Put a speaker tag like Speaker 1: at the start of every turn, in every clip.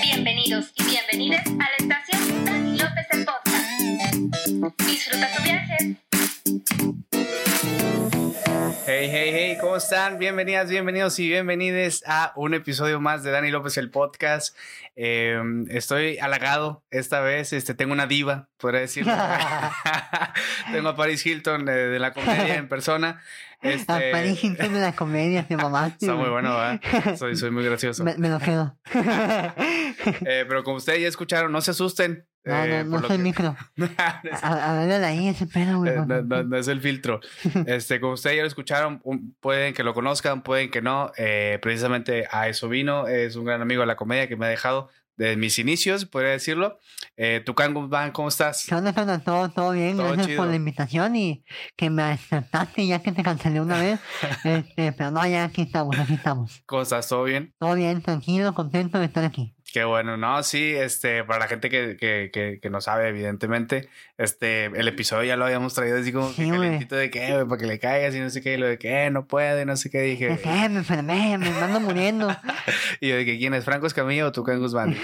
Speaker 1: Bienvenidos y bienvenidas a la estación Dani López el Podcast. Disfruta tu viaje.
Speaker 2: Hey, hey, hey, ¿cómo están? Bienvenidas, bienvenidos y bienvenides a un episodio más de Dani López el podcast. Eh, estoy halagado esta vez, este, tengo una diva, podría decir. tengo a Paris Hilton eh, de la comedia en persona. Este,
Speaker 3: A París Hilton Ah, de las comedias de mamá.
Speaker 2: Está muy bueno, ¿verdad? Soy, soy muy gracioso.
Speaker 3: Me, me lo quedo.
Speaker 2: Eh, pero como ustedes ya escucharon, no se asusten.
Speaker 3: No,
Speaker 2: eh,
Speaker 3: no, no
Speaker 2: por lo
Speaker 3: soy
Speaker 2: que-
Speaker 3: micro. A, a verlo ahí, ese pedo, güey.
Speaker 2: Eh,
Speaker 3: no.
Speaker 2: no, no- no es el filtro. Este, como ustedes ya lo escucharon, un- pueden que lo conozcan, pueden que no. eh, precisamente a eso vino. Es un gran amigo de la comedia que me ha dejado desde mis inicios, podría decirlo. Eh, Tucán Guzmán, ¿cómo estás?
Speaker 3: ¿Qué onda, qué onda? Todo, todo bien,
Speaker 2: Todo
Speaker 3: gracias
Speaker 2: chido.
Speaker 3: por la invitación y que me aceptaste ya que te cancelé una vez. Este, pero no, ya aquí estamos, aquí estamos.
Speaker 2: ¿Cómo estás? ¿Todo bien?
Speaker 3: Todo bien, tranquilo, contento de estar aquí.
Speaker 2: Qué bueno, ¿no? Sí, este, para la gente que, que, que- que no sabe, evidentemente, este, el episodio ya lo habíamos traído así como que
Speaker 3: Sí, güey.
Speaker 2: calentito de que, güey, para que le caigas y no sé qué, y lo de que eh, no puede, no sé qué, dije.
Speaker 3: Es que me enfermé, me ando muriendo.
Speaker 2: Y yo dije, ¿quién es? ¿Franco Escamilla o Tucán Guzmán?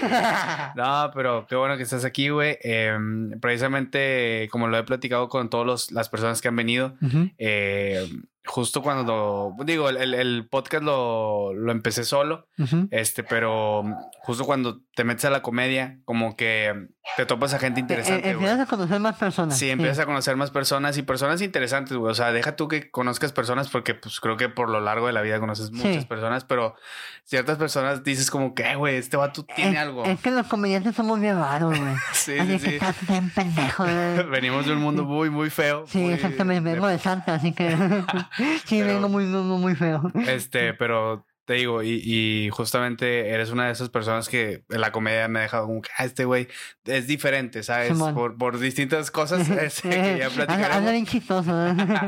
Speaker 2: No, pero qué bueno que estás aquí, güey. Em, precisamente, como lo he platicado con todas las personas que han venido,
Speaker 3: Ujú.
Speaker 2: eh, justo cuando, digo, el, el- el podcast lo, lo empecé solo,
Speaker 3: Ujú.
Speaker 2: este, pero justo cuando te metes a la comedia, como que te topas a gente
Speaker 3: Eh,
Speaker 2: interesante, güey.
Speaker 3: eh, empiezas a conocer más personas.
Speaker 2: Sí, empiezas a conocer más personas y personas interesantes, güey. O sea, deja tú que conozcas personas porque pues creo que por lo largo de la vida conoces muchas
Speaker 3: Sí.
Speaker 2: personas, pero ciertas personas dices como que, "Eh, güey, este vato tiene
Speaker 3: Es-
Speaker 2: algo.
Speaker 3: Es que los comediantes somos bien raros, güey.
Speaker 2: Sí,
Speaker 3: Eh, Así
Speaker 2: sí,
Speaker 3: que
Speaker 2: sí.
Speaker 3: estás bien pendejo. güey.
Speaker 2: Venimos de un mundo muy, muy feo.
Speaker 3: Sí,
Speaker 2: muy-
Speaker 3: exactamente, vengo de Santa, así que sí,
Speaker 2: Pero-
Speaker 3: vengo muy, muy, muy feo.
Speaker 2: Este, pero te digo, y, y justamente eres una de esas personas que en la comedia me ha dejado como que, "Ah, este güey es diferente, ¿sabes?
Speaker 3: Simón.
Speaker 2: Por, por distintas cosas este, que ya
Speaker 3: Anda anda
Speaker 2: platicaremos.
Speaker 3: bien chistoso. ¿eh?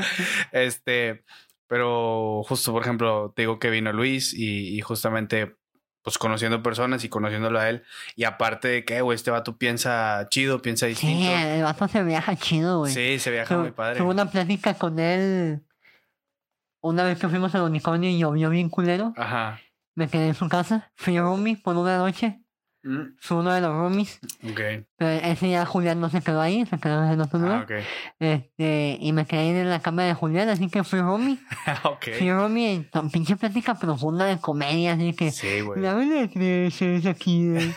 Speaker 2: Este, pero justo, por ejemplo, te digo que vino Luis y, y justamente pues conociendo personas y conociéndolo a él. Y aparte de que, güey, este vato piensa chido, piensa
Speaker 3: Sí,
Speaker 2: distinto.
Speaker 3: eh, el vato se viaja chido, güey.
Speaker 2: Sí, se viaja
Speaker 3: Tu-
Speaker 2: muy padre.
Speaker 3: Tuve una plática con él una vez que fuimos al unicornio y llovió bien culero.
Speaker 2: Ajá.
Speaker 3: Me quedé en su casa, fui roomie por una noche,
Speaker 2: Mm,
Speaker 3: fui uno de los roomies,
Speaker 2: Ok.
Speaker 3: pero ese día Julián no se quedó ahí, se quedó en otro
Speaker 2: Ah,
Speaker 3: lugar.
Speaker 2: ok.
Speaker 3: Este, y me quedé ahí en la cama de Julián, así que fui roomie.
Speaker 2: ok.
Speaker 3: Fui roomie en tan pinche plática profunda de comedia, así que...
Speaker 2: Sí, güey.
Speaker 3: La verdad es que es aquí. eh.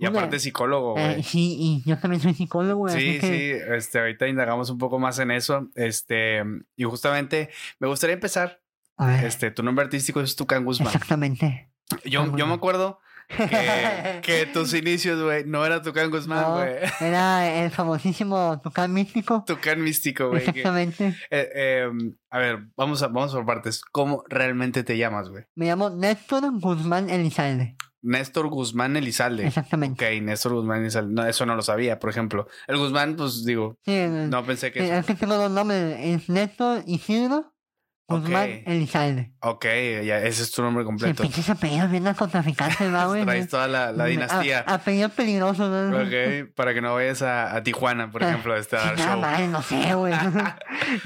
Speaker 2: Y
Speaker 3: Una-
Speaker 2: aparte psicólogo,
Speaker 3: Eh,
Speaker 2: güey.
Speaker 3: sí, y yo también soy psicólogo.
Speaker 2: Sí,
Speaker 3: así que-
Speaker 2: sí, este, ahorita indagamos un poco más en eso. Este, y justamente me gustaría empezar.
Speaker 3: A ver,
Speaker 2: Este, pues, tu nombre artístico es Tucán Guzmán.
Speaker 3: exactamente.
Speaker 2: Yo, yo
Speaker 3: Tucán
Speaker 2: me
Speaker 3: Guzmán.
Speaker 2: acuerdo que, que tus inicios, güey, no era Tucán Guzmán,
Speaker 3: No,
Speaker 2: güey.
Speaker 3: Era el famosísimo Tucán Místico.
Speaker 2: Tucán místico, güey. que-
Speaker 3: Exactamente.
Speaker 2: eh, eh, a ver, vamos, a, vamos por partes. ¿Cómo realmente te llamas, güey?
Speaker 3: Me llamo Néstor Guzmán Elizalde.
Speaker 2: Néstor Guzmán Elizalde. Ok,
Speaker 3: Exactamente.
Speaker 2: Néstor Guzmán Elizalde. No, eso no lo sabía, por ejemplo. El Guzmán, pues digo,
Speaker 3: Sí, el-
Speaker 2: no pensé que...
Speaker 3: el- es que tengo dos nombres. Es Néstor Isidro Guzmán
Speaker 2: Ok.
Speaker 3: Elizalde.
Speaker 2: Ok, ya, ese es tu nombre
Speaker 3: Sí,
Speaker 2: completo.
Speaker 3: pinches apellidos bien narcotraficantes, ¿verdad, güey.
Speaker 2: Traes toda la, la
Speaker 3: A-
Speaker 2: dinastía.
Speaker 3: apellidos peligrosos, ¿no?
Speaker 2: Ok, para que no vayas a, a Tijuana, por
Speaker 3: mm. Ah,
Speaker 2: ejemplo, a este dar
Speaker 3: Chingada
Speaker 2: show.
Speaker 3: madre, no sé, güey.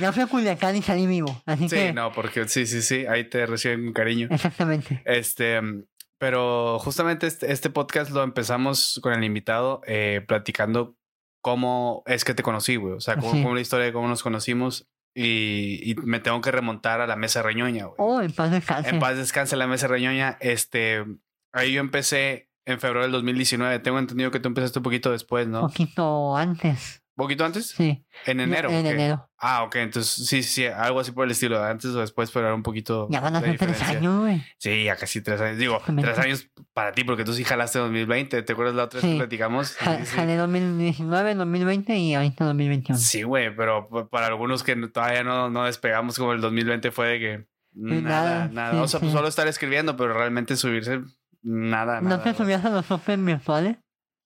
Speaker 3: ya fui a Culiacán y salí vivo. Así
Speaker 2: Sí,
Speaker 3: que. Eh.
Speaker 2: no, porque sí, sí, sí, ahí te reciben con cariño.
Speaker 3: Exactamente.
Speaker 2: Este, mm, pero justamente este, este podcast lo empezamos con el invitado eh, platicando cómo es que te conocí, güey. O sea, cómo,
Speaker 3: Sí.
Speaker 2: cómo la historia de cómo nos conocimos y, y me tengo que remontar a la mesa reñoña, güey.
Speaker 3: Oh, en paz descanse.
Speaker 2: En paz descanse la mesa reñoña. Este, ahí yo empecé en febrero del 2019. Tengo entendido que tú empezaste un poquito después, ¿no?
Speaker 3: Oh. Poquito antes.
Speaker 2: ¿Poquito antes?
Speaker 3: Sí.
Speaker 2: En enero.
Speaker 3: En
Speaker 2: ¿o qué?
Speaker 3: enero.
Speaker 2: Ah, ok, entonces sí, sí, algo así por el estilo, antes o después, pero era un poquito.
Speaker 3: Ya van a
Speaker 2: la
Speaker 3: ser tres
Speaker 2: diferencia.
Speaker 3: años, güey.
Speaker 2: Sí, ya casi tres años. Digo,
Speaker 3: Exactamente.
Speaker 2: tres años para ti, porque tú sí jalaste 2020. ¿Te acuerdas la otra vez que
Speaker 3: Sí.
Speaker 2: platicamos? Sí,
Speaker 3: Ja-
Speaker 2: sí.
Speaker 3: Jalé 2019, 2020 y ahorita 2021.
Speaker 2: Sí, güey, pero pa- para algunos que no- todavía no, no despegamos, como el 2020 fue de que nada, nada.
Speaker 3: Pues nada, sí,
Speaker 2: o sea, pues
Speaker 3: sí.
Speaker 2: solo estar escribiendo, pero realmente subirse, nada.
Speaker 3: ¿No
Speaker 2: nada,
Speaker 3: te
Speaker 2: güey.
Speaker 3: subías a los open virtuales?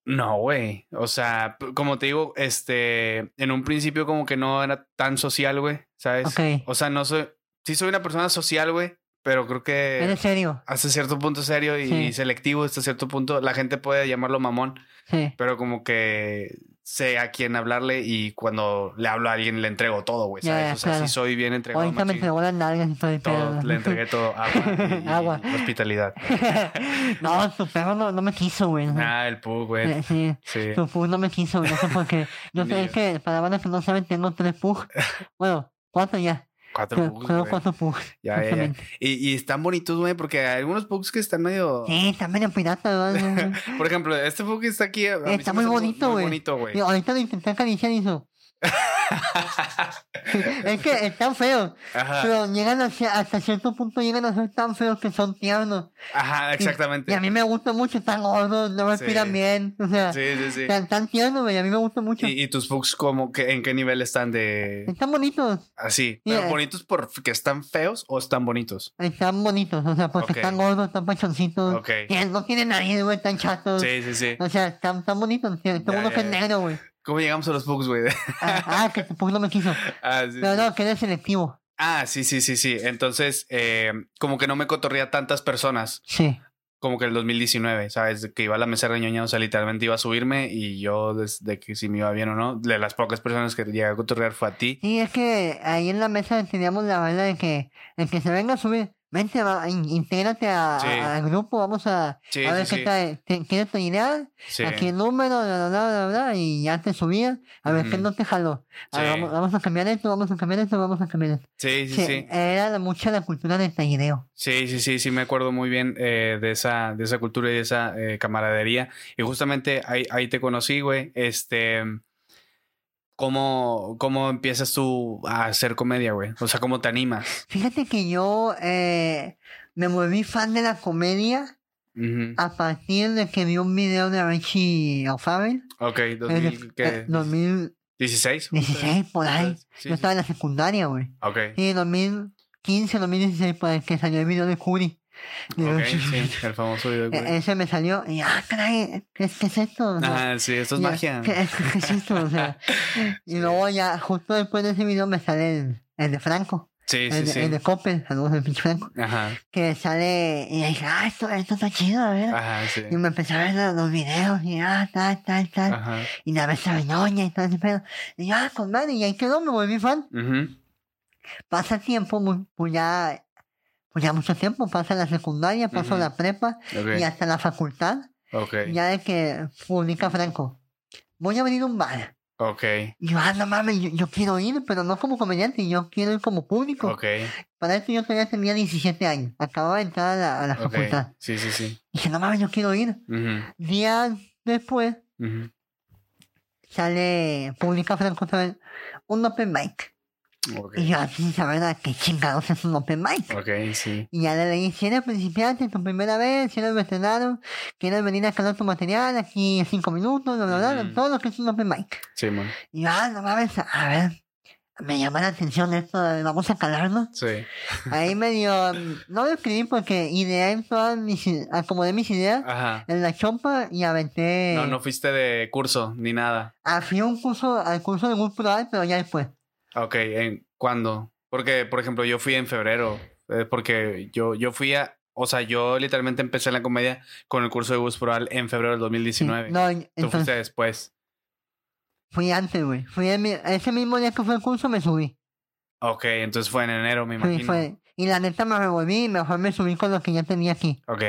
Speaker 2: No, güey. O sea, p- como te digo, este, en un principio como que no era tan social, güey, ¿sabes?
Speaker 3: Ok.
Speaker 2: O sea, no soy, sí soy una persona social, güey, pero creo que
Speaker 3: ¿Eres serio?
Speaker 2: hasta cierto punto serio y,
Speaker 3: Sí.
Speaker 2: selectivo, hasta cierto punto la gente puede llamarlo mamón,
Speaker 3: Sí.
Speaker 2: pero como que sé a quién hablarle y cuando le hablo a alguien le entrego todo, güey.
Speaker 3: Ya,
Speaker 2: ¿sabes?
Speaker 3: ya,
Speaker 2: o sea,
Speaker 3: claro.
Speaker 2: sí soy bien entregado.
Speaker 3: Ahorita me
Speaker 2: machín.
Speaker 3: entregó las nalgas y todo el
Speaker 2: Todo,
Speaker 3: pedo.
Speaker 2: le entregué todo. Agua. y- y
Speaker 3: Agua.
Speaker 2: Hospitalidad.
Speaker 3: no, su perro no, no me quiso, güey. ¿no?
Speaker 2: Ah, el pug, güey.
Speaker 3: Eh, sí,
Speaker 2: Sí.
Speaker 3: su pug no me quiso, güey, no sé por qué. No
Speaker 2: Ni
Speaker 3: sé,
Speaker 2: yo.
Speaker 3: es que para bandas que no saben, tengo tres pugs. Bueno, cuatro ya.
Speaker 2: Cuatro
Speaker 3: Pero
Speaker 2: pugs,
Speaker 3: tengo
Speaker 2: güey.
Speaker 3: cuatro pugs.
Speaker 2: Ya, ya, ya.
Speaker 3: justamente.
Speaker 2: Y, y están bonitos, güey, porque hay algunos pugs que están medio...
Speaker 3: Sí, está medio pirata, ¿verdad?
Speaker 2: Por ejemplo, este pug que está aquí... a mí se
Speaker 3: Está
Speaker 2: me
Speaker 3: muy
Speaker 2: hace
Speaker 3: bonito,
Speaker 2: muy
Speaker 3: güey.
Speaker 2: bonito, güey.
Speaker 3: Y ahorita lo intenté acariciar y hizo. es que están feos,
Speaker 2: Ajá,
Speaker 3: pero llegan a ser- hasta cierto punto llegan a ser tan feos que son tiernos.
Speaker 2: ajá, exactamente.
Speaker 3: Y a mí me gusta mucho, están gordos, no respiran
Speaker 2: Sí.
Speaker 3: bien, o sea,
Speaker 2: Sí, sí, sí.
Speaker 3: están tan tiernos, güey, a mí me gusta mucho.
Speaker 2: ¿Y, y tus pugs como que, en qué nivel están de
Speaker 3: Están bonitos,
Speaker 2: así?
Speaker 3: Mira,
Speaker 2: ¿Pero
Speaker 3: es-
Speaker 2: bonitos porque están feos o están bonitos?
Speaker 3: están bonitos, o sea, porque
Speaker 2: Ok.
Speaker 3: están gordos, están pachoncitos,
Speaker 2: Ok.
Speaker 3: tienen- no tienen nariz, güey, están chatos.
Speaker 2: Sí, sí, sí.
Speaker 3: O sea, están, están bonitos, tienen-
Speaker 2: Ya,
Speaker 3: tengo uno
Speaker 2: ya,
Speaker 3: que es
Speaker 2: ya.
Speaker 3: negro, güey.
Speaker 2: ¿Cómo llegamos a los pugs, güey?
Speaker 3: Ah, ah, que pues no me quiso.
Speaker 2: ah, sí,
Speaker 3: Pero
Speaker 2: sí.
Speaker 3: no, que eres selectivo.
Speaker 2: Ah, sí, sí, sí, sí. Entonces, eh, como que no me cotorría tantas personas.
Speaker 3: Sí.
Speaker 2: Como que el 2019, ¿sabes? De Que iba a la mesa de ñoña, o sea, literalmente iba a subirme y yo, desde que si me iba bien o no, de las pocas personas que llegué a cotorrear fue a ti.
Speaker 3: Sí, es que ahí en la mesa teníamos la banda de que el que se venga a subir, vente, va, in- intégrate a- a-
Speaker 2: Sí.
Speaker 3: al grupo, vamos a,
Speaker 2: Sí,
Speaker 3: a ver
Speaker 2: sí,
Speaker 3: qué
Speaker 2: sí.
Speaker 3: tal, te- qué es tu idea,
Speaker 2: Sí.
Speaker 3: aquí el número, bla, bla, bla, bla, bla, y ya te subía, a ver qué
Speaker 2: Ujú.
Speaker 3: no te jaló. A ver,
Speaker 2: Sí.
Speaker 3: vamos, vamos a cambiar esto, vamos a cambiar esto, vamos a cambiar esto.
Speaker 2: sí, sí,
Speaker 3: Sí,
Speaker 2: sí.
Speaker 3: Era la- mucha la cultura del tallideo.
Speaker 2: Sí, sí, sí, sí, me acuerdo muy bien eh, de, esa, de esa cultura y de esa eh, camaradería. Y justamente ahí, ahí te conocí, güey. Este, ¿cómo, ¿Cómo empiezas tú a hacer comedia, güey? O sea, ¿cómo te animas?
Speaker 3: Fíjate que yo eh, me volví fan de la comedia
Speaker 2: Ujú.
Speaker 3: a partir de que vi un video de Richie O'Farrell.
Speaker 2: Ok,
Speaker 3: en el-
Speaker 2: 2000, ¿qué?
Speaker 3: eh, 2016,
Speaker 2: 16.
Speaker 3: por ahí.
Speaker 2: Sí,
Speaker 3: Yo
Speaker 2: sí.
Speaker 3: estaba en la secundaria, güey.
Speaker 2: Ok.
Speaker 3: Sí, 2015, 2016, por el que salió el video de Curi.
Speaker 2: Ok, sí, el famoso video. güey.
Speaker 3: E-, Ese me salió y, ah, caray, ¿qué, qué es esto? O sea,
Speaker 2: Ah, sí, esto es
Speaker 3: ya,
Speaker 2: magia.
Speaker 3: ¿Qué, qué es esto? O sea, y luego ya, justo después de ese video me sale el, el de Franco,
Speaker 2: Sí,
Speaker 3: el,
Speaker 2: sí,
Speaker 3: de-
Speaker 2: sí.
Speaker 3: el de Coppel, saludos al pinche Franco,
Speaker 2: Ajá,
Speaker 3: que sale y dije, ah, esto, esto está chido, a ver.
Speaker 2: ajá, sí.
Speaker 3: Y me empecé a ver los, los videos y, ah, tal, tal, tal.
Speaker 2: Ajá.
Speaker 3: Y la vez a Beñoña y todo ese pedo. Y yo, ah, con madre, y ahí quedó, me volví fan.
Speaker 2: Ujú.
Speaker 3: pasa tiempo, mu- pues ya, pues ya mucho tiempo, pasa la secundaria, paso
Speaker 2: Ujú.
Speaker 3: la prepa y
Speaker 2: Ok,
Speaker 3: hasta la facultad,
Speaker 2: ok,
Speaker 3: ya de que publica Franco. Voy a abrir un bar.
Speaker 2: ok,
Speaker 3: Y yo, ah, no mames, yo, yo quiero ir, pero no como comediante, yo quiero ir como público.
Speaker 2: ok,
Speaker 3: Para esto yo todavía tenía 17 años, acababa de entrar a la, a la
Speaker 2: ok.
Speaker 3: facultad.
Speaker 2: Sí, sí, sí.
Speaker 3: Y dije, no mames, yo quiero ir.
Speaker 2: Ujú,
Speaker 3: Días después
Speaker 2: ujú.
Speaker 3: sale, publica Franco otra vez, un open mic.
Speaker 2: Ok,
Speaker 3: Y yo, así, saber a qué chingados es un open mic.
Speaker 2: ok, sí.
Speaker 3: Y ya le leí, si eres principiante, tu primera vez, si eres veterano, quieres venir a escalar tu material aquí en cinco minutos, bla, bla, bla,
Speaker 2: Ujú.
Speaker 3: todo lo que es un open mic.
Speaker 2: Sí, man.
Speaker 3: Y yo, ah, no mames, a ver, me llama la atención esto, de vamos a calarnos.
Speaker 2: Sí.
Speaker 3: Ahí medio, mm, no lo escribí porque ideé todas mis, i- acomodé mis ideas
Speaker 2: Ajá.
Speaker 3: en la chompa y aventé.
Speaker 2: Ah. No, no fuiste de curso ni nada.
Speaker 3: Ah, fui a un curso, al curso de Good Pro, pero ya después.
Speaker 2: Ok, ¿en cuándo? Porque, por ejemplo, yo fui en febrero. eh, porque yo, yo fui a. O sea, yo literalmente empecé en la comedia con el curso de Gus Proal en febrero del
Speaker 3: Sí,
Speaker 2: 2019.
Speaker 3: Mm, No,
Speaker 2: Tú fuiste
Speaker 3: entonces
Speaker 2: después.
Speaker 3: fui antes, güey. Fui el mi- ese mismo día que fue el curso me subí.
Speaker 2: Ok, entonces fue en enero, me
Speaker 3: Sí,
Speaker 2: imagino.
Speaker 3: fue. Y la neta me revolví y mejor me subí con lo que ya tenía aquí.
Speaker 2: Ok.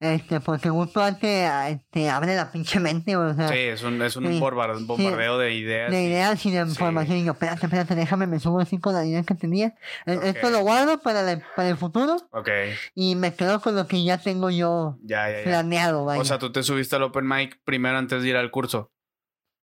Speaker 3: Este, porque justo antes ah, este, abre la pinche mente, o sea,
Speaker 2: Sí, es un, es un
Speaker 3: Ah, Sí,
Speaker 2: bombar- bombardeo de ideas.
Speaker 3: de
Speaker 2: y-
Speaker 3: ideas y de
Speaker 2: sí.
Speaker 3: información. Y yo, espérate, espérate, déjame, me subo así con la idea que tenía. E-
Speaker 2: Ok.
Speaker 3: Esto lo guardo para, la- para el futuro
Speaker 2: Ok,
Speaker 3: y me quedo con lo que ya tengo yo
Speaker 2: ya, ya, ya.
Speaker 3: planeado, vaya.
Speaker 2: O sea, tú te subiste al open mic primero antes de ir al curso.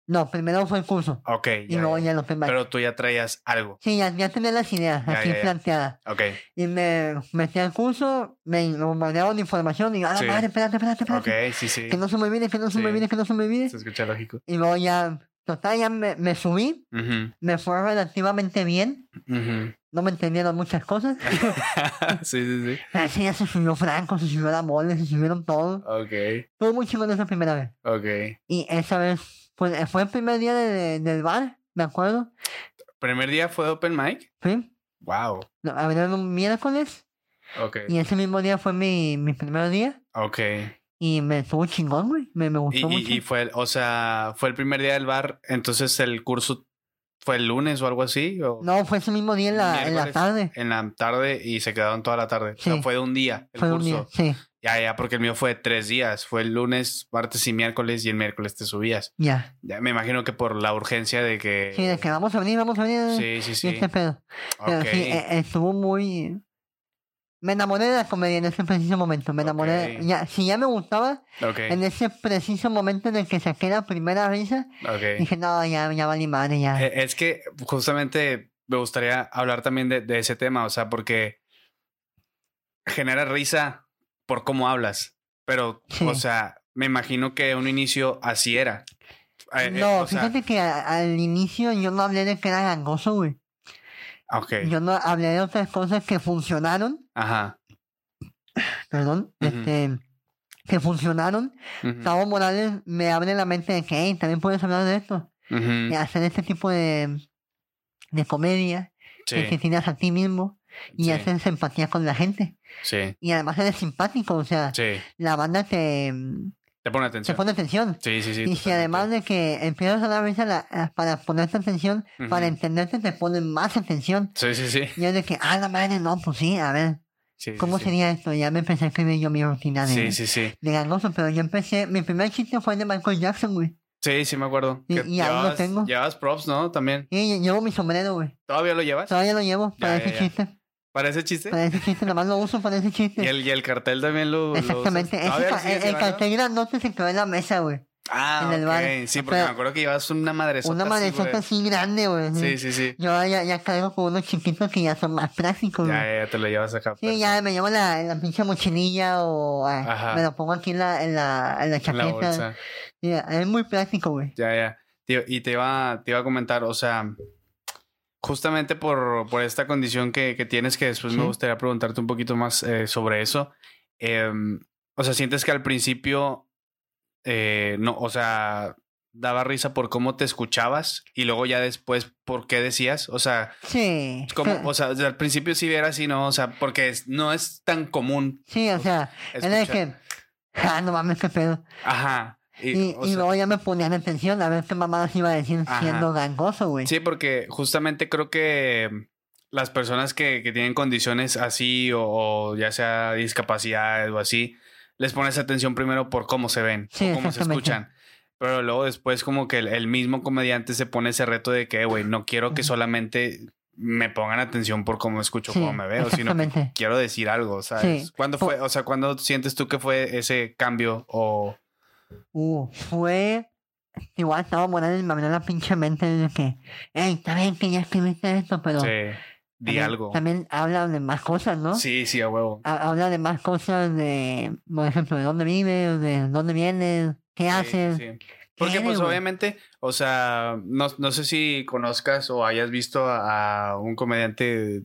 Speaker 3: No, primero fue el curso
Speaker 2: Ok,
Speaker 3: y
Speaker 2: ya,
Speaker 3: luego
Speaker 2: ya.
Speaker 3: ya lo open mic.
Speaker 2: Pero tú ya traías algo.
Speaker 3: Sí, ya, ya tenía las ideas
Speaker 2: Ya,
Speaker 3: así
Speaker 2: ya, ya.
Speaker 3: planteadas.
Speaker 2: Ok,
Speaker 3: Y me metí al curso, me me mandaron información y yo, a la
Speaker 2: Sí.
Speaker 3: madre, espérate, espérate,
Speaker 2: ok,
Speaker 3: espérate.
Speaker 2: sí, sí.
Speaker 3: Que no se me olvide, que no se me
Speaker 2: Sí.
Speaker 3: olvide, que no se me olvide.
Speaker 2: Se escucha lógico.
Speaker 3: Y luego ya, total, ya me, me subí,
Speaker 2: Ujú,
Speaker 3: me fue relativamente bien.
Speaker 2: ujú.
Speaker 3: No me entendieron muchas cosas.
Speaker 2: sí, sí, sí.
Speaker 3: Pero sí, ya se subió Franco, se subió la mole, se subieron todo.
Speaker 2: Ok,
Speaker 3: Fue muy chingón esa primera vez.
Speaker 2: ok.
Speaker 3: Y esa vez, pues eh, fue el primer día de- de- del bar, me acuerdo.
Speaker 2: ¿Primer día fue open mic?
Speaker 3: Sí,
Speaker 2: Wow.
Speaker 3: lo abrieron un miércoles.
Speaker 2: Ok,
Speaker 3: Y ese mismo día fue mi, mi primer día.
Speaker 2: ok.
Speaker 3: Y me estuvo chingón, güey. Me, me
Speaker 2: Y,
Speaker 3: gustó
Speaker 2: y-
Speaker 3: mucho.
Speaker 2: y fue, el- o sea, fue el primer día del bar, entonces el curso fue el lunes o algo así, o
Speaker 3: No, fue ese mismo día en la, en la
Speaker 2: Miércoles.
Speaker 3: tarde.
Speaker 2: en la tarde y se quedaron toda la tarde. O sea,
Speaker 3: Sí.
Speaker 2: fue de un día el
Speaker 3: Fue un
Speaker 2: curso.
Speaker 3: día, sí.
Speaker 2: Ya, ya, porque el mío fue de tres días. Fue el lunes, martes y miércoles y el miércoles te subías.
Speaker 3: Ya.
Speaker 2: Ya me imagino que por la urgencia de que...
Speaker 3: Sí, de que vamos a venir, vamos a venir.
Speaker 2: Eh, Sí, sí,
Speaker 3: Y
Speaker 2: sí.
Speaker 3: este pedo. Pero
Speaker 2: Ok.
Speaker 3: sí, e- estuvo muy. Me enamoré de la comedia en ese preciso momento. Me enamoré.
Speaker 2: Ok.
Speaker 3: Ya, si ya me gustaba,
Speaker 2: Ok,
Speaker 3: en ese preciso momento en el que saqué la primera risa,
Speaker 2: ok.
Speaker 3: dije, no, ya, ya vale madre, ya.
Speaker 2: Eh, Es que justamente me gustaría hablar también de, de ese tema, o sea, porque genera risa por cómo hablas, pero, o
Speaker 3: Sí.
Speaker 2: sea, me imagino que un inicio así era. Eh, eh,
Speaker 3: no,
Speaker 2: o sea,
Speaker 3: fíjate que a- al inicio yo no hablé de que era gangoso, güey.
Speaker 2: ok,
Speaker 3: Yo no hablé de otras cosas que funcionaron,
Speaker 2: ajá.
Speaker 3: perdón,
Speaker 2: Ujú. Mm.
Speaker 3: este, que funcionaron.
Speaker 2: ujú,
Speaker 3: Tavo Morales me abre la mente de que, hey, también puedes hablar de esto.
Speaker 2: ujú,
Speaker 3: De hacer este tipo de, de comedia, que te
Speaker 2: Sí,
Speaker 3: tienes a ti mismo y
Speaker 2: sí,
Speaker 3: haces empatía con la gente.
Speaker 2: sí,
Speaker 3: Y además eres simpático, o sea,
Speaker 2: sí,
Speaker 3: la banda te,
Speaker 2: te pone
Speaker 3: te
Speaker 2: atención.
Speaker 3: pone atención.
Speaker 2: Sí, sí, sí.
Speaker 3: y si además de que empiezas a dar risa la- eh, para ponerte atención,
Speaker 2: Ujú.
Speaker 3: para entenderte, te ponen más atención.
Speaker 2: Sí, sí, sí.
Speaker 3: Y es de que, ah, la madre, no, pues sí, a ver,
Speaker 2: sí, sí,
Speaker 3: ¿cómo
Speaker 2: sí.
Speaker 3: sería esto? Ya me empecé a escribir yo mi rutina de,
Speaker 2: Sí, sí, sí.
Speaker 3: de gangoso, pero yo empecé, mi primer chiste fue el de Michael Jackson, güey.
Speaker 2: Sí, sí, me acuerdo.
Speaker 3: Y-
Speaker 2: que
Speaker 3: y aún lo
Speaker 2: llevabas-
Speaker 3: tengo.
Speaker 2: Llevabas props, ¿no? También.
Speaker 3: Y llevo mi sombrero, güey.
Speaker 2: ¿Todavía lo llevas?
Speaker 3: Todavía lo llevo para
Speaker 2: ya,
Speaker 3: ese
Speaker 2: ya.
Speaker 3: chiste.
Speaker 2: ¿Para ese chiste?
Speaker 3: Para ese chiste, nomás lo uso para ese chiste.
Speaker 2: Y el, y el cartel también lo. lo usas.
Speaker 3: Exactamente. Ese
Speaker 2: ¿Todavía lo
Speaker 3: ca-
Speaker 2: sigues
Speaker 3: el, el
Speaker 2: llevando?
Speaker 3: cartel grandote se quedó en la mesa, güey.
Speaker 2: Ah,
Speaker 3: en el bar.
Speaker 2: ok. Sí, porque
Speaker 3: Pero-
Speaker 2: me acuerdo que llevas una madresota.
Speaker 3: Una
Speaker 2: así, güey.
Speaker 3: malezota así grande, güey.
Speaker 2: Sí, sí, sí.
Speaker 3: Yo ya, ya cargo con unos chiquitos que ya son más prácticos,
Speaker 2: Ya,
Speaker 3: güey.
Speaker 2: ya, ya te lo llevas acá.
Speaker 3: Sí, ya me llevo la, la pinche mochililla o ah,
Speaker 2: Ajá.
Speaker 3: me lo pongo aquí en la, en la, en la
Speaker 2: En la
Speaker 3: chaqueta.
Speaker 2: bolsa.
Speaker 3: Sí, es muy práctico, güey.
Speaker 2: Ya, ya. Tío, y te iba, te iba a comentar, o sea, justamente por, por esta condición que, que tienes, que después me
Speaker 3: Sí.
Speaker 2: gustaría preguntarte un poquito más eh, sobre eso. Em, o sea, sientes que al principio, eh, no, o sea, daba risa por cómo te escuchabas y luego ya después por qué decías, o sea,
Speaker 3: Sí.
Speaker 2: Como,
Speaker 3: sí,
Speaker 2: o sea, desde al principio sí era así, ¿no? O sea, porque es- no es tan común.
Speaker 3: sí, o sea, era de
Speaker 2: escuchar-
Speaker 3: que, ah, no mames, qué pedo.
Speaker 2: Ajá. Y,
Speaker 3: Y,
Speaker 2: o
Speaker 3: y
Speaker 2: sea,
Speaker 3: luego ya me ponían atención a ver qué mamadas iba a decir
Speaker 2: Ajá.
Speaker 3: siendo gangoso, güey.
Speaker 2: sí, porque justamente creo que mm, las personas que, que tienen condiciones así o, o ya sea discapacidades o así, les pones atención primero por cómo se ven,
Speaker 3: Sí,
Speaker 2: o cómo se
Speaker 3: exactamente.
Speaker 2: escuchan. Pero luego después como que el, el mismo comediante se pone ese reto de que, "Eh, güey, no quiero que
Speaker 3: Ujú.
Speaker 2: solamente me pongan atención por cómo escucho,
Speaker 3: Sí,
Speaker 2: cómo me veo, sino
Speaker 3: exactamente.
Speaker 2: quiero decir algo, ¿sabes?
Speaker 3: Sí.
Speaker 2: ¿Cuándo
Speaker 3: Po-
Speaker 2: fue, o sea, cuándo sientes tú que fue ese cambio o
Speaker 3: Uh, fue. Igual estaba Morales me abrió la pinche mente de que, hey, está bien que ya escribiste esto, pero.
Speaker 2: se- di
Speaker 3: también-
Speaker 2: algo?
Speaker 3: También habla de más cosas, ¿no?
Speaker 2: Sí, sí, a huevo.
Speaker 3: Ha- Habla de más cosas de, por ejemplo, de dónde vives, de dónde vienes, qué
Speaker 2: Sí,
Speaker 3: haces.
Speaker 2: sí. Porque
Speaker 3: eres,
Speaker 2: pues
Speaker 3: güey?
Speaker 2: obviamente, o sea, no, no sé si conozcas o hayas visto a, a un comediante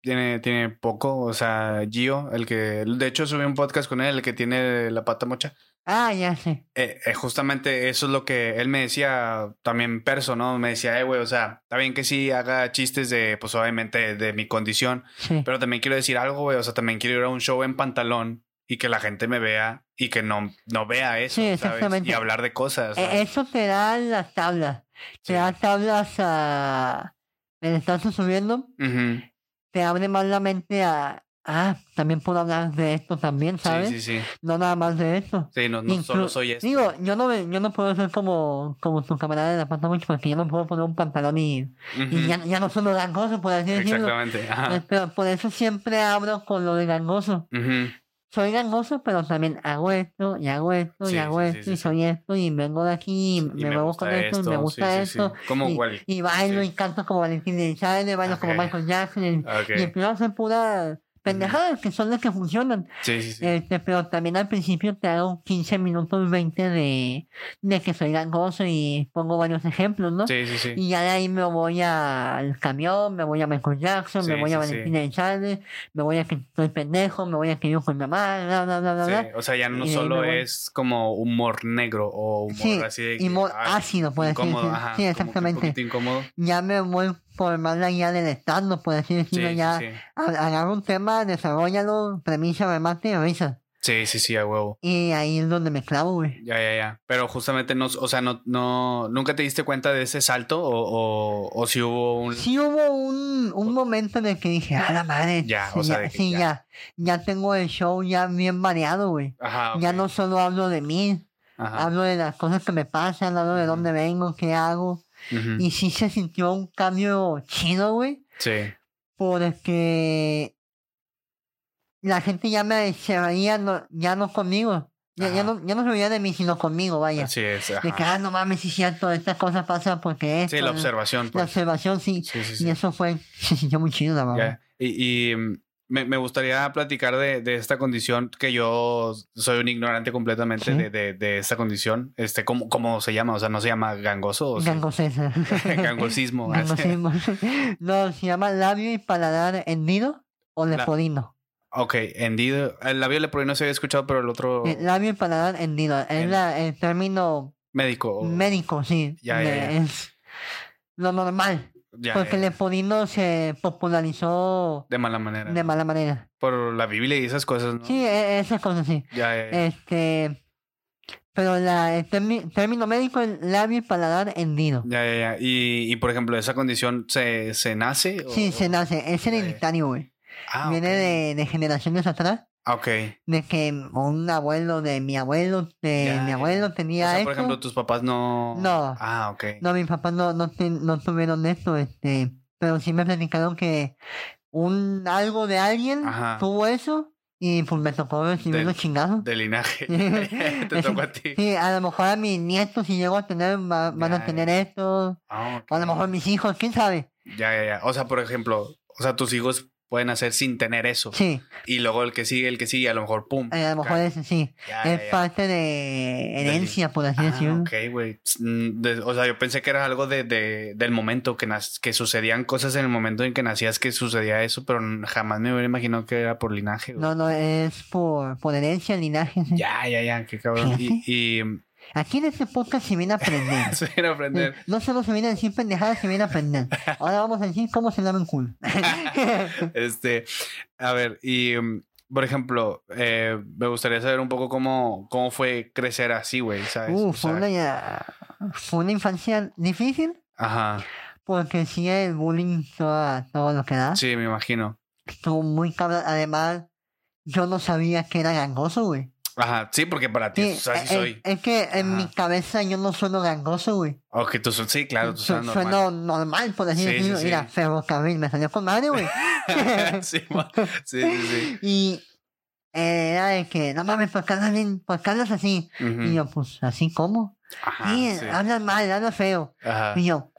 Speaker 2: tiene tiene poco, o sea, Gio, el que de hecho subí un podcast con él, el que tiene la pata mocha.
Speaker 3: Ah, ya sé.
Speaker 2: Eh, eh, justamente eso es lo que él me decía también perso, ¿no? Me decía, eh, güey, o sea, está bien que sí haga chistes de, pues obviamente, de mi condición,
Speaker 3: Sí.
Speaker 2: pero también quiero decir algo, güey, o sea, también quiero ir a un show en pantalón y que la gente me vea y que no, no vea eso,
Speaker 3: Sí,
Speaker 2: ¿sabes?
Speaker 3: exactamente.
Speaker 2: Y hablar de cosas.
Speaker 3: E-
Speaker 2: ¿sabes?
Speaker 3: Eso te da las tablas.
Speaker 2: Sí.
Speaker 3: Te da tablas a. En estás subiendo,
Speaker 2: Ujú.
Speaker 3: te abre más la mente a. Ah, también puedo hablar de esto también, ¿sabes?
Speaker 2: Sí, sí, sí.
Speaker 3: No nada más de esto.
Speaker 2: Sí, no, no
Speaker 3: Inclu-
Speaker 2: solo soy este. esto.
Speaker 3: Digo, yo no, me- yo no puedo ser como, como tu camarada de la pata mucho porque yo no puedo poner un pantalón y,
Speaker 2: Ujú.
Speaker 3: y ya, ya no soy lo gangoso, por así decirlo.
Speaker 2: Exactamente. Ajá.
Speaker 3: Eh, Pero por eso siempre abro con lo de gangoso.
Speaker 2: Ujú.
Speaker 3: Soy gangoso, pero también hago esto, y hago esto,
Speaker 2: Sí,
Speaker 3: y hago
Speaker 2: sí, sí,
Speaker 3: esto,
Speaker 2: sí,
Speaker 3: y
Speaker 2: sí.
Speaker 3: soy esto, y vengo de aquí, y, me, muevo con esto, y me
Speaker 2: sí,
Speaker 3: gusta
Speaker 2: sí, sí.
Speaker 3: esto.
Speaker 2: Como
Speaker 3: y,
Speaker 2: igual.
Speaker 3: y bailo
Speaker 2: sí.
Speaker 3: y canto como Valentín Elizalde, bailo como
Speaker 2: Ok.
Speaker 3: Michael Jackson, y,
Speaker 2: Ok.
Speaker 3: y empiezo a hacer puras pendejadas que son las que funcionan.
Speaker 2: Sí, sí, sí.
Speaker 3: Este, pero también al principio te hago 15 minutos 20 de, de que soy gangoso y pongo varios ejemplos, ¿no?
Speaker 2: Sí, sí, sí.
Speaker 3: Y ya de ahí me voy al camión, me voy a Michael Jackson, me
Speaker 2: Sí,
Speaker 3: voy a
Speaker 2: sí, sí.
Speaker 3: Valentina Elizalde, me voy a que soy pendejo, me voy a que vivo con mi mamá, bla, bla, bla, bla,
Speaker 2: Sí,
Speaker 3: bla.
Speaker 2: o sea, ya no
Speaker 3: Y ahí
Speaker 2: solo
Speaker 3: me voy.
Speaker 2: es como humor negro o humor
Speaker 3: Sí,
Speaker 2: así de que,
Speaker 3: Y humor
Speaker 2: ay,
Speaker 3: ácido, por así
Speaker 2: incómodo,
Speaker 3: decirlo.
Speaker 2: ajá, como
Speaker 3: Sí,
Speaker 2: que un
Speaker 3: exactamente.
Speaker 2: poquito incómodo.
Speaker 3: Ya me voy por más la guía del estando, por así
Speaker 2: Sí,
Speaker 3: decirlo,
Speaker 2: sí,
Speaker 3: ya
Speaker 2: sí.
Speaker 3: a- agarro un tema, desarrollalo, premisa, remate y risa.
Speaker 2: Sí, sí, sí, a huevo.
Speaker 3: Y ahí es donde me clavo, güey.
Speaker 2: Ya, ya, ya. Pero justamente no, o sea, no, no, nunca te diste cuenta de ese salto o, o, o si hubo un.
Speaker 3: Sí hubo un, un momento en el que dije, a la madre.
Speaker 2: Ya, o
Speaker 3: sí,
Speaker 2: sea, de que
Speaker 3: sí,
Speaker 2: ya.
Speaker 3: ya. ya. tengo el show ya bien variado, güey.
Speaker 2: Ajá. Ah,
Speaker 3: Ya
Speaker 2: ok. Ah.
Speaker 3: no solo hablo de mí,
Speaker 2: Ajá.
Speaker 3: hablo de las cosas que me pasan, hablo de dónde vengo, qué hago.
Speaker 2: Ujú.
Speaker 3: Y sí se sintió un cambio chido, güey.
Speaker 2: Sí.
Speaker 3: Porque la gente ya me se veía no- ya no conmigo. Ya, ya
Speaker 2: Ajá.
Speaker 3: no, ya no se veía de mí, sino conmigo, vaya.
Speaker 2: Así es.
Speaker 3: De que,
Speaker 2: Ajá.
Speaker 3: ah, no mames, sí es cierto, estas cosas pasan porque esto,
Speaker 2: Sí, la
Speaker 3: ¿no?
Speaker 2: observación.
Speaker 3: La
Speaker 2: pues.
Speaker 3: observación, sí.
Speaker 2: Sí, sí,
Speaker 3: Y
Speaker 2: sí.
Speaker 3: eso fue, se sintió muy chido, la verdad.
Speaker 2: Ya. Y, y, mm, me, me gustaría platicar de, de esta condición, que yo soy un ignorante completamente
Speaker 3: Sí.
Speaker 2: de, de- de esta condición. Este, ¿cómo, ¿Cómo se llama? O sea, ¿no se llama gangoso? o pues, sí?
Speaker 3: Gangosesa.
Speaker 2: Gangosismo.
Speaker 3: Gangosismo. no, se llama labio y paladar hendido o leporino.
Speaker 2: Ok, hendido. El labio leporino se había escuchado, pero el otro
Speaker 3: Eh, labio y paladar hendido. Es
Speaker 2: El-
Speaker 3: la- el término
Speaker 2: médico. o-
Speaker 3: médico, sí.
Speaker 2: Ya, ya,
Speaker 3: de- Es lo normal.
Speaker 2: Ya,
Speaker 3: porque
Speaker 2: ya,
Speaker 3: el leporino se popularizó
Speaker 2: De mala manera.
Speaker 3: de mala manera.
Speaker 2: Por la Biblia y esas cosas, ¿no?
Speaker 3: Sí, e- esas cosas, sí.
Speaker 2: Ya, ya, ya.
Speaker 3: Este. Pero la, el termi- término médico es labio y paladar hendido.
Speaker 2: Ya, ya, ya. Y, y, por ejemplo, ¿esa condición se, se nace? o-
Speaker 3: Sí, se
Speaker 2: o-
Speaker 3: nace. Es
Speaker 2: Ya, ya.
Speaker 3: hereditario, güey.
Speaker 2: Oh, Ah,
Speaker 3: Viene
Speaker 2: ok.
Speaker 3: de, de generaciones atrás.
Speaker 2: Ah, ok. O
Speaker 3: De que un abuelo de mi abuelo, de
Speaker 2: Ya,
Speaker 3: mi
Speaker 2: ya.
Speaker 3: abuelo tenía
Speaker 2: sea,
Speaker 3: esto.
Speaker 2: por ejemplo, tus papás no...
Speaker 3: No.
Speaker 2: Ah, ok.
Speaker 3: No, mis papás no, no, ten- no tuvieron esto, este. Pero sí me platicaron que un algo de alguien
Speaker 2: Ajá.
Speaker 3: tuvo eso y pues me tocó recibir
Speaker 2: Del-
Speaker 3: los chingados.
Speaker 2: De linaje. Te
Speaker 3: Eso-
Speaker 2: tocó a ti.
Speaker 3: Sí, a lo mejor a mis nietos si llego a tener, va- van
Speaker 2: Ya,
Speaker 3: a tener esto.
Speaker 2: Ah, ok.
Speaker 3: O a lo mejor mis hijos, quién sabe.
Speaker 2: Ya, ya, ya. O sea, por ejemplo, o sea, tus hijos pueden hacer sin tener eso.
Speaker 3: Sí,
Speaker 2: Y luego el que sigue, el que sigue, a lo mejor, pum.
Speaker 3: eh, a lo mejor
Speaker 2: cae.
Speaker 3: es, sí.
Speaker 2: Ya, ya,
Speaker 3: Es
Speaker 2: Ah, ya.
Speaker 3: parte de herencia, por así
Speaker 2: Ah,
Speaker 3: decirlo.
Speaker 2: ok, güey. Mm, de- O sea, yo pensé que era algo de, de- del momento que, nas- que sucedían cosas en el momento en que nacías que sucedía eso, pero n- jamás me hubiera imaginado que era por linaje. güey.
Speaker 3: No, no, es por, por herencia, linaje. sí.
Speaker 2: Ya, ya, ya, qué cabrón. Y, y mm,
Speaker 3: Aquí en este podcast se viene a aprender.
Speaker 2: se viene a aprender.
Speaker 3: No solo se viene a decir pendejadas, se viene a aprender. Ahora vamos a decir cómo se lava un culo.
Speaker 2: Este, a ver, y mm, por ejemplo, eh, me gustaría saber un poco cómo, cómo fue crecer así, güey, ¿sabes?
Speaker 3: Uh,
Speaker 2: O
Speaker 3: fue
Speaker 2: sea,
Speaker 3: una, ya- fue una infancia difícil
Speaker 2: Ajá,
Speaker 3: porque sí el bullying todo, todo lo que da.
Speaker 2: sí, me imagino.
Speaker 3: Estuvo muy cabrón. Además, yo no sabía que era gangoso, güey.
Speaker 2: Ajá, sí, porque para ti,
Speaker 3: Sí,
Speaker 2: pues, así
Speaker 3: eh,
Speaker 2: soy.
Speaker 3: Es que en
Speaker 2: Ajá.
Speaker 3: mi cabeza yo no sueno gangoso, güey.
Speaker 2: Ok, tú, su- sí, claro, tú
Speaker 3: Su-
Speaker 2: suenas normal.
Speaker 3: sueno normal, por así
Speaker 2: Sí, sí,
Speaker 3: decirlo.
Speaker 2: sí.
Speaker 3: Mira, ferrocarril, me salió con madre, güey.
Speaker 2: sí, ma- sí, sí, sí.
Speaker 3: Y eh, era de que, no mames, ¿por qué hablas, bien- por qué hablas así? Y
Speaker 2: Ujú.
Speaker 3: yo, pues, ¿así cómo?
Speaker 2: Ajá,
Speaker 3: sí,
Speaker 2: Mm. Ah, sí. Ah.
Speaker 3: hablas mal, hablas feo.
Speaker 2: Ajá.
Speaker 3: Y yo,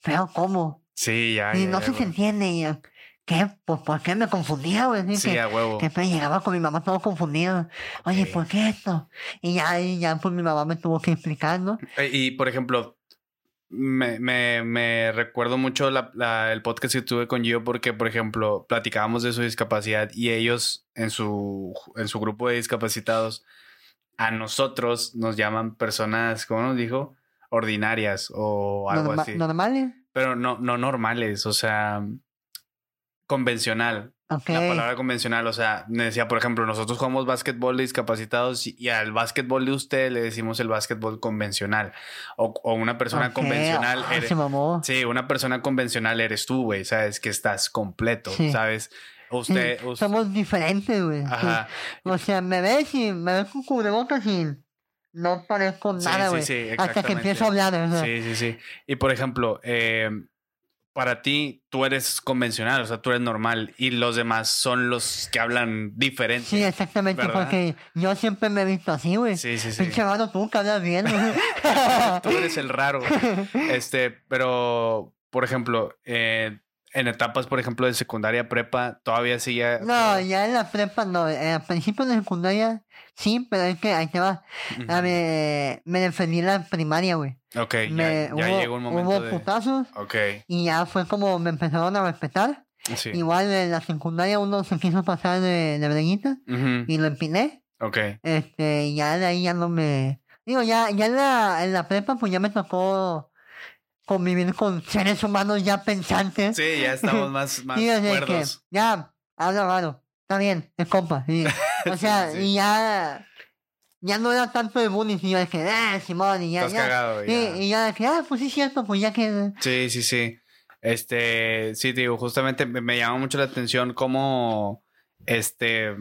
Speaker 3: ¿feo cómo?
Speaker 2: Sí, ya.
Speaker 3: y
Speaker 2: ya,
Speaker 3: no
Speaker 2: ya,
Speaker 3: se
Speaker 2: güey.
Speaker 3: entiende. Y yo, ¿qué? Pues, ¿por qué me confundía, güey? Así
Speaker 2: Sí,
Speaker 3: que,
Speaker 2: a huevo.
Speaker 3: que pues, llegaba con mi mamá todo confundido. Oye,
Speaker 2: Ok.
Speaker 3: ¿por qué esto? Y ya, y ya, pues, mi mamá me tuvo que explicar, ¿no?
Speaker 2: Eh, Y por ejemplo, me, me, me recuerdo mucho la- la- el podcast que tuve con Gio porque, por ejemplo, platicábamos de su discapacidad y ellos en su, en su grupo de discapacitados a nosotros nos llaman personas, ¿cómo nos dijo? Ordinarias o algo
Speaker 3: Norma-
Speaker 2: así.
Speaker 3: ¿Normales?
Speaker 2: Pero no, no normales, o sea, convencional.
Speaker 3: Ok.
Speaker 2: La palabra convencional, o sea, me decía, por ejemplo, nosotros jugamos básquetbol de discapacitados y- y al básquetbol de usted le decimos el básquetbol convencional. O, o una persona
Speaker 3: ok,
Speaker 2: convencional
Speaker 3: ah,
Speaker 2: eres-
Speaker 3: se mamó.
Speaker 2: Sí, una persona convencional eres tú, güey, sabes que estás completo,
Speaker 3: Sí. Mm,
Speaker 2: ¿sabes?
Speaker 3: Sí,
Speaker 2: Usted, us-
Speaker 3: Somos diferentes, güey. Sí.
Speaker 2: ajá.
Speaker 3: O sea, me ves y me ves con cubrebocas y no parezco
Speaker 2: Sí,
Speaker 3: pues, nada,
Speaker 2: sí,
Speaker 3: güey.
Speaker 2: sí,
Speaker 3: Hasta que
Speaker 2: exactamente.
Speaker 3: empiezo a hablar, o sea,
Speaker 2: Sí, sí, sí. Y por ejemplo, eh, para ti, tú eres convencional, o sea, tú eres normal y los demás son los que hablan diferente.
Speaker 3: Sí, exactamente,
Speaker 2: ¿Verdad?
Speaker 3: porque yo siempre me he visto así, güey.
Speaker 2: sí, sí. sí.
Speaker 3: Pinche mano, tú que hablas bien, güey.
Speaker 2: Tú eres el raro. Este, pero, por ejemplo, eh, en etapas, por ejemplo, de secundaria, prepa, todavía sigue.
Speaker 3: No, ya en la prepa no. eh, Al principio de secundaria sí, pero es que ahí te va.
Speaker 2: Ujú.
Speaker 3: A ver, me defendí en la primaria, güey.
Speaker 2: Ok, ya-
Speaker 3: Me-
Speaker 2: ya,
Speaker 3: hubo,
Speaker 2: llegó un
Speaker 3: hubo
Speaker 2: momento de.
Speaker 3: putazos
Speaker 2: Ok,
Speaker 3: y ya fue como me empezaron a respetar.
Speaker 2: sí.
Speaker 3: Igual en la secundaria uno se quiso pasar de, de breñita
Speaker 2: Ujú,
Speaker 3: y lo empiné.
Speaker 2: Ok,
Speaker 3: Este, y ya de ahí ya no me. Digo, ya, ya en la, en la prepa, pues ya me tocó convivir con seres humanos ya pensantes.
Speaker 2: sí, ya estamos más, más
Speaker 3: Sí, o sea, que
Speaker 2: cuerdos.
Speaker 3: ya, habla raro. está bien, es compa. sí". O sea,
Speaker 2: Sí, sí.
Speaker 3: y ya. Ya no era tanto de bullying, sino de que, ah, Simón, y ya.
Speaker 2: Estás
Speaker 3: ya
Speaker 2: cagado,
Speaker 3: sí,
Speaker 2: ya.
Speaker 3: y ya de que, ah, pues sí, es cierto, pues ya que.
Speaker 2: Sí, sí, sí. Este, sí, te digo, justamente me, me llama mucho la atención cómo, este,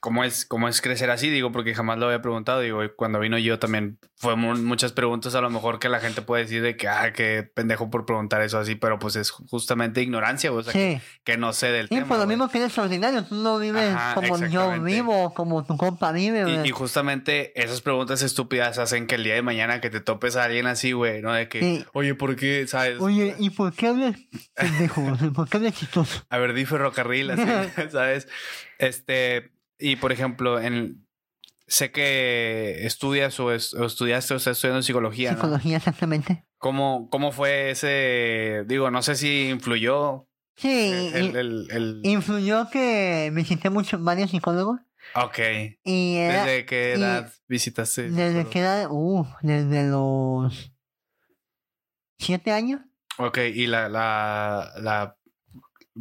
Speaker 2: cómo es, cómo es crecer así, digo, porque jamás lo había preguntado, digo, y cuando vino yo también fue mu- muchas preguntas a lo mejor que la gente puede decir de que, ah, qué pendejo por preguntar eso así, pero pues es justamente ignorancia, güey, o sea, que,
Speaker 3: Sí,
Speaker 2: que no sé del
Speaker 3: sí,
Speaker 2: Pues, tema.
Speaker 3: por lo
Speaker 2: güey.
Speaker 3: mismo que eres ordinario, tú no vives
Speaker 2: Ajá,
Speaker 3: como yo
Speaker 2: exactamente.
Speaker 3: vivo, como tu compa vive,
Speaker 2: Y-
Speaker 3: güey.
Speaker 2: Y, justamente esas preguntas estúpidas hacen que el día de mañana que te topes a alguien así, güey, ¿no? De que,
Speaker 3: Sí.
Speaker 2: oye, ¿por qué, sabes?
Speaker 3: Oye, ¿y por qué hablas pendejo? ¿Por qué hablas chistoso?
Speaker 2: a ver, di ferrocarril, así, ¿sabes? Este, y por ejemplo, en, sé que estudias o, es- o estudiaste o estás estudiando psicología, ¿no?
Speaker 3: Psicología, exactamente.
Speaker 2: ¿Cómo, ¿Cómo fue ese, digo, no sé si influyó
Speaker 3: Sí,
Speaker 2: Eh, el... el- el-
Speaker 3: influyó que visité muchos, varios psicólogos
Speaker 2: ok,
Speaker 3: y era
Speaker 2: ¿desde qué
Speaker 3: eh, y-
Speaker 2: edad visitaste?
Speaker 3: desde que era, uh, desde los siete años,
Speaker 2: Ok, y la, la, la,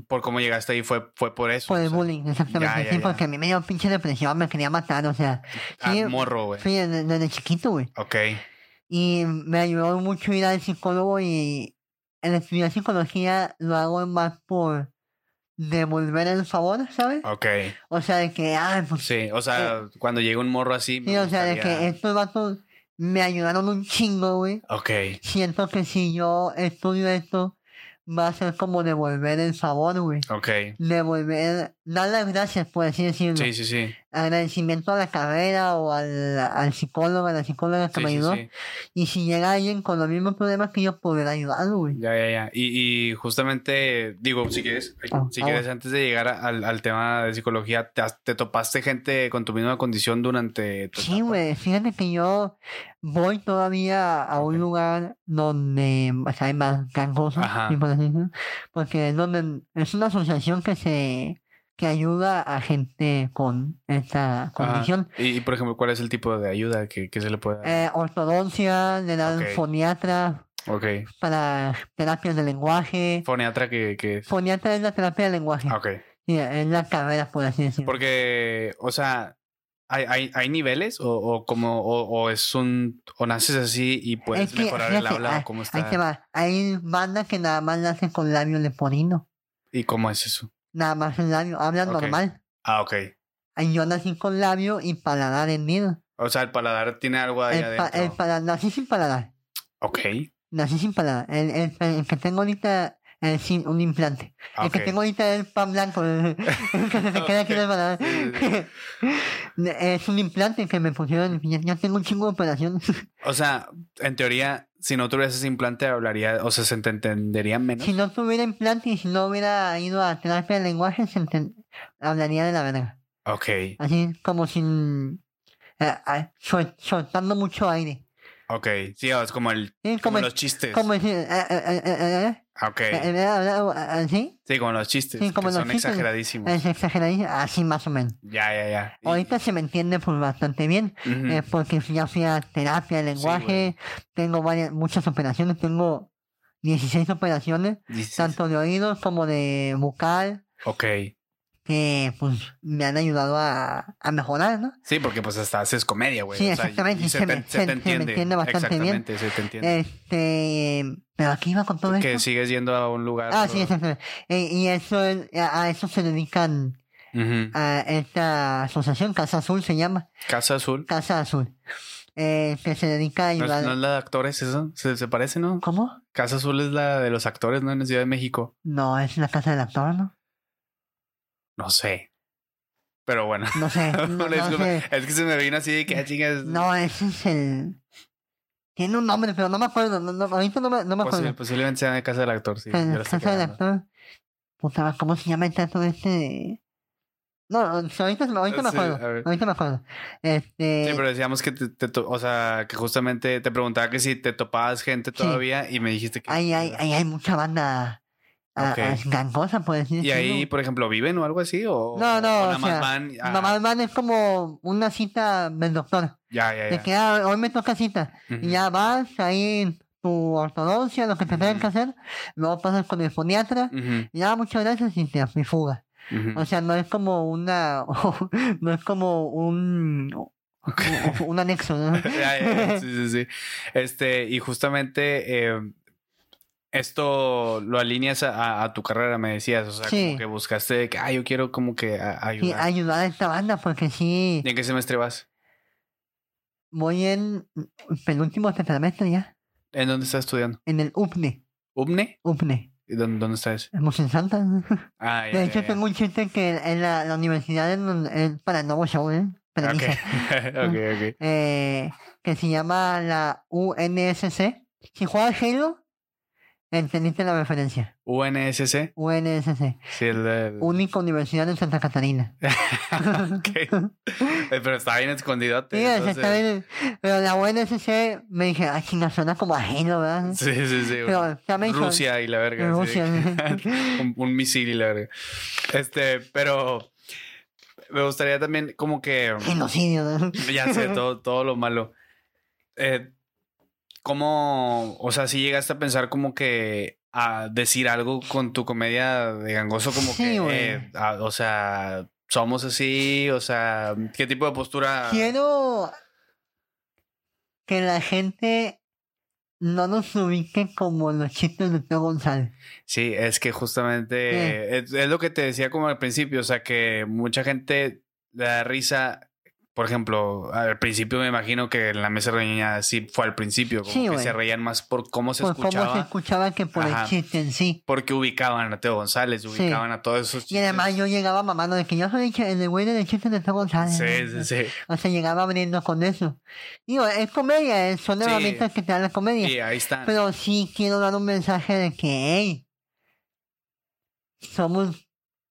Speaker 2: por cómo llegaste ahí fue, fue por eso.
Speaker 3: por
Speaker 2: o
Speaker 3: el
Speaker 2: sea,
Speaker 3: bullying, exactamente,
Speaker 2: ya,
Speaker 3: sí,
Speaker 2: ya.
Speaker 3: porque a mí me dio pinche depresión, me quería matar, o sea,
Speaker 2: ah,
Speaker 3: sí,
Speaker 2: morro, güey.
Speaker 3: sí, desde, desde chiquito, güey.
Speaker 2: Ok,
Speaker 3: Y me ayudó mucho ir al psicólogo y el estudiar psicología lo hago más por devolver el favor, ¿sabes?
Speaker 2: ok.
Speaker 3: O sea, de que, ay, pues
Speaker 2: Sí, o sea, cuando llega un morro así... me
Speaker 3: Sí, o sea, de que
Speaker 2: gustaría-
Speaker 3: estos vatos me ayudaron un chingo, güey.
Speaker 2: Ok.
Speaker 3: Siento que si yo estudio esto, va a ser como devolver el favor, güey.
Speaker 2: Ok.
Speaker 3: Devolver, dar las gracias, por así decirlo.
Speaker 2: Sí, sí, sí.
Speaker 3: Agradecimiento a la carrera o al, al psicólogo, a la psicóloga que
Speaker 2: Sí,
Speaker 3: me
Speaker 2: sí,
Speaker 3: ayudó.
Speaker 2: sí.
Speaker 3: Y si llega alguien con los mismos problemas que yo, poder ayudarlo, güey.
Speaker 2: Ya, ya, ya. Y, y justamente, digo, si quieres, ay,
Speaker 3: Ah,
Speaker 2: si
Speaker 3: ah,
Speaker 2: quieres, antes de llegar a- al, al tema de psicología, ¿te, has- te topaste gente con tu misma condición durante tu
Speaker 3: Sí,
Speaker 2: etapa?
Speaker 3: güey. Fíjate que yo voy todavía a un
Speaker 2: Ok.
Speaker 3: lugar donde o sea, hay más gangosos,
Speaker 2: Ajá.
Speaker 3: sí, por así decirlo, porque es donde es una asociación que se que ayuda a gente con esta
Speaker 2: Ajá.
Speaker 3: condición.
Speaker 2: Y, y, por ejemplo, ¿cuál es el tipo de ayuda que, que se le puede dar?
Speaker 3: Eh, ortodoncia, le dan
Speaker 2: Ok.
Speaker 3: foniatra
Speaker 2: ok.
Speaker 3: para terapias de lenguaje.
Speaker 2: Foniatra que, que es.
Speaker 3: Foniatra es la terapia de lenguaje.
Speaker 2: Ah, Ok.
Speaker 3: Sí, es la carrera, por así decirlo.
Speaker 2: Porque, o sea, ¿hay, hay, hay niveles? ¿O, o como, o, o es un, o naces así y puedes
Speaker 3: Es que,
Speaker 2: mejorar el
Speaker 3: fíjate,
Speaker 2: habla?
Speaker 3: ah,
Speaker 2: o ¿Cómo
Speaker 3: Ahí se
Speaker 2: está?
Speaker 3: va. Hay bandas que nada más la hacen con labio leporino.
Speaker 2: ¿Y cómo es eso?
Speaker 3: Nada más el labio, hablan
Speaker 2: Ok.
Speaker 3: normal.
Speaker 2: Ah, ok.
Speaker 3: Ay, Yo nací con labio y paladar hendido.
Speaker 2: O sea, el paladar tiene algo ahí
Speaker 3: El pa-
Speaker 2: adentro.
Speaker 3: el paladar, nací sin paladar.
Speaker 2: Ok.
Speaker 3: Nací sin paladar. El, el- el que tengo ahorita es sin- un implante.
Speaker 2: Ah,
Speaker 3: El que
Speaker 2: ok.
Speaker 3: tengo ahorita es pan blanco. El que se queda aquí en el paladar.
Speaker 2: Sí,
Speaker 3: es un implante que me pusieron. Ya, ya tengo un chingo de operaciones.
Speaker 2: O sea, en teoría, si no tuvieras ese implante, hablaría, o sea, se te entendería menos.
Speaker 3: Si no tuviera implante y si no hubiera ido a terapia de lenguaje, se enten- hablaría de la verga.
Speaker 2: Ok.
Speaker 3: Así como sin... eh, ah, sol- soltando mucho aire.
Speaker 2: Ok. Sí, es como el
Speaker 3: Sí,
Speaker 2: como
Speaker 3: como-
Speaker 2: los chistes.
Speaker 3: Como decir, eh, eh, eh, eh, eh,
Speaker 2: Ok.
Speaker 3: eh, eh, eh, eh, eh, eh, sí,
Speaker 2: Sí, como los chistes.
Speaker 3: Sí,
Speaker 2: que
Speaker 3: como los
Speaker 2: son
Speaker 3: chistes. eh,
Speaker 2: exageradísimos.
Speaker 3: es exageradísimo, así más o menos.
Speaker 2: Ya, ya, ya. Mm. Y- Mm.
Speaker 3: Ahorita se me entiende pues bastante bien,
Speaker 2: Ujú.
Speaker 3: eh, porque ya fui a terapia de lenguaje, tengo varias, muchas operaciones, tengo 16 operaciones,
Speaker 2: Dices,
Speaker 3: tanto de oídos como de bucal,
Speaker 2: Ok.
Speaker 3: que pues me han ayudado a, a mejorar, ¿no?
Speaker 2: Sí, porque pues hasta haces comedia, güey.
Speaker 3: Sí,
Speaker 2: o sea, y-
Speaker 3: exactamente,
Speaker 2: y se,
Speaker 3: se
Speaker 2: te,
Speaker 3: me-
Speaker 2: se
Speaker 3: se- se
Speaker 2: te
Speaker 3: me
Speaker 2: entiende.
Speaker 3: entiende bastante bien.
Speaker 2: Exactamente, se te entiende.
Speaker 3: Este, pero aquí iba con todo
Speaker 2: que
Speaker 3: esto.
Speaker 2: sigues yendo a un lugar.
Speaker 3: Ah,
Speaker 2: o-
Speaker 3: sí, exactamente. Eh, y eso, es- a a eso se dedican
Speaker 2: Ujú.
Speaker 3: a esta asociación, Casa Azul se llama,
Speaker 2: Casa Azul.
Speaker 3: Casa Azul, eh, que se dedica a
Speaker 2: ¿No es,
Speaker 3: ayudar.
Speaker 2: no es la de actores eso? ¿Se, se parece, no?
Speaker 3: ¿Cómo?
Speaker 2: Casa Azul es la de los actores, ¿no? En la Ciudad de México.
Speaker 3: No, es la casa del actor, ¿no?
Speaker 2: No sé. Pero bueno.
Speaker 3: No sé. No,
Speaker 2: Una
Speaker 3: no
Speaker 2: disculpa.
Speaker 3: sé.
Speaker 2: Es que se me vino así de que ah, chingas.
Speaker 3: No, ese es el. Tiene un nombre, pero no me acuerdo. No, no, ahorita no me, no me
Speaker 2: Posible-
Speaker 3: acuerdo.
Speaker 2: posiblemente sea de casa del actor, sí.
Speaker 3: Pero
Speaker 2: Pues yo
Speaker 3: la
Speaker 2: la estoy
Speaker 3: casa del
Speaker 2: cagando.
Speaker 3: actor. Puta, ¿cómo se llama el teatro este? No, ahorita, ahorita me
Speaker 2: Sí, a
Speaker 3: acuerdo.
Speaker 2: ver.
Speaker 3: Ahorita me acuerdo. Este.
Speaker 2: Sí, pero decíamos que te, te to- o sea, que justamente te preguntaba que si te topabas gente todavía y me dijiste que.
Speaker 3: ahí, hay, ahí hay mucha banda. a-
Speaker 2: Ok.
Speaker 3: a- gangosa, por decir
Speaker 2: Y ahí, por ejemplo, viven o algo así o
Speaker 3: No, no,
Speaker 2: o
Speaker 3: o
Speaker 2: nada más
Speaker 3: sea,
Speaker 2: van. ah,
Speaker 3: Nomás van es como una cita del doctor.
Speaker 2: Ya, ya,
Speaker 3: De
Speaker 2: ya.
Speaker 3: que ah, hoy me toca cita.
Speaker 2: Ujú.
Speaker 3: Y ya vas ahí tu ortodoncia, lo que te tengan que hacer. Luego pasas con el foniatra.
Speaker 2: Ujú.
Speaker 3: Ya, muchas gracias y te mi fuga.
Speaker 2: Ujú.
Speaker 3: O sea, no es como una. no es como un. un anexo, ¿no?
Speaker 2: Ya, ya, ya, sí, sí, sí. Este, y justamente eh, esto lo alineas a, a- a tu carrera, me decías. O sea,
Speaker 3: Sí.
Speaker 2: como que buscaste de que, ah, yo quiero como que a- a
Speaker 3: Y
Speaker 2: ayudar.
Speaker 3: ayudar a esta banda, porque sí.
Speaker 2: ¿Y en qué semestre vas?
Speaker 3: Voy en penúltimo semestre ya.
Speaker 2: ¿En dónde estás estudiando?
Speaker 3: En el UPNE.
Speaker 2: ¿UBNE?
Speaker 3: UPNE.
Speaker 2: ¿Y ¿Dónde, dónde está ese?
Speaker 3: En Mocensanta.
Speaker 2: Ah, ya,
Speaker 3: De hecho,
Speaker 2: ya, ya.
Speaker 3: tengo un chiste que en la, la universidad en donde- es para el nuevo show, ¿eh? Para
Speaker 2: Ok,
Speaker 3: misa.
Speaker 2: ok, ok.
Speaker 3: eh, que se llama la UNSC. Si juegas Halo, entendiste la referencia.
Speaker 2: UNSC.
Speaker 3: UNSC.
Speaker 2: Sí, el, el-
Speaker 3: Única Universidad de Santa Catarina.
Speaker 2: Ok. Eh, Pero está bien escondidote.
Speaker 3: Sí, o sea,
Speaker 2: entonces-
Speaker 3: está bien. Pero la UNSC me dije, ay, chinga, suena como a Halo, ¿verdad?
Speaker 2: Sí, sí, sí.
Speaker 3: Pero está menso-
Speaker 2: Rusia y la verga. así de que- un, un misil y la verga. Este, pero me gustaría también como que,
Speaker 3: Genocidio, ¿verdad?
Speaker 2: ya sé, todo, todo lo malo. Eh, ¿Cómo, o sea, si llegaste a pensar como que a decir algo con tu comedia de gangoso, como
Speaker 3: Sí,
Speaker 2: que,
Speaker 3: güey.
Speaker 2: eh, ah, o sea, somos así, o sea, ¿qué tipo de postura?
Speaker 3: Quiero que la gente no nos ubique como los chistes de Teo González.
Speaker 2: Sí, es
Speaker 3: Mm.
Speaker 2: que justamente
Speaker 3: Eh.
Speaker 2: eh, es, es lo que te decía como al principio, o sea que mucha gente le da risa, por ejemplo, al principio me imagino que en la mesa reñida sí fue al principio, como
Speaker 3: Sí,
Speaker 2: que
Speaker 3: güey.
Speaker 2: se reían más por cómo se
Speaker 3: Por Pues, cómo se
Speaker 2: escuchaba,
Speaker 3: escuchaba que por
Speaker 2: Ajá.
Speaker 3: el chiste en sí.
Speaker 2: porque ubicaban a Teo González, ubicaban a todos esos
Speaker 3: Y además
Speaker 2: chistes.
Speaker 3: yo llegaba mamando de que yo soy el ch- el güey del chiste de Teo González.
Speaker 2: Sí, sí, sí.
Speaker 3: O sea, llegaba abriendo con eso. Digo, es comedia, eh, son
Speaker 2: Sí.
Speaker 3: herramientas que te dan la comedia.
Speaker 2: Y ahí están.
Speaker 3: Pero sí quiero dar un mensaje de que, hey, somos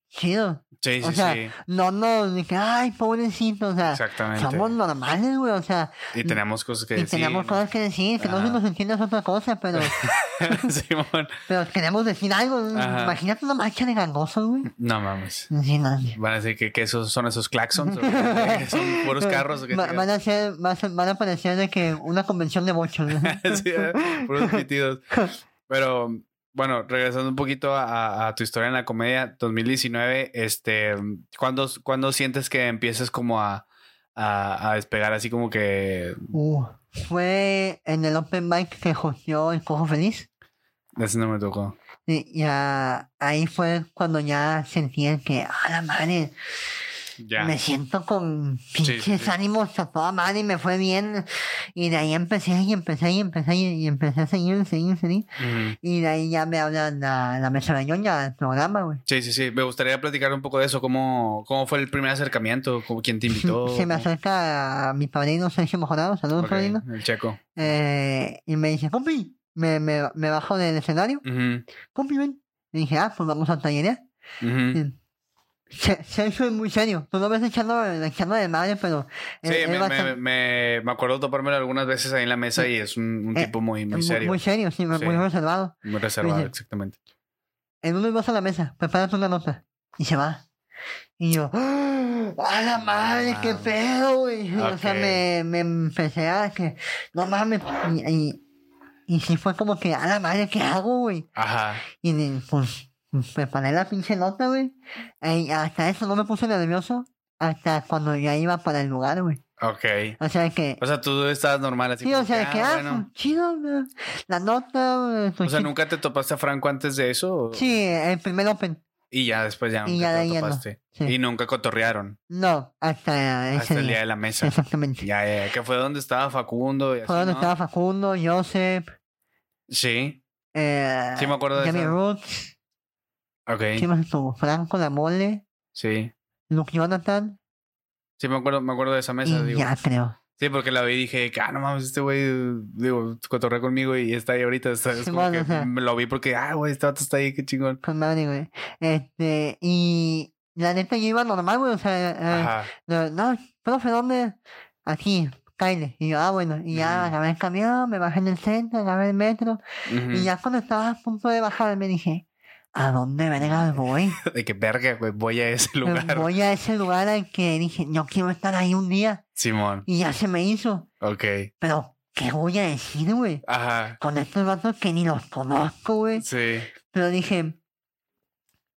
Speaker 3: chidos.
Speaker 2: sí, sí,
Speaker 3: o sea,
Speaker 2: sí.
Speaker 3: No nos, de que, ay, pobrecito, o sea,
Speaker 2: Exactamente.
Speaker 3: somos normales, güey, o sea,
Speaker 2: Y tenemos cosas que
Speaker 3: y
Speaker 2: decir.
Speaker 3: tenemos
Speaker 2: ¿no?
Speaker 3: cosas que decir, que no se
Speaker 2: Ajá.
Speaker 3: nos entiende es otra cosa, pero,
Speaker 2: Simón.
Speaker 3: pero queremos decir algo. ¿no?
Speaker 2: Ajá.
Speaker 3: Imagínate una marcha de gangosos, güey.
Speaker 2: No mames.
Speaker 3: Sí, no, sí.
Speaker 2: Van a decir que, que esos son esos claxons, o que son puros carros. o que
Speaker 3: Va-
Speaker 2: te-
Speaker 3: van a ser, va a ser- van a parecer de que una convención de bochos. ¿no?
Speaker 2: Sí, ¿verdad? puros pitidos. Pero bueno, regresando un poquito a, a- a tu historia en la comedia 2019, este, ¿cuándo, cuándo sientes que empiezas como a, a- a despegar así como que
Speaker 3: Uh, fue en el open mic que hosteó el Cojo Feliz.
Speaker 2: ese no me tocó?
Speaker 3: Y ya ahí fue cuando ya sentí el que, a la madre,
Speaker 2: Ya.
Speaker 3: me siento con
Speaker 2: sí,
Speaker 3: pinches
Speaker 2: sí.
Speaker 3: ánimos a toda madre y me fue bien. Y de ahí empecé y empecé y empecé y, y empecé a seguir, seguir, seguir.
Speaker 2: Ujú.
Speaker 3: Y de ahí ya me hablan la, la mesa de ñoña, el programa, güey.
Speaker 2: Sí, sí, sí. Me gustaría platicar un poco de eso. ¿Cómo, cómo fue el primer acercamiento? ¿Cómo- ¿Quién te invitó?
Speaker 3: Se
Speaker 2: ¿Cómo?
Speaker 3: me acerca a mi padrino Sergio Mejorado, saludos
Speaker 2: Ok,
Speaker 3: padrino.
Speaker 2: el checo.
Speaker 3: Eh, y me dice, compi, me, me, me bajo del escenario,
Speaker 2: Ujú,
Speaker 3: compi, ven. Y dije, ah, pues vamos a tallerear.
Speaker 2: ujú.
Speaker 3: Se- Sergio es muy serio. Tú lo ves echando, echando de madre, pero.
Speaker 2: Sí,
Speaker 3: él- él
Speaker 2: me,
Speaker 3: va a
Speaker 2: me,
Speaker 3: ser
Speaker 2: me, me acuerdo topármelo algunas veces ahí en la mesa y es un, un
Speaker 3: Eh,
Speaker 2: tipo muy, muy
Speaker 3: mu-
Speaker 2: serio,
Speaker 3: Muy serio, sí, muy
Speaker 2: Sí.
Speaker 3: reservado.
Speaker 2: muy reservado,
Speaker 3: oye.
Speaker 2: exactamente.
Speaker 3: En uno y dos a la mesa, prepárate una nota. Y se va. Y yo, ¡ah! ¡a la madre, qué
Speaker 2: mames.
Speaker 3: pedo, güey! O sea,
Speaker 2: Ok.
Speaker 3: me, me empecé a que, no mames. Y, y, y sí fue como que, ¡a la madre, qué hago, güey!
Speaker 2: Ajá.
Speaker 3: Y ni- pues, preparé la pinche nota, güey. Y hasta eso no me puse nervioso. Hasta cuando ya iba para el lugar, güey.
Speaker 2: Ok.
Speaker 3: O sea que.
Speaker 2: O sea, tú estabas normal así.
Speaker 3: Sí,
Speaker 2: como
Speaker 3: o sea,
Speaker 2: que,
Speaker 3: que,
Speaker 2: ah,
Speaker 3: ah,
Speaker 2: bueno.
Speaker 3: chido, güey. la nota. eh, tu
Speaker 2: O sea,
Speaker 3: chiste.
Speaker 2: ¿nunca te topaste a Franco antes de eso?
Speaker 3: Sí, el primer Open.
Speaker 2: Y ya después ya
Speaker 3: Y
Speaker 2: nunca
Speaker 3: ya de
Speaker 2: te
Speaker 3: ahí ya no.
Speaker 2: topaste.
Speaker 3: Sí.
Speaker 2: Y nunca cotorrearon
Speaker 3: No, hasta ese
Speaker 2: hasta el día
Speaker 3: día.
Speaker 2: de la mesa.
Speaker 3: Exactamente.
Speaker 2: Ya, ya, ya, que fue donde estaba Facundo y así,
Speaker 3: Fue donde
Speaker 2: ¿no?
Speaker 3: estaba Facundo, Joseph,
Speaker 2: Sí,
Speaker 3: eh,
Speaker 2: sí me acuerdo de
Speaker 3: Jamie
Speaker 2: eso.
Speaker 3: Roots, ¿quién
Speaker 2: Ok,
Speaker 3: más estuvo? Franco, La Mole,
Speaker 2: sí.
Speaker 3: Luke Jonathan
Speaker 2: Sí me acuerdo, me acuerdo de esa mesa,
Speaker 3: y
Speaker 2: digo.
Speaker 3: ya creo.
Speaker 2: Sí, porque la vi y dije, ah, no mames, este güey, digo, cotorrea conmigo y está ahí ahorita. está- es
Speaker 3: Sí,
Speaker 2: como
Speaker 3: bueno,
Speaker 2: que
Speaker 3: o sea.
Speaker 2: me lo vi porque, ah, güey, este vato está ahí, qué chingón.
Speaker 3: Con madre, güey. Este, y la neta yo iba normal, güey. O sea, eh,
Speaker 2: Ajá.
Speaker 3: No, no, profe, ¿dónde? Aquí, Kyle. Y yo, ah, bueno, y ya
Speaker 2: Ujú.
Speaker 3: agarré el camión, me bajé en el centro, agarré el metro.
Speaker 2: Ujú.
Speaker 3: Y ya cuando estaba a punto de bajar, me dije, ¿a dónde verga voy?
Speaker 2: De que verga, güey, voy a ese
Speaker 3: Me
Speaker 2: lugar.
Speaker 3: Voy a ese lugar al que dije, no quiero estar ahí un día.
Speaker 2: Simón,
Speaker 3: Y ya se me hizo.
Speaker 2: ok.
Speaker 3: Pero, ¿qué voy a decir, güey?
Speaker 2: Ajá.
Speaker 3: Con estos vatos que ni los conozco, güey.
Speaker 2: Sí.
Speaker 3: Pero dije,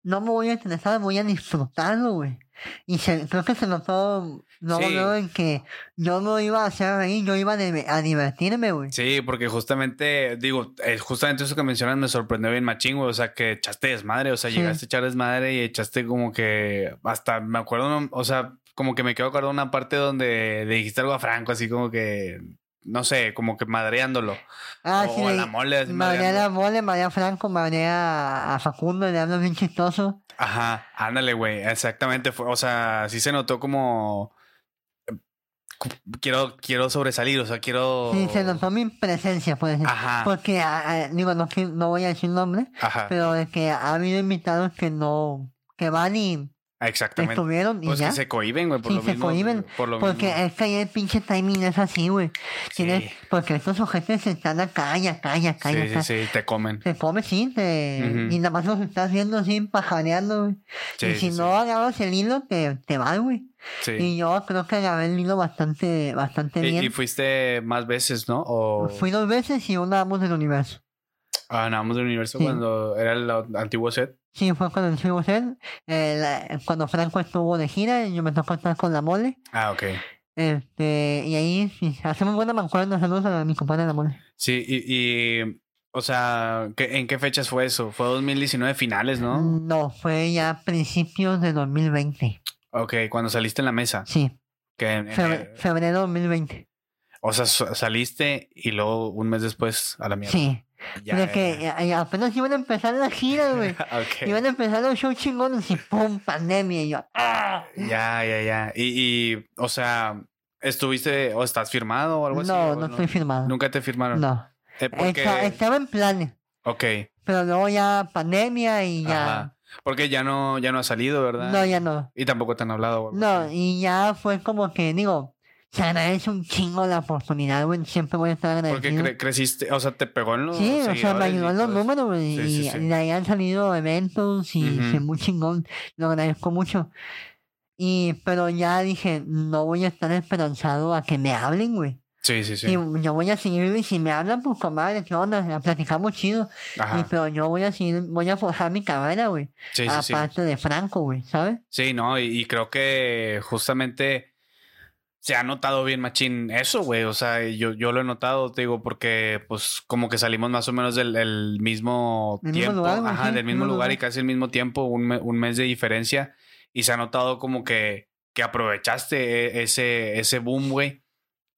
Speaker 3: no me voy a interesar, voy a disfrutarlo, güey. Y se- creo que se notó luego,
Speaker 2: Sí.
Speaker 3: luego en que yo no iba a hacer reír, yo iba a, di- a divertirme, güey.
Speaker 2: Sí, porque justamente, digo, eh, justamente eso que mencionas me sorprendió bien machín, güey. O sea, que echaste desmadre, o sea,
Speaker 3: Sí.
Speaker 2: llegaste a echar desmadre y echaste como que, hasta me acuerdo, o sea, como que me quedo acordado una parte donde le dijiste algo a Franco, así como que, no sé, como que madreándolo.
Speaker 3: Ah,
Speaker 2: o
Speaker 3: sí,
Speaker 2: a
Speaker 3: le-
Speaker 2: Oh, la mole, así
Speaker 3: madreé a
Speaker 2: madreando.
Speaker 3: la mole, madreé a Franco, madreé a, a Facundo, le hablo bien chistoso.
Speaker 2: Ajá, ándale, güey, exactamente. Fue, o sea, sí se notó como... eh, Quiero, quiero sobresalir, o sea, quiero...
Speaker 3: Sí, se notó mi presencia, por decir.
Speaker 2: Ajá,
Speaker 3: Porque, ah, ah, digo, no, que- no voy a decir nombre,
Speaker 2: ajá,
Speaker 3: pero de que ha habido invitados que no, que van y
Speaker 2: exactamente.
Speaker 3: estuvieron y
Speaker 2: Pues
Speaker 3: ya.
Speaker 2: que se cohiben, güey, por
Speaker 3: Sí,
Speaker 2: lo
Speaker 3: se
Speaker 2: mismo.
Speaker 3: cohíben,
Speaker 2: Por lo
Speaker 3: Porque eh,
Speaker 2: mismo.
Speaker 3: es que ahí el pinche timing es así, güey. Tienes-
Speaker 2: Sí.
Speaker 3: Porque estos sujetos están acá y acá y acá y
Speaker 2: Sí,
Speaker 3: acá.
Speaker 2: sí, sí, te comen.
Speaker 3: Se come, sí, te...
Speaker 2: Ujú.
Speaker 3: y nada más los estás viendo así, pajareando, güey.
Speaker 2: Sí,
Speaker 3: y
Speaker 2: sí,
Speaker 3: si
Speaker 2: sí,
Speaker 3: no agarras el hilo, te, te va, güey.
Speaker 2: sí.
Speaker 3: Y yo creo que agarré el hilo bastante, bastante
Speaker 2: Y,
Speaker 3: bien.
Speaker 2: y fuiste más veces, ¿no? O...
Speaker 3: Pues Fui dos veces y una ambos del universo.
Speaker 2: Ah, nada más del universo
Speaker 3: Sí.
Speaker 2: cuando era el antiguo set.
Speaker 3: Sí, fue cuando estuvimos él. eh, la- cuando Franco estuvo de gira, yo me tocó estar con la mole.
Speaker 2: Ah, ok.
Speaker 3: Este, y ahí sí, hacemos buena mancuerna. Saludos a mi compadre la mole.
Speaker 2: Sí, y... y, O sea, ¿qué- ¿en qué fechas fue eso? Fue 2019 finales, ¿no?
Speaker 3: No, fue ya a principios de 2020.
Speaker 2: Ok, cuando saliste en la mesa.
Speaker 3: Sí,
Speaker 2: Que en- en-
Speaker 3: febrero, febrero 2020.
Speaker 2: o sea, sa- saliste y luego un mes después a la mierda.
Speaker 3: Sí,
Speaker 2: Ya,
Speaker 3: de que
Speaker 2: ya,
Speaker 3: eh, apenas iban a empezar la gira, güey.
Speaker 2: ya. Ok.
Speaker 3: Iban a empezar los shows chingones y pum, pandemia. Y yo, ¡ah!
Speaker 2: Ya, ya, ya. Y, y, o sea, ¿estuviste o estás firmado o algo así?
Speaker 3: No,
Speaker 2: ¿O
Speaker 3: no estoy firmado.
Speaker 2: Nunca te firmaron.
Speaker 3: No,
Speaker 2: Eh, porque,
Speaker 3: Esta- estaba en planes,
Speaker 2: ok,
Speaker 3: pero luego ya pandemia y ya.
Speaker 2: ajá. Porque ya no, ya no ha salido, ¿verdad?
Speaker 3: No, ya no.
Speaker 2: Y tampoco te han hablado. o algo
Speaker 3: No,
Speaker 2: así.
Speaker 3: y ya fue como que, digo, se agradece un chingo la oportunidad, güey. Siempre voy a estar
Speaker 2: Porque
Speaker 3: agradecido.
Speaker 2: cre- creciste, o sea, te pegó en los
Speaker 3: Sí, o sea, me
Speaker 2: seguidores
Speaker 3: ayudó
Speaker 2: y todo
Speaker 3: en los
Speaker 2: eso.
Speaker 3: números, güey.
Speaker 2: Sí, sí,
Speaker 3: y
Speaker 2: sí.
Speaker 3: de ahí han salido eventos y
Speaker 2: Ujú.
Speaker 3: fue muy chingón. Lo agradezco mucho. Y, pero ya dije, no voy a estar esperanzado a que me hablen, güey.
Speaker 2: Sí, sí, sí.
Speaker 3: Y yo voy a seguir, y si me hablan, pues comadre, ¿qué onda? La platicamos chido. Y,
Speaker 2: Ajá.
Speaker 3: pero yo voy a seguir, voy a forjar mi carrera, güey.
Speaker 2: Sí, sí, sí.
Speaker 3: Aparte de Franco, güey, ¿sabes?
Speaker 2: Sí, no, y, y creo que justamente se ha notado bien machín eso, güey. O sea, yo, yo lo he notado, te digo, porque pues como que salimos más o menos del, del mismo
Speaker 3: Del mismo
Speaker 2: tiempo.
Speaker 3: lugar, güey,
Speaker 2: ajá,
Speaker 3: sí,
Speaker 2: del mismo
Speaker 3: mismo
Speaker 2: lugar y
Speaker 3: lugar.
Speaker 2: casi el mismo tiempo, un, me- un mes de diferencia. Y se ha notado como que, que aprovechaste e- ese, ese boom, güey.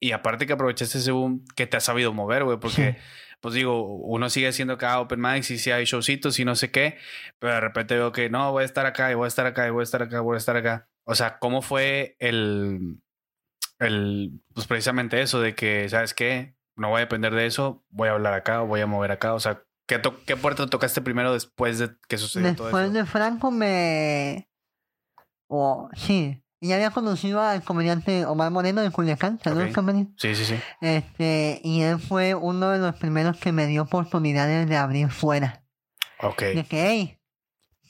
Speaker 2: Y aparte que aprovechaste ese boom, que te has sabido mover, güey, porque
Speaker 3: Sí.
Speaker 2: pues digo, uno sigue haciendo acá open mics y si hay showcitos y no sé qué, pero de repente veo que no, voy a estar acá y voy a estar acá y voy a estar acá, voy a estar acá. O sea, ¿cómo fue el, el pues precisamente eso de que, ¿sabes qué? No voy a depender de eso, voy a hablar acá o voy a mover acá. O sea, ¿qué, to- qué puerta tocaste primero después de que sucedió todo
Speaker 3: Después
Speaker 2: eso?
Speaker 3: de Franco me... o sí. Ya había conocido al comediante Omar Moreno de Culiacán. Saludos,
Speaker 2: Ok.
Speaker 3: comediante.
Speaker 2: Sí, sí, sí.
Speaker 3: Este, y él fue uno de los primeros que me dio oportunidades de abrir fuera.
Speaker 2: Ok.
Speaker 3: De que, hey,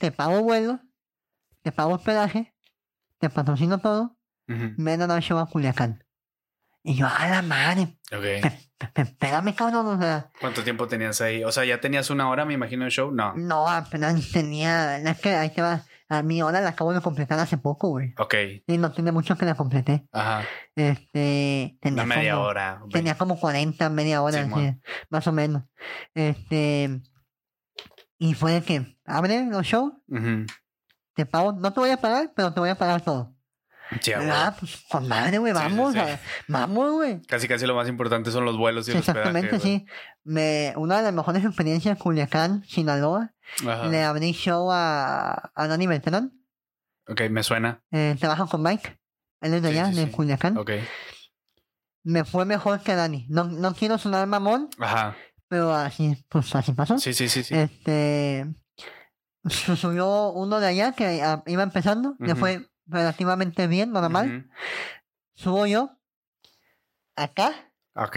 Speaker 3: te pago vuelo, te pago hospedaje, te patrocino todo,
Speaker 2: Ujú.
Speaker 3: ven a dar show a Culiacán. Y yo, a la madre,
Speaker 2: Ok.
Speaker 3: pe- pe- espérame, cabrón, o sea,
Speaker 2: ¿Cuánto tiempo tenías ahí? O sea, ¿ya tenías una hora, me imagino, de show? No.
Speaker 3: no, apenas tenía, es que ahí te va, a mi hora la acabo de completar hace poco, güey.
Speaker 2: Ok.
Speaker 3: Y no tiene mucho que la completé.
Speaker 2: Ajá.
Speaker 3: Este, tenía
Speaker 2: Una media
Speaker 3: como,
Speaker 2: hora.
Speaker 3: Tenía como 40, media hora, así,
Speaker 2: Simón.
Speaker 3: más o menos. Este, y fue de que abre los shows,
Speaker 2: Ujú.
Speaker 3: te pago, no te voy a pagar, pero te voy a pagar todo.
Speaker 2: Sí, a
Speaker 3: Y yo,
Speaker 2: huevo.
Speaker 3: ah, pues con madre, güey,
Speaker 2: Sí, sí,
Speaker 3: vamos,
Speaker 2: sí.
Speaker 3: a- vamos, güey.
Speaker 2: Casi, casi lo más importante son los vuelos y
Speaker 3: Sí,
Speaker 2: el hospedaje,
Speaker 3: exactamente,
Speaker 2: güey.
Speaker 3: sí. Me, una de las mejores experiencias, Culiacán, Sinaloa,
Speaker 2: Ajá.
Speaker 3: le abrí show a, a Dani Beltrán,
Speaker 2: Ok, me suena.
Speaker 3: eh, trabaja con Mike, él es de
Speaker 2: Sí,
Speaker 3: allá,
Speaker 2: sí,
Speaker 3: de
Speaker 2: sí.
Speaker 3: Culiacán.
Speaker 2: Ok.
Speaker 3: Me fue mejor que Dani. No, no quiero sonar mamón,
Speaker 2: Ajá.
Speaker 3: pero así, pues así pasó.
Speaker 2: Sí, sí, sí, sí.
Speaker 3: Este. su- Subió uno de allá que ah, iba empezando. Le
Speaker 2: Ujú.
Speaker 3: fue relativamente bien, normal. Subo yo. Acá.
Speaker 2: Ujú. Ok.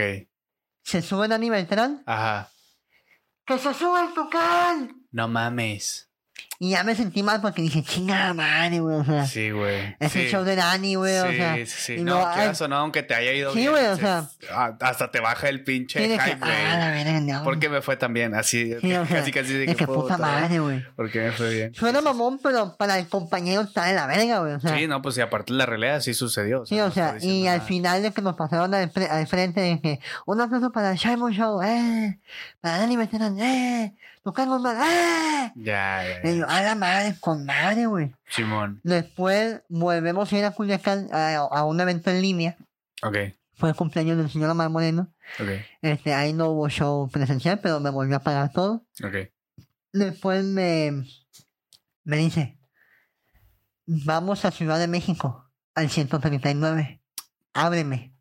Speaker 3: Se sube Dani Beltrán.
Speaker 2: Ajá.
Speaker 3: ¡Que se sube el tucán!
Speaker 2: No mames.
Speaker 3: Y ya me sentí mal porque dije, chingada madre, güey, o sea.
Speaker 2: Sí, güey.
Speaker 3: Es
Speaker 2: sí.
Speaker 3: el show de Dani, güey, o sea.
Speaker 2: sí, sí, sí.
Speaker 3: y
Speaker 2: No,
Speaker 3: luego, ay,
Speaker 2: quieras o no, aunque te haya ido
Speaker 3: Sí,
Speaker 2: bien,
Speaker 3: güey, o
Speaker 2: se-
Speaker 3: sea.
Speaker 2: a- hasta te baja el pinche
Speaker 3: sí, de que,
Speaker 2: hype,
Speaker 3: ah, la
Speaker 2: güey.
Speaker 3: verga, no.
Speaker 2: Porque me fue también así,
Speaker 3: Sí, o sea,
Speaker 2: casi casi de
Speaker 3: de
Speaker 2: que,
Speaker 3: que puta madre, güey.
Speaker 2: Porque me fue bien.
Speaker 3: Suena mamón, pero para el compañero está de la verga, güey, o sea.
Speaker 2: Sí, no, pues y aparte la realidad sí sucedió.
Speaker 3: Sí, o
Speaker 2: no
Speaker 3: sea,
Speaker 2: estoy
Speaker 3: y
Speaker 2: diciendo
Speaker 3: al
Speaker 2: nada.
Speaker 3: final de que nos pasaron al, fre- al frente, dije, un aplauso para el Simon Show, eh, para Dani Veterano, eh, Lucas mal, eh.
Speaker 2: Ya, ya, ya.
Speaker 3: Y yo, a la madre, con madre, güey.
Speaker 2: Simón.
Speaker 3: Después volvemos a ir a Culiacán a, a un evento en línea.
Speaker 2: Ok,
Speaker 3: Fue el cumpleaños del señor Omar Moreno.
Speaker 2: ok,
Speaker 3: Este, ahí no hubo show presencial, pero me volvió a pagar todo.
Speaker 2: ok.
Speaker 3: Después me, me dice, vamos a Ciudad de México, al 139, ábreme.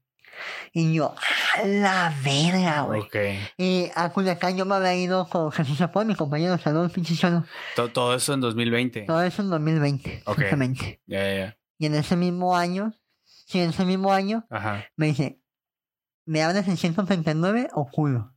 Speaker 3: Y yo, a la verga, Ah, güey.
Speaker 2: Ok.
Speaker 3: Y a Culiacán yo me había ido con Jesús Zapón, mi compañero, saludos, pinche cholo.
Speaker 2: To- todo eso en 2020.
Speaker 3: Todo eso en 2020,
Speaker 2: Ok.
Speaker 3: justamente.
Speaker 2: Ya, ya, ya.
Speaker 3: Y en ese mismo año, sí, en ese mismo año,
Speaker 2: Ajá.
Speaker 3: me dice, ¿me hablas en 139 o culo?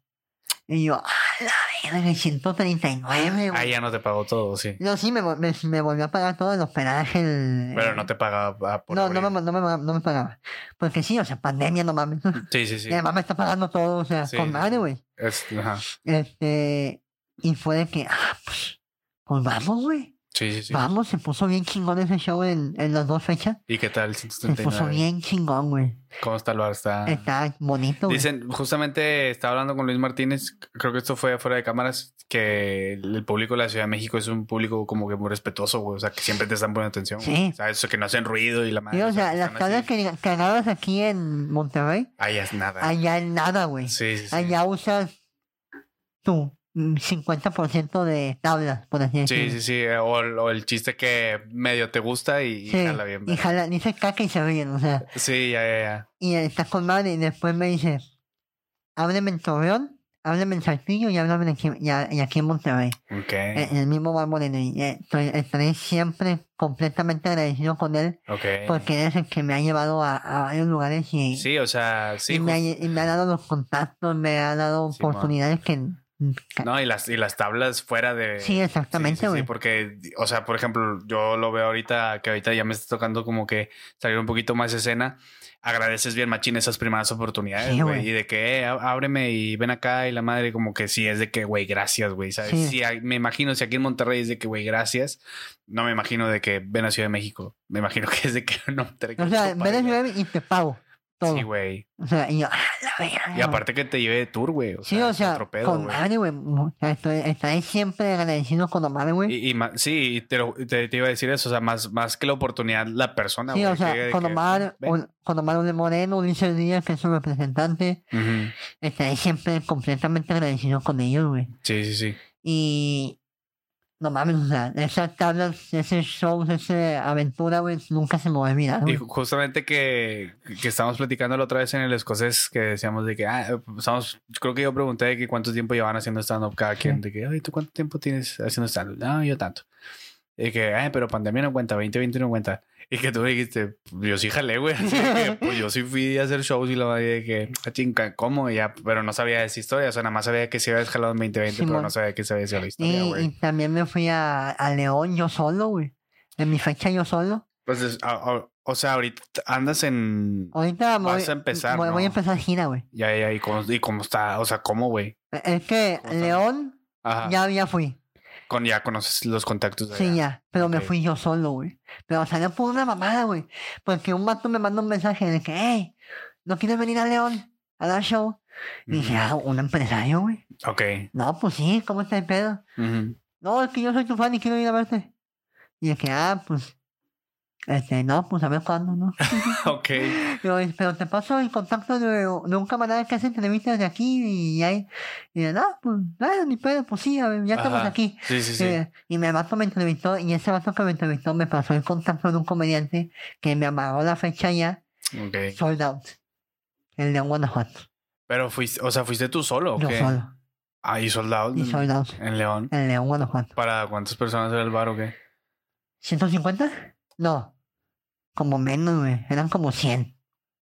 Speaker 3: Y yo, a la verga, 139, güey.
Speaker 2: Ahí ya no te pagó todo, sí.
Speaker 3: No, sí, me, vol- me, me volvió a pagar todo el hospedaje. El,
Speaker 2: Pero no te pagaba ah, por
Speaker 3: No,
Speaker 2: abrir.
Speaker 3: no me, no, me, no me pagaba. Porque sí, o sea, pandemia, no mames.
Speaker 2: Sí, sí, sí.
Speaker 3: Mi mamá me está pagando todo, o sea,
Speaker 2: Sí, sí,
Speaker 3: con
Speaker 2: sí.
Speaker 3: madre, güey.
Speaker 2: Es- ajá.
Speaker 3: Este. Y fue de que, ah, pues, pues vamos, güey.
Speaker 2: Sí, sí, sí.
Speaker 3: Vamos, se puso bien chingón ese show en, en las dos fechas.
Speaker 2: ¿Y qué tal el
Speaker 3: Se puso
Speaker 2: 179?
Speaker 3: bien Eh, chingón, güey.
Speaker 2: ¿Cómo está el bar? Está...
Speaker 3: Está bonito, güey.
Speaker 2: Ah. Dicen, justamente estaba hablando con Luis Martínez, c- creo que esto fue fuera de cámaras, que el el público de la Ciudad de México es un público como que muy respetuoso, güey. O sea, que siempre te están poniendo atención. güey.
Speaker 3: Sí.
Speaker 2: O sea, eso que no hacen ruido y la madre.
Speaker 3: Sí, o sea,
Speaker 2: que
Speaker 3: las
Speaker 2: están así.
Speaker 3: tablas que, que agarras aquí en Monterrey,
Speaker 2: Ahí es nada.
Speaker 3: allá en nada, güey.
Speaker 2: Sí, sí, sí.
Speaker 3: Allá usas tu mm, 50% de tablas, por así
Speaker 2: Sí,
Speaker 3: decirlo.
Speaker 2: sí, sí. O, o el chiste que medio te gusta y, y
Speaker 3: Sí,
Speaker 2: jala bien.
Speaker 3: Y
Speaker 2: ¿verdad?
Speaker 3: jala, dice caca y se ríen, o sea.
Speaker 2: Sí, ya, ya, ya.
Speaker 3: Y está con madre y después me dice, hábleme en Torreón, hábleme en Saltillo y háblame aquí, y a- y aquí en Monterrey.
Speaker 2: Ok,
Speaker 3: Eh, El, mismo Bar Moreno. Y eh, estoy- estaré siempre completamente agradecido con él
Speaker 2: ok.
Speaker 3: porque es el que me ha llevado a, a varios lugares y,
Speaker 2: Sí, o sea, sí.
Speaker 3: y, me ha,
Speaker 2: ju-
Speaker 3: y me ha dado los contactos, me ha dado
Speaker 2: Sí, man.
Speaker 3: oportunidades que... que-
Speaker 2: No, y las, y las tablas fuera de...
Speaker 3: sí, exactamente,
Speaker 2: Sí, sí,
Speaker 3: güey.
Speaker 2: sí, porque, o sea, por ejemplo, yo lo veo ahorita, que ahorita ya me está tocando como que salir un poquito más escena. Agradeces bien, machín, esas primeras oportunidades,
Speaker 3: Sí,
Speaker 2: güey.
Speaker 3: güey.
Speaker 2: y de que, eh, á- ábreme y ven acá y la madre, como que sí, es de que, güey, gracias, güey. ¿Sabes?
Speaker 3: Sí.
Speaker 2: Sí, hay- me imagino, si aquí en Monterrey es de que, güey, gracias, no me imagino de que ven a Ciudad de México. Me imagino que es de que no te
Speaker 3: O sea, ven a Ciudad y te pago todo.
Speaker 2: Sí, güey.
Speaker 3: o sea, y yo, "Ah, la verga,
Speaker 2: Y
Speaker 3: güey".
Speaker 2: aparte que te lleve de tour, güey. O
Speaker 3: Sí,
Speaker 2: sea,
Speaker 3: o sea,
Speaker 2: otro pedo,
Speaker 3: con
Speaker 2: güey.
Speaker 3: madre, güey. o sea, estoy- Estaré siempre agradecido con Omar, güey.
Speaker 2: Y, y ma- sí, y te, lo- te, te iba a decir eso, o sea, más, más que la oportunidad, la persona.
Speaker 3: Sí,
Speaker 2: güey,
Speaker 3: o sea,
Speaker 2: que- de
Speaker 3: con
Speaker 2: que,
Speaker 3: Omar,
Speaker 2: ven.
Speaker 3: un- con Omar Ule Moreno, Ulises Díaz, que es su representante,
Speaker 2: Ujú.
Speaker 3: estaré siempre completamente agradecido con ellos, güey.
Speaker 2: Sí, sí, sí.
Speaker 3: Y no mames, o sea, esas tablas, ese show, esa aventura, güey, nunca se me va a olvidar,
Speaker 2: Y
Speaker 3: güey.
Speaker 2: ju- justamente que, que estábamos platicando la otra vez en el escocés, que decíamos de que, ah, estamos, creo que yo pregunté de que cuánto tiempo llevan haciendo stand-up cada quien, de que, ay, ¿tú cuánto tiempo tienes haciendo stand-up? No, yo tanto. Y que, ay, pero pandemia no cuenta, 2020 no cuenta. Y que tú me dijiste, "Pues yo sí jalé, güey. así de que, pues yo sí fui a hacer shows y la madre de que, ah, chinga, ¿cómo? Y ya, pero no sabía de esa historia. O sea, nada más sabía que se había jalado en 2020, pero
Speaker 3: Simón.
Speaker 2: no sabía que se había hecho la historia,
Speaker 3: Y,
Speaker 2: güey.
Speaker 3: y también me fui a, a León yo solo, güey. En mi fecha yo solo.
Speaker 2: Entonces, Pues a- a- o sea, ahorita andas en...
Speaker 3: Ahorita me
Speaker 2: Vas
Speaker 3: voy
Speaker 2: a empezar,
Speaker 3: voy- voy a
Speaker 2: ¿no?
Speaker 3: empezar gira, güey. E,
Speaker 2: Ya, ya, y cómo, y cómo está, o sea, cómo, güey.
Speaker 3: Es que
Speaker 2: ¿Cómo está?
Speaker 3: León
Speaker 2: Ajá.
Speaker 3: ya, ya fui.
Speaker 2: Con, ya conoces los contactos de
Speaker 3: Sí,
Speaker 2: allá.
Speaker 3: ya, pero me
Speaker 2: Ok.
Speaker 3: fui yo solo, güey. Pero salió por una mamada, güey. Porque un vato me mandó un mensaje de que, hey, ¿no quieres venir a León a dar show? Y dije, ah, un empresario, güey.
Speaker 2: Ujú. Ok.
Speaker 3: No, pues sí, ¿cómo está el pedo?
Speaker 2: Ujú.
Speaker 3: No, es que yo soy tu fan y quiero ir a verte. Y dije, ah, pues, este, no, pues a ver cuándo, ¿no?
Speaker 2: Ok.
Speaker 3: Pero, eh, pero te paso el contacto de, de un camarada que hace entrevistas de aquí y ahí. Y yo, no, pues, nada, ni pedo, pues sí, a ver, ya estamos
Speaker 2: Ajá.
Speaker 3: aquí.
Speaker 2: Sí, sí, sí.
Speaker 3: Eh, y mi vato me entrevistó, y ese vato que me entrevistó me pasó el contacto de un comediante que me amarró la fecha ya,
Speaker 2: Ok.
Speaker 3: sold out. El León Guanajuato.
Speaker 2: Pero fuiste, o sea, fuiste tú solo, ¿o
Speaker 3: Yo
Speaker 2: qué?
Speaker 3: solo.
Speaker 2: Ah, y soldado
Speaker 3: Y Eh. sold out.
Speaker 2: en León.
Speaker 3: El León Guanajuato.
Speaker 2: ¿Para cuántas personas era el bar o qué?
Speaker 3: ¿150? No. Como menos, güey. Eran como 100.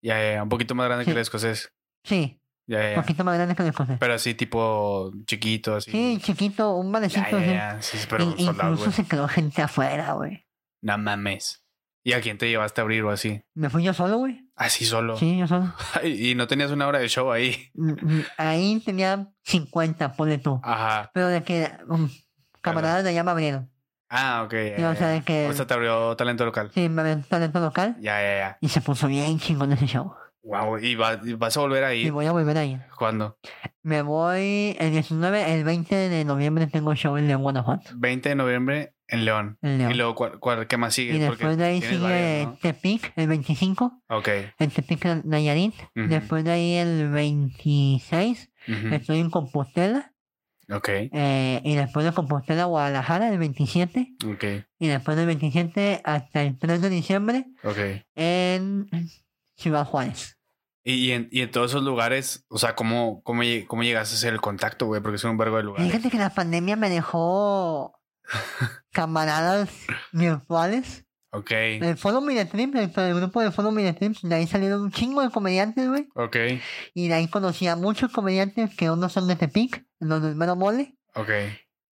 Speaker 2: Ya, ya, ya, un poquito más grande que
Speaker 3: Sí.
Speaker 2: el escocés.
Speaker 3: Sí.
Speaker 2: Ya, ya,
Speaker 3: Un
Speaker 2: ya.
Speaker 3: poquito más grande que el escocés.
Speaker 2: Pero así tipo chiquito, así.
Speaker 3: Sí, chiquito, un
Speaker 2: ya, ya,
Speaker 3: valecito. sí.
Speaker 2: ya. Sí, pero
Speaker 3: In-
Speaker 2: soldado,
Speaker 3: incluso
Speaker 2: güey.
Speaker 3: se quedó gente afuera, güey.
Speaker 2: No mames. ¿Y a quién te llevaste a abrir o así?
Speaker 3: Me fui yo solo, güey.
Speaker 2: Así solo.
Speaker 3: Sí, yo solo.
Speaker 2: Y no tenías una hora de show ahí.
Speaker 3: Mm, mm, Ahí tenía 50, ponle tú.
Speaker 2: Ah. Ajá.
Speaker 3: Pero de que um, camaradas de allá me abrieron.
Speaker 2: Ah, ok. ya,
Speaker 3: Y, o
Speaker 2: ya,
Speaker 3: sea,
Speaker 2: ya.
Speaker 3: de que
Speaker 2: O sea, te abrió talento local.
Speaker 3: sí, me abrieron talento local
Speaker 2: Ya, ya, ya.
Speaker 3: y se puso bien chingón ese show.
Speaker 2: Wow. ¿Y va- y vas a volver
Speaker 3: Y
Speaker 2: ahí?
Speaker 3: voy a volver ahí.
Speaker 2: ¿Cuándo?
Speaker 3: Me voy el 19, el 20 de noviembre tengo show en León, Guanajuato.
Speaker 2: 20 de noviembre en León.
Speaker 3: En
Speaker 2: ¿Y
Speaker 3: León.
Speaker 2: luego ¿cuál- cuál- qué más sigue?
Speaker 3: Y después de ahí
Speaker 2: tienes
Speaker 3: sigue
Speaker 2: varias, ¿no?
Speaker 3: Tepic, el 25,
Speaker 2: Ok.
Speaker 3: el Tepic en Nayarit.
Speaker 2: Ujú.
Speaker 3: Después de ahí el 26,
Speaker 2: Ujú.
Speaker 3: estoy en Compostela.
Speaker 2: Ok.
Speaker 3: eh, y después de Compostela, Guadalajara, el 27.
Speaker 2: Ok.
Speaker 3: Y después del 27 hasta el 3 de diciembre
Speaker 2: Ok.
Speaker 3: en Ciudad Juárez.
Speaker 2: Y, y en, y en todos esos lugares, o sea, ¿cómo, cómo, lle- cómo llegaste a hacer el contacto, güey? Porque son un vergo de lugares.
Speaker 3: Fíjate que la pandemia me dejó camaradas virtuales.
Speaker 2: Ok.
Speaker 3: El Follow Me the Trip, el, el grupo de Follow Me the Trip, de ahí salieron un chingo de comediantes, güey.
Speaker 2: Ok.
Speaker 3: Y de ahí conocí a muchos comediantes que unos son de Tepic, los del Mero Mole.
Speaker 2: Ok.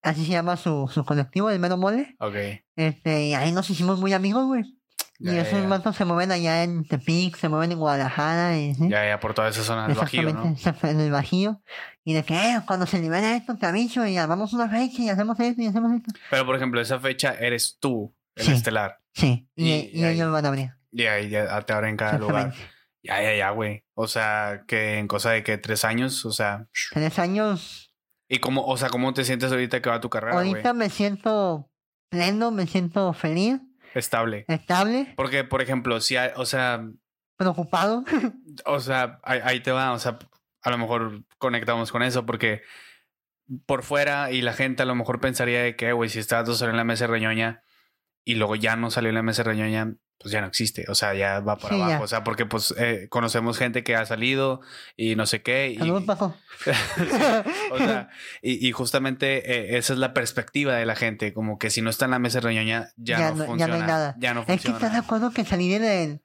Speaker 3: Así se llama su, su colectivo, el Mero Mole.
Speaker 2: Ok.
Speaker 3: Este, y ahí nos hicimos muy amigos, güey.
Speaker 2: Ya,
Speaker 3: y
Speaker 2: ya,
Speaker 3: esos
Speaker 2: ya.
Speaker 3: matos se mueven allá en Tepic, se mueven en Guadalajara. Y, ¿sí?
Speaker 2: Ya, ya, por toda esa zona del Bajío, ¿no?
Speaker 3: se fue en el bajío. Y de que "Eh, cuando se libera esto, te aviso y armamos una fecha y hacemos esto y hacemos esto.
Speaker 2: Pero, por ejemplo, esa fecha eres tú, el
Speaker 3: Sí.
Speaker 2: estelar.
Speaker 3: Sí, y,
Speaker 2: Y-
Speaker 3: y
Speaker 2: y ahí-
Speaker 3: ellos van a abrir.
Speaker 2: Y ahí ya te abren cada lugar.
Speaker 3: Exactamente.
Speaker 2: Ya, ya, ya, güey. O sea, que en cosa de que tres años, o sea.
Speaker 3: Tres años.
Speaker 2: ¿Y cómo, o sea, cómo te sientes ahorita que va tu carrera, Ah, güey?
Speaker 3: Ahorita me siento pleno, me siento feliz,
Speaker 2: Estable.
Speaker 3: estable,
Speaker 2: Porque, por ejemplo, si hay, o sea,
Speaker 3: preocupado.
Speaker 2: o sea, ahí, ahí te va, o sea, a lo mejor conectamos con eso, porque por fuera y la gente a lo mejor pensaría de que, güey, si estás dos salió en la mesa de reñoña y luego ya no salió en la mesa de reñoña, pues ya no existe, o sea, ya va para
Speaker 3: Sí, ya.
Speaker 2: abajo, o sea, porque pues eh, conocemos gente que ha salido y no sé qué. y-
Speaker 3: Saludos, Paco.
Speaker 2: O sea, y, y justamente eh, esa es la perspectiva de la gente, como que si no está en la mesa de reñoña, ya, no,
Speaker 3: Ya no- ya
Speaker 2: funciona.
Speaker 3: no hay nada.
Speaker 2: Ya no
Speaker 3: es que estás de
Speaker 2: funciona.
Speaker 3: acuerdo que salí en el,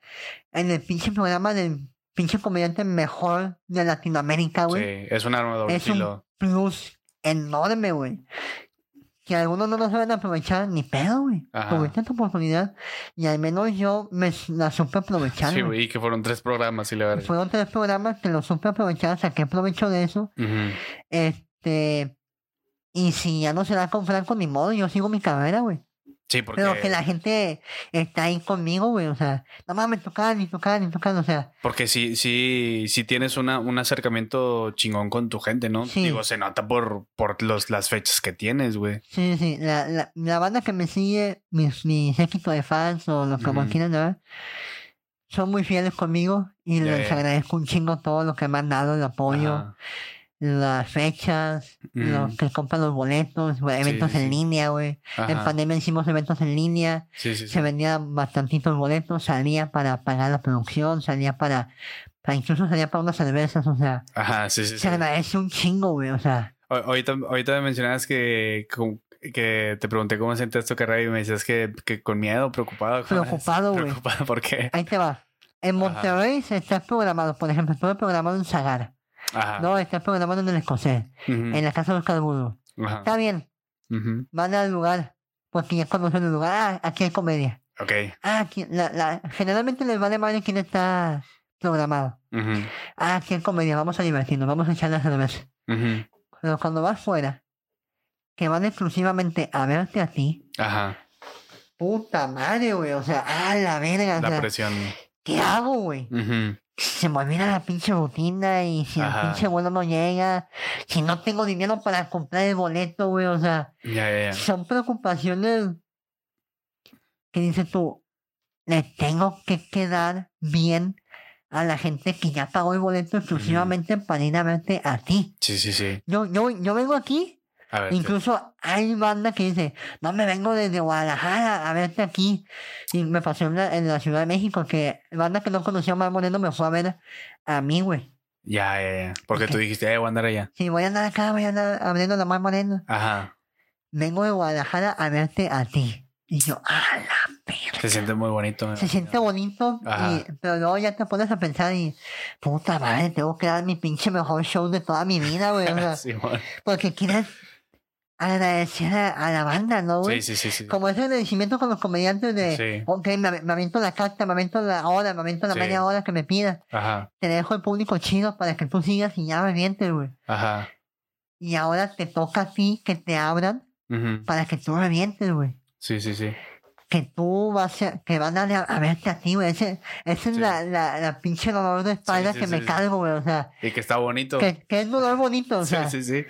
Speaker 3: en el pinche programa del pinche comediante mejor de Latinoamérica, güey.
Speaker 2: Sí, es un arma de doble
Speaker 3: Es un-
Speaker 2: filo.
Speaker 3: plus enorme, güey. Que algunos no lo saben aprovechar ni pedo, güey.
Speaker 2: Ajá.
Speaker 3: Tuviste tu oportunidad y al menos yo me s- la supe aprovechar.
Speaker 2: Sí,
Speaker 3: güey.
Speaker 2: güey, y que fueron tres programas y la verdad.
Speaker 3: Fueron tres programas que lo supe aprovechar, saqué provecho de eso.
Speaker 2: Ujú.
Speaker 3: Este. Y si ya no se da con Franco, ni modo, yo sigo mi carrera, güey.
Speaker 2: Sí, porque
Speaker 3: Pero que la gente está ahí conmigo, güey. O sea, no mames, tocan, ni tocan, ni tocan. O sea,
Speaker 2: Porque sí, sí, sí tienes una, un acercamiento chingón con tu gente, ¿no?
Speaker 3: Sí.
Speaker 2: Digo, se nota por, por los, las fechas que tienes, güey.
Speaker 3: sí, sí. La, la, la banda que me sigue, mis, mis éxitos de fans o los que
Speaker 2: Ujú.
Speaker 3: me quieran llamar, son muy fieles conmigo y
Speaker 2: Ya,
Speaker 3: les
Speaker 2: ya.
Speaker 3: agradezco un chingo todo lo que me han dado, el apoyo,
Speaker 2: Ajá.
Speaker 3: las fechas,
Speaker 2: Mm,
Speaker 3: los que compran los boletos, güey,
Speaker 2: Sí,
Speaker 3: eventos
Speaker 2: sí, sí.
Speaker 3: en línea, güey. En
Speaker 2: ajá.
Speaker 3: pandemia hicimos eventos en línea.
Speaker 2: Sí, sí, sí.
Speaker 3: se vendían bastantitos boletos, salía para pagar la producción, salía para, para incluso salía para unas cervezas, o sea,
Speaker 2: Ajá, sí, sí, sí.
Speaker 3: se agradece un chingo, güey, o sea,
Speaker 2: Ahor- Ahorita, ahorita me mencionabas que, como- que te pregunté cómo sentías tu carrera y me decías que, que con miedo, preocupado. ¿cómo es?
Speaker 3: Preocupado, güey.
Speaker 2: Preocupado, ¿por qué?
Speaker 3: ahí te va. En
Speaker 2: Ajá.
Speaker 3: Monterrey se está programado, por ejemplo, estuve programado en Sagar,
Speaker 2: Ajá.
Speaker 3: no, está programado en el escocés,
Speaker 2: Ujú,
Speaker 3: en la casa de los carburos.
Speaker 2: ajá,
Speaker 3: Está bien,
Speaker 2: ujú.
Speaker 3: van al lugar, porque ya conocen el lugar, ah, aquí hay comedia.
Speaker 2: Ok.
Speaker 3: Ah, aquí, la, la, generalmente les vale madre quién está programado.
Speaker 2: ujú,
Speaker 3: Ah, aquí hay comedia, vamos a divertirnos, vamos a echar la cerveza.
Speaker 2: ujú,
Speaker 3: Pero cuando vas fuera, que van exclusivamente a verte a ti,
Speaker 2: Ajá.
Speaker 3: puta madre, güey. O sea, a la verga, o
Speaker 2: La
Speaker 3: sea,
Speaker 2: presión.
Speaker 3: ¿qué hago, güey?
Speaker 2: ujú,
Speaker 3: Se me olvida la pinche rutina y si
Speaker 2: Ajá.
Speaker 3: el pinche vuelo no llega, si no tengo dinero para comprar el boleto, güey. O sea,
Speaker 2: Ya, ya, ya.
Speaker 3: son preocupaciones que dices tú, le tengo que quedar bien a la gente que ya pagó el boleto exclusivamente para ir a verte a ti.
Speaker 2: Sí, sí, sí.
Speaker 3: Yo, yo, yo vengo aquí
Speaker 2: A ver. te-
Speaker 3: Incluso hay banda que dice, no me vengo desde Guadalajara a verte aquí. Y me pasó en la, en la Ciudad de México que banda que no conocía a Omar Moreno me fue a ver a mí, güey.
Speaker 2: Ya, ya, ya. Porque tú
Speaker 3: Ok.
Speaker 2: dijiste, eh, voy a andar allá.
Speaker 3: Si voy a andar acá, voy a andar abriendo a Omar Moreno.
Speaker 2: Ajá.
Speaker 3: Vengo de Guadalajara a verte a ti. Y yo, a la
Speaker 2: Se siente muy bonito. me
Speaker 3: Se siente
Speaker 2: imagino.
Speaker 3: bonito,
Speaker 2: Ah, Ajá.
Speaker 3: y- pero luego ya te pones a pensar y, puta madre, tengo que dar mi pinche mejor show de toda mi vida, güey. o sea,
Speaker 2: Simón.
Speaker 3: porque quieres agradecer a, a la banda, ¿no, güey?
Speaker 2: Sí, sí, sí, sí.
Speaker 3: Como ese agradecimiento con los comediantes de,
Speaker 2: Sí.
Speaker 3: ok, me, me avento la carta, me avento la hora, me avento la
Speaker 2: Sí.
Speaker 3: media hora que me pidas.
Speaker 2: Ajá,
Speaker 3: Te dejo el público chido para que tú sigas y ya me avientes, güey.
Speaker 2: ajá.
Speaker 3: Y ahora te toca a ti que te abran
Speaker 2: Ujú.
Speaker 3: para que tú revientes, güey.
Speaker 2: Sí, sí, sí.
Speaker 3: Que tú vas a, que van a, a verte a ti, güey. Ese, ese es
Speaker 2: Sí.
Speaker 3: la, la, la pinche dolor de espalda
Speaker 2: sí,
Speaker 3: que
Speaker 2: sí,
Speaker 3: me
Speaker 2: sí.
Speaker 3: cargo, güey. O sea,
Speaker 2: Y que está bonito.
Speaker 3: que, que es dolor bonito, o sea,
Speaker 2: sí, sí, sí.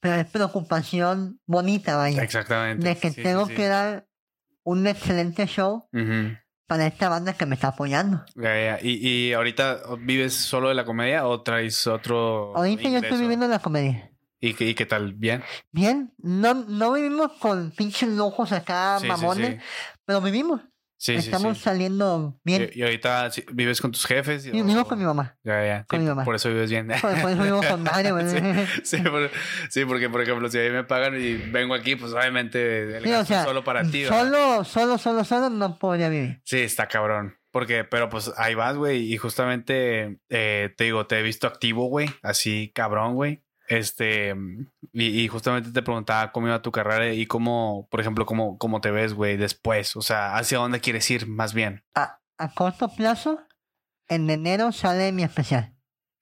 Speaker 3: pero es preocupación bonita, vaya.
Speaker 2: Exactamente.
Speaker 3: De que
Speaker 2: Sí, sí,
Speaker 3: tengo
Speaker 2: sí.
Speaker 3: que dar un excelente show
Speaker 2: Ujú.
Speaker 3: para esta banda que me está apoyando.
Speaker 2: Ya, ya. ¿Y, ¿Y ahorita vives solo de la comedia o traes otro
Speaker 3: Ahorita yo estoy
Speaker 2: ingreso?
Speaker 3: viviendo la comedia.
Speaker 2: ¿Y, qué- y qué tal? ¿Bien?
Speaker 3: Bien, no, no vivimos con pinches lujos acá,
Speaker 2: Sí, sí,
Speaker 3: Ah, mamones, pero vivimos.
Speaker 2: Sí, sí, sí.
Speaker 3: Estamos
Speaker 2: sí.
Speaker 3: saliendo bien.
Speaker 2: ¿Y, y ahorita sí, vives con tus jefes?
Speaker 3: Y vivo con mi mamá.
Speaker 2: Ya, ya.
Speaker 3: con
Speaker 2: Sí,
Speaker 3: mi mamá.
Speaker 2: Por eso vives bien.
Speaker 3: Por, por eso vivo con madre, güey. Sí,
Speaker 2: Sí, por- sí, porque por ejemplo, si a mí me pagan y vengo aquí, pues obviamente el
Speaker 3: o
Speaker 2: gasto es
Speaker 3: sea,
Speaker 2: solo para ti. ¿verdad?
Speaker 3: solo, solo, solo, solo no podría vivir.
Speaker 2: Sí, está cabrón. Porque, pero pues ahí vas, güey. Y justamente eh, te digo, te he visto activo, güey. Así, cabrón, güey. Este, y, y justamente te preguntaba cómo iba tu carrera y cómo, por ejemplo, cómo, cómo te ves, güey, después. O sea, hacia dónde quieres ir, más bien.
Speaker 3: A, a corto plazo, en enero sale mi especial.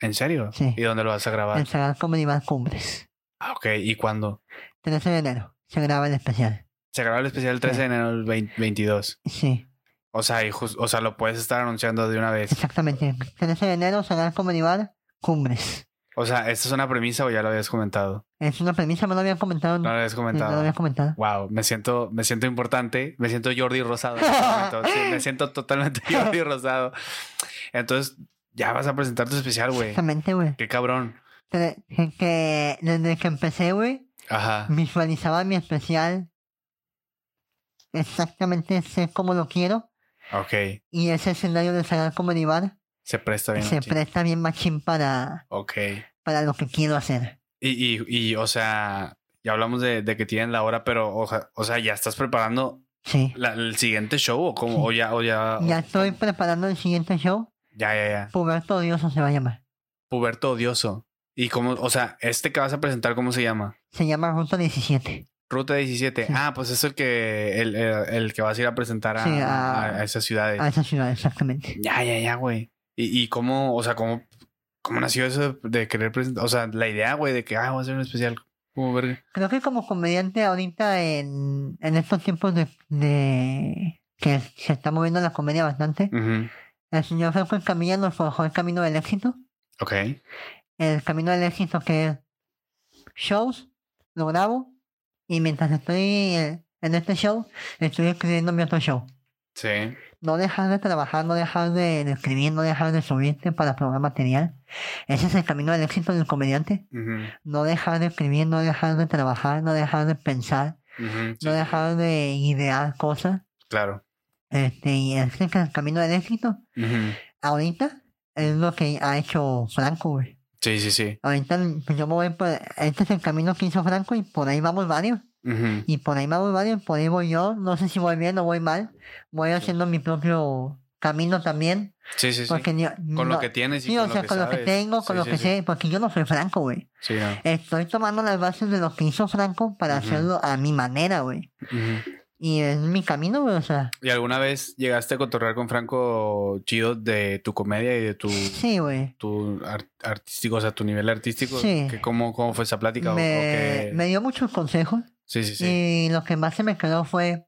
Speaker 2: ¿En serio?
Speaker 3: Sí.
Speaker 2: ¿Y dónde lo vas a grabar?
Speaker 3: El Sagrado Comedy Bar Cumbres.
Speaker 2: Ah, ok. ¿Y cuándo?
Speaker 3: 13 de enero se graba el especial.
Speaker 2: Se grabó el especial el 13 de enero del 20 22.
Speaker 3: Sí,
Speaker 2: O sea, y jus- o sea, lo puedes estar anunciando de una vez.
Speaker 3: exactamente. 13 de enero Sagrado Comedy Bar Cumbres.
Speaker 2: O sea, ¿esta es una premisa o ya lo habías comentado?
Speaker 3: Es una premisa, me lo habían comentado.
Speaker 2: No lo habías
Speaker 3: Sí, No lo
Speaker 2: comentado.
Speaker 3: habías comentado.
Speaker 2: Wow, me siento, me siento importante, me siento Jordi Rosado. en este momento. Sí, me siento totalmente Jordi Rosado. Entonces, ya vas a presentar tu especial, güey.
Speaker 3: Exactamente, güey.
Speaker 2: Qué cabrón.
Speaker 3: Pero que- que desde que empecé, güey,
Speaker 2: Ajá.
Speaker 3: visualizaba mi especial exactamente sé cómo lo quiero
Speaker 2: Ok.
Speaker 3: y ese escenario de Sagrado Comedy Bar
Speaker 2: Se presta bien.
Speaker 3: se
Speaker 2: machín.
Speaker 3: presta bien machín para,
Speaker 2: Ok.
Speaker 3: para lo que quiero hacer.
Speaker 2: Y, y, y, o sea, ya hablamos de, de que tienen la hora, pero, o sea, o sea, ¿ya estás preparando
Speaker 3: Sí.
Speaker 2: la- el siguiente show o cómo?
Speaker 3: Sí.
Speaker 2: O ya, o ya,
Speaker 3: Ya estoy preparando el siguiente show.
Speaker 2: ya, ya, ya.
Speaker 3: Puberto Odioso se va a llamar.
Speaker 2: Puberto odioso. Y cómo, o sea, este que vas a presentar, ¿cómo se llama?
Speaker 3: Se llama Ruta 17.
Speaker 2: Ruta 17.
Speaker 3: Sí.
Speaker 2: Ah, pues es el que, el, el- el que vas a ir a presentar a,
Speaker 3: Sí, a-
Speaker 2: a- a esas ciudades.
Speaker 3: A esa ciudad, exactamente.
Speaker 2: Ya, ya, ya, güey. ¿Y, y cómo, o sea, cómo, cómo nació eso de querer presentar? O sea, la idea, güey, de que, ah, voy a hacer un especial. Como verga.
Speaker 3: Creo que como comediante ahorita en, en estos tiempos de, de que se está moviendo la comedia bastante,
Speaker 2: Ujú.
Speaker 3: el señor Franco Camilla nos forjó el camino del éxito.
Speaker 2: Ok.
Speaker 3: el camino del éxito que es shows, lo grabo y mientras estoy eh, en este show, estoy escribiendo mi otro show.
Speaker 2: Sí.
Speaker 3: No dejar de trabajar, no dejar de, de escribir, no dejar de subirte para probar material. Ese es el camino del éxito del comediante.
Speaker 2: Ujú.
Speaker 3: No dejar de escribir, no dejar de trabajar, no dejar de pensar,
Speaker 2: Ujú. Sí,
Speaker 3: no dejar de idear cosas.
Speaker 2: Claro.
Speaker 3: Este, y ese es el camino del éxito.
Speaker 2: Ujú.
Speaker 3: Ahorita es lo que ha hecho Franco, güey.
Speaker 2: Sí, sí, sí.
Speaker 3: Ahorita pues, yo me voy por... Este es el camino que hizo Franco y por ahí vamos varios.
Speaker 2: Ujú.
Speaker 3: Y por ahí vamos varios, por ahí voy yo. No sé si voy bien o voy mal. Voy haciendo mi propio camino también.
Speaker 2: Sí, sí, sí.
Speaker 3: Porque yo-
Speaker 2: Con
Speaker 3: no-
Speaker 2: lo que tienes y
Speaker 3: Sí,
Speaker 2: con,
Speaker 3: o sea,
Speaker 2: lo que
Speaker 3: con lo que
Speaker 2: sabes.
Speaker 3: tengo, con
Speaker 2: Sí,
Speaker 3: lo
Speaker 2: sí,
Speaker 3: que
Speaker 2: sí.
Speaker 3: sé. Porque yo no soy Franco, güey.
Speaker 2: Sí, no.
Speaker 3: Estoy tomando las bases de lo que hizo Franco para
Speaker 2: Ujú.
Speaker 3: hacerlo a mi manera, güey.
Speaker 2: Ujú.
Speaker 3: Y es mi camino, güey. O sea,
Speaker 2: ¿Y alguna vez llegaste a cotorrear con Franco Chido de tu comedia y de tu
Speaker 3: sí, güey.
Speaker 2: tu ar- artístico, o sea, tu nivel artístico,
Speaker 3: Sí.
Speaker 2: que cómo, cómo fue esa plática o- o
Speaker 3: Me,
Speaker 2: qué-
Speaker 3: me dio muchos consejos.
Speaker 2: Sí, sí, sí.
Speaker 3: Y lo que más se me quedó fue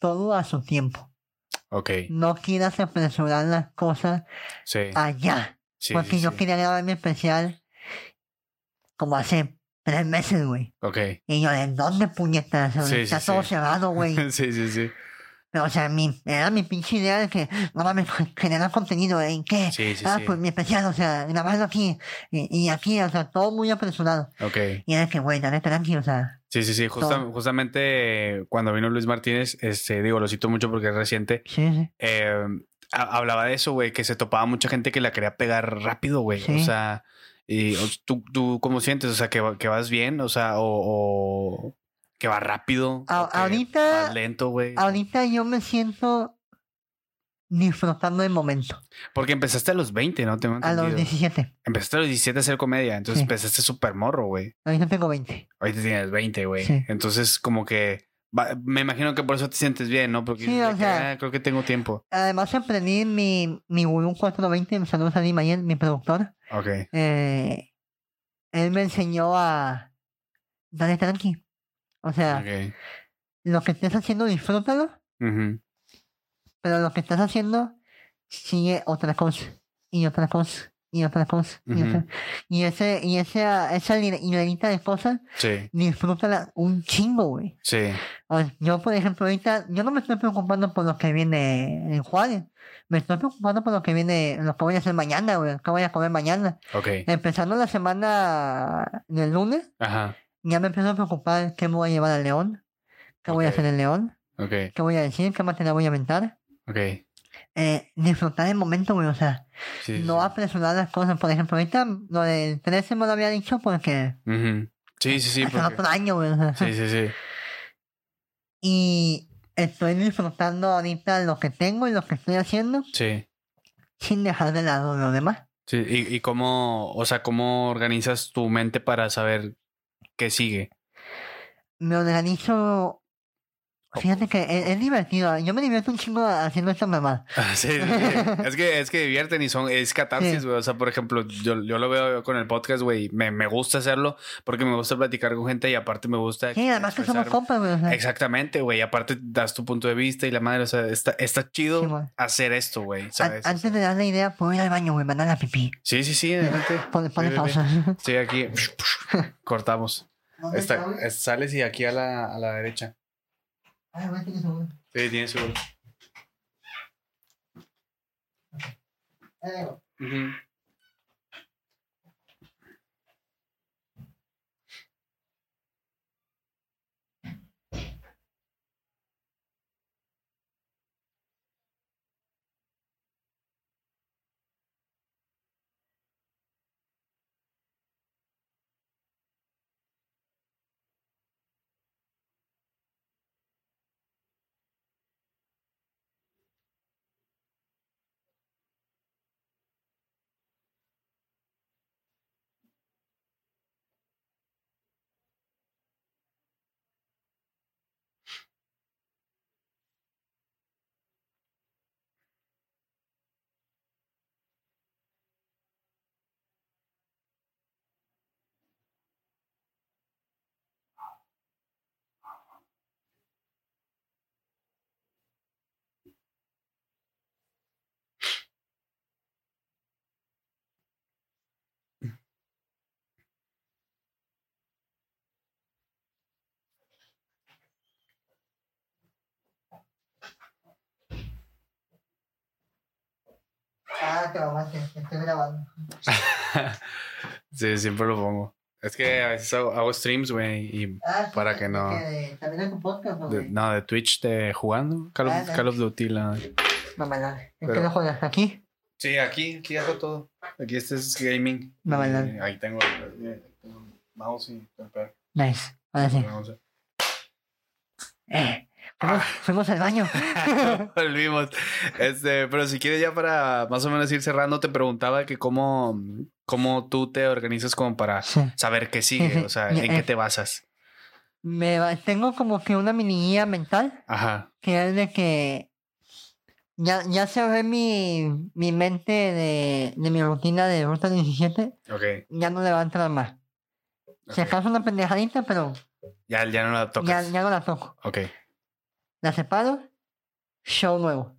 Speaker 3: todo a su tiempo.
Speaker 2: Ok.
Speaker 3: no quieras apresurar las cosas
Speaker 2: Sí.
Speaker 3: Ah, allá.
Speaker 2: sí,
Speaker 3: porque
Speaker 2: sí,
Speaker 3: yo
Speaker 2: sí.
Speaker 3: quería grabar mi especial como hace tres meses, güey.
Speaker 2: Ok.
Speaker 3: Y yo, ¿en dónde puñetas?
Speaker 2: Sí,
Speaker 3: Está
Speaker 2: sí,
Speaker 3: todo
Speaker 2: sí.
Speaker 3: cerrado, güey.
Speaker 2: sí, sí, sí.
Speaker 3: Pero, o sea, mi, era mi pinche idea de que, no mames, pues, generar contenido, ¿en qué?
Speaker 2: Sí, sí,
Speaker 3: ah,
Speaker 2: sí.
Speaker 3: pues mi especial, o sea, grabarlo aquí y, y aquí, o sea, todo muy apresurado.
Speaker 2: Ok.
Speaker 3: Y era que, güey, dale tranqui, o sea,
Speaker 2: Sí, sí, sí. Justa-
Speaker 3: Todo.
Speaker 2: justamente eh, cuando vino Luis Martínez, este, digo, lo cito mucho porque es reciente,
Speaker 3: sí, sí.
Speaker 2: eh, ha- hablaba de eso, güey, que se topaba mucha gente que la quería pegar rápido, güey. O
Speaker 3: Sí.
Speaker 2: sea, y, o- ¿tú, ¿tú cómo sientes? O sea, que, va- que vas bien, o sea, o... o que va rápido.
Speaker 3: A-
Speaker 2: o que
Speaker 3: ahorita-
Speaker 2: Va lento, güey.
Speaker 3: Ahorita yo me siento disfrutando del momento.
Speaker 2: Porque empezaste a los 20, ¿no? Tengo
Speaker 3: A los
Speaker 2: entendido.
Speaker 3: 17.
Speaker 2: Empezaste a los 17 a hacer comedia, entonces
Speaker 3: Sí.
Speaker 2: empezaste súper morro, güey.
Speaker 3: Ahorita tengo 20.
Speaker 2: Ahorita tienes 20, güey.
Speaker 3: Sí.
Speaker 2: Entonces, como que va- me imagino que por eso te sientes bien, ¿no? Porque
Speaker 3: Sí,
Speaker 2: dices de
Speaker 3: o
Speaker 2: que,
Speaker 3: sea-
Speaker 2: "Ah, creo que tengo tiempo.
Speaker 3: Además aprendí mi, mi Gurú 420, me saludos a Di Mayel, mi productor.
Speaker 2: Ok.
Speaker 3: Eh, él me enseñó a darle tranqui. O sea,
Speaker 2: Ok.
Speaker 3: lo que estés haciendo, disfrútalo,
Speaker 2: Ujú.
Speaker 3: pero lo que estás haciendo sigue otra cosa, y otra cosa, y otra cosa, y
Speaker 2: Ujú.
Speaker 3: otra. Y, ese, y esa, esa hile- hilerita de cosas,
Speaker 2: Sí,
Speaker 3: disfrútala un chingo, güey.
Speaker 2: sí.
Speaker 3: O sea, Yo, por ejemplo, ahorita, yo no me estoy preocupando por lo que viene en Juárez. Me estoy preocupando por lo que viene, lo que voy a hacer mañana, güey, lo que voy a comer mañana.
Speaker 2: Ok.
Speaker 3: Empezando la semana del lunes,
Speaker 2: Ajá.
Speaker 3: ya me empiezo a preocupar qué me voy a llevar al León, qué voy a
Speaker 2: Ok.
Speaker 3: hacer en León,
Speaker 2: Ok.
Speaker 3: qué voy a decir, qué material voy a inventar.
Speaker 2: Ok.
Speaker 3: Eh, disfrutar el momento, güey, o sea,
Speaker 2: Sí, sí,
Speaker 3: no
Speaker 2: sí.
Speaker 3: apresurar las cosas. Por ejemplo, ahorita lo del 13 me lo había dicho porque
Speaker 2: Ujú. Sí, sí, sí.
Speaker 3: hace
Speaker 2: porque-
Speaker 3: otro año, güey. o sea,
Speaker 2: Sí, sí, sí.
Speaker 3: Y estoy disfrutando ahorita lo que tengo y lo que estoy haciendo
Speaker 2: Sí.
Speaker 3: sin dejar de lado lo demás.
Speaker 2: Sí, y, y cómo, o sea, cómo organizas tu mente para saber qué sigue.
Speaker 3: Me organizo.
Speaker 2: Oh.
Speaker 3: Fíjate que es, es divertido. Yo me divierto un chingo haciendo esta mamá.
Speaker 2: Ah, Sí, sí, sí. Es que, es que divierten y son, es catarsis,
Speaker 3: Sí.
Speaker 2: güey. O sea, por ejemplo, yo, yo lo veo con el podcast, güey. Me, me gusta hacerlo porque me gusta platicar con gente y aparte me gusta.
Speaker 3: Sí, además que somos
Speaker 2: expresarme.
Speaker 3: compas, güey. o sea,
Speaker 2: Exactamente, güey. Y aparte das tu punto de vista y la madre, o sea, está, está chido
Speaker 3: Sí, güey.
Speaker 2: hacer esto, güey.
Speaker 3: an-
Speaker 2: ¿Sabes?
Speaker 3: antes de dar la idea, puedo ir al baño, güey, mandar la pipí.
Speaker 2: Sí, sí, sí, adelante.
Speaker 3: Pon- Ponle
Speaker 2: Sí, sí, sí.
Speaker 3: pausa.
Speaker 2: Sí, aquí cortamos. Esta- es- sales y aquí a la, a la derecha.
Speaker 3: Ay, Ah, güey, tiene seguro.
Speaker 2: Sí, tiene su.
Speaker 3: Eh,
Speaker 2: Ujú.
Speaker 3: Ah, te mamaste, te estoy grabando.
Speaker 2: Sí, siempre lo pongo. Es que a veces hago, hago streams, güey, y
Speaker 3: Ah, sí,
Speaker 2: Para que no-
Speaker 3: porque También es tu podcast, ¿no,
Speaker 2: de-
Speaker 3: güey.
Speaker 2: no, de Twitch de jugando. Call of,
Speaker 3: Ah, no.
Speaker 2: Call of Duty, la...
Speaker 3: Mamalada. ¿En qué
Speaker 2: Pero-
Speaker 3: lo juegas? ¿Aquí?
Speaker 2: Sí, aquí, aquí hago todo. Aquí este es gaming.
Speaker 3: No, no, no.
Speaker 2: Eh, ahí tengo el, eh, el mouse y el pad.
Speaker 3: Nice. Ahora sí. Eh,
Speaker 2: Ah.
Speaker 3: fuimos, fuimos al baño.
Speaker 2: Volvimos. Este, pero si quieres ya para más o menos ir cerrando, te preguntaba que cómo, cómo tú te organizas como para
Speaker 3: Sí.
Speaker 2: saber qué sigue, o sea,
Speaker 3: Ya,
Speaker 2: en qué
Speaker 3: eh.
Speaker 2: te basas.
Speaker 3: Me va- tengo como que una mini guía mental
Speaker 2: Ajá,
Speaker 3: que es de que ya, ya se ve mi, mi mente de, de mi rutina de ruta 17,
Speaker 2: ok.
Speaker 3: ya no le va a entrar más. Se
Speaker 2: ok.
Speaker 3: acaso una pendejadita, pero
Speaker 2: Ya, ya no la
Speaker 3: ya,
Speaker 2: tocas.
Speaker 3: ya no la toco.
Speaker 2: Ok,
Speaker 3: La separo, show nuevo.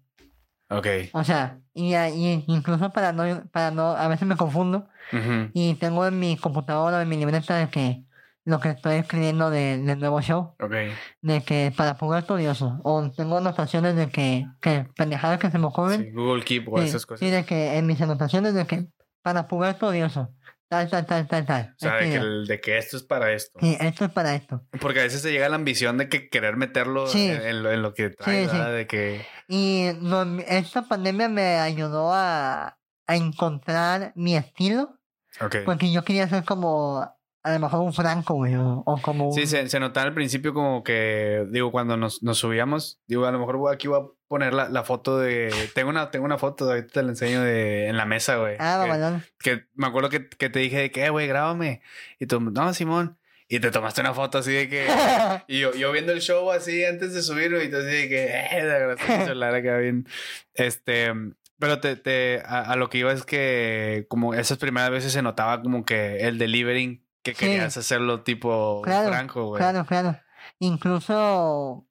Speaker 2: ok.
Speaker 3: O sea, y, a- y incluso para no, para no, a veces me confundo
Speaker 2: Ujú.
Speaker 3: y tengo en mi computadora, en mi libreta de que lo que estoy escribiendo de- del nuevo show.
Speaker 2: Ok,
Speaker 3: de que para poner curioso o tengo anotaciones de que, que pendejadas que se me
Speaker 2: sí,
Speaker 3: ocurren
Speaker 2: Google Keep o
Speaker 3: sí,
Speaker 2: esas
Speaker 3: sí,
Speaker 2: cosas.
Speaker 3: de que en mis anotaciones de que para poner curioso tal tal tal tal tal
Speaker 2: O sea, de que,
Speaker 3: escribo.
Speaker 2: el- de que esto es para esto.
Speaker 3: Sí, esto es para esto
Speaker 2: Porque a veces te llega la ambición de que querer meterlo
Speaker 3: Sí.
Speaker 2: en, en lo, en lo que trae,
Speaker 3: Sí, sí.
Speaker 2: ¿verdad? De que...
Speaker 3: y lo- esta pandemia me ayudó a, a encontrar mi estilo
Speaker 2: Ok,
Speaker 3: porque yo quería ser como a lo mejor un franco, güey, o, o como un...
Speaker 2: Sí, se, se notaba al principio como que, digo, cuando nos, nos subíamos, digo, a lo mejor voy- aquí voy a poner la, la foto de... Tengo una, tengo una foto, ahorita te la enseño de, en la mesa, güey.
Speaker 3: Ah,
Speaker 2: que-
Speaker 3: mamalón.
Speaker 2: que me acuerdo que, que te dije de que, "Eh, güey, grábame. Y tú, no, Simón. Y te tomaste una foto así de que. Y yo, yo viendo el show así antes de subirlo y tú así de que. Eh, desgraciado, el celular acá bien. Este. Pero te, te- a, a lo que iba es que, como esas primeras veces se notaba como que el delivering que
Speaker 3: Sí.
Speaker 2: querías hacerlo tipo
Speaker 3: Claro,
Speaker 2: franco, güey.
Speaker 3: Claro, claro. Incluso...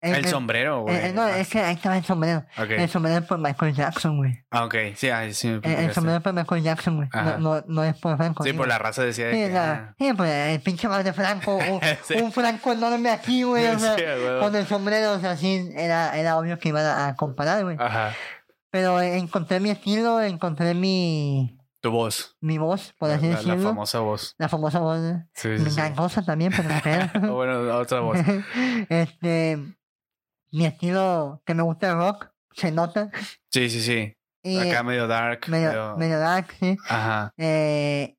Speaker 2: El,
Speaker 3: el-
Speaker 2: sombrero, güey.
Speaker 3: eh, eh, no, es que ahí estaba el sombrero.
Speaker 2: Ah, ok.
Speaker 3: El sombrero es por Michael Jackson, güey.
Speaker 2: Ah, ok. Sí, ahí sí. me
Speaker 3: El, el
Speaker 2: platicaste.
Speaker 3: sombrero es por Michael Jackson, güey.
Speaker 2: Ajá.
Speaker 3: No, no, no es por Franco.
Speaker 2: Sí,
Speaker 3: digo.
Speaker 2: por la raza decía de
Speaker 3: Sí,
Speaker 2: que.
Speaker 3: la-
Speaker 2: ah.
Speaker 3: sí, por el pinche bar de Franco. Un,
Speaker 2: Sí.
Speaker 3: un Franco enorme aquí, güey. o
Speaker 2: Sí,
Speaker 3: sea,
Speaker 2: a huevo.
Speaker 3: con el sombrero, o sea, sí, era, era obvio que iban a, a comparar, güey.
Speaker 2: Ajá.
Speaker 3: Pero encontré mi estilo, encontré mi,
Speaker 2: Tu voz.
Speaker 3: mi voz, por
Speaker 2: La-
Speaker 3: así
Speaker 2: la-
Speaker 3: decirlo.
Speaker 2: la famosa voz.
Speaker 3: La famosa voz. ¿eh?
Speaker 2: Sí, sí, sí.
Speaker 3: Engangosa también, pero ni
Speaker 2: O
Speaker 3: pedo.
Speaker 2: bueno, la otra voz.
Speaker 3: este, mi estilo que me gusta el rock, se nota.
Speaker 2: Sí, sí, sí.
Speaker 3: Y
Speaker 2: Acá
Speaker 3: eh,
Speaker 2: medio dark.
Speaker 3: medio,
Speaker 2: Medio,
Speaker 3: medio dark, sí.
Speaker 2: Ajá.
Speaker 3: Eh,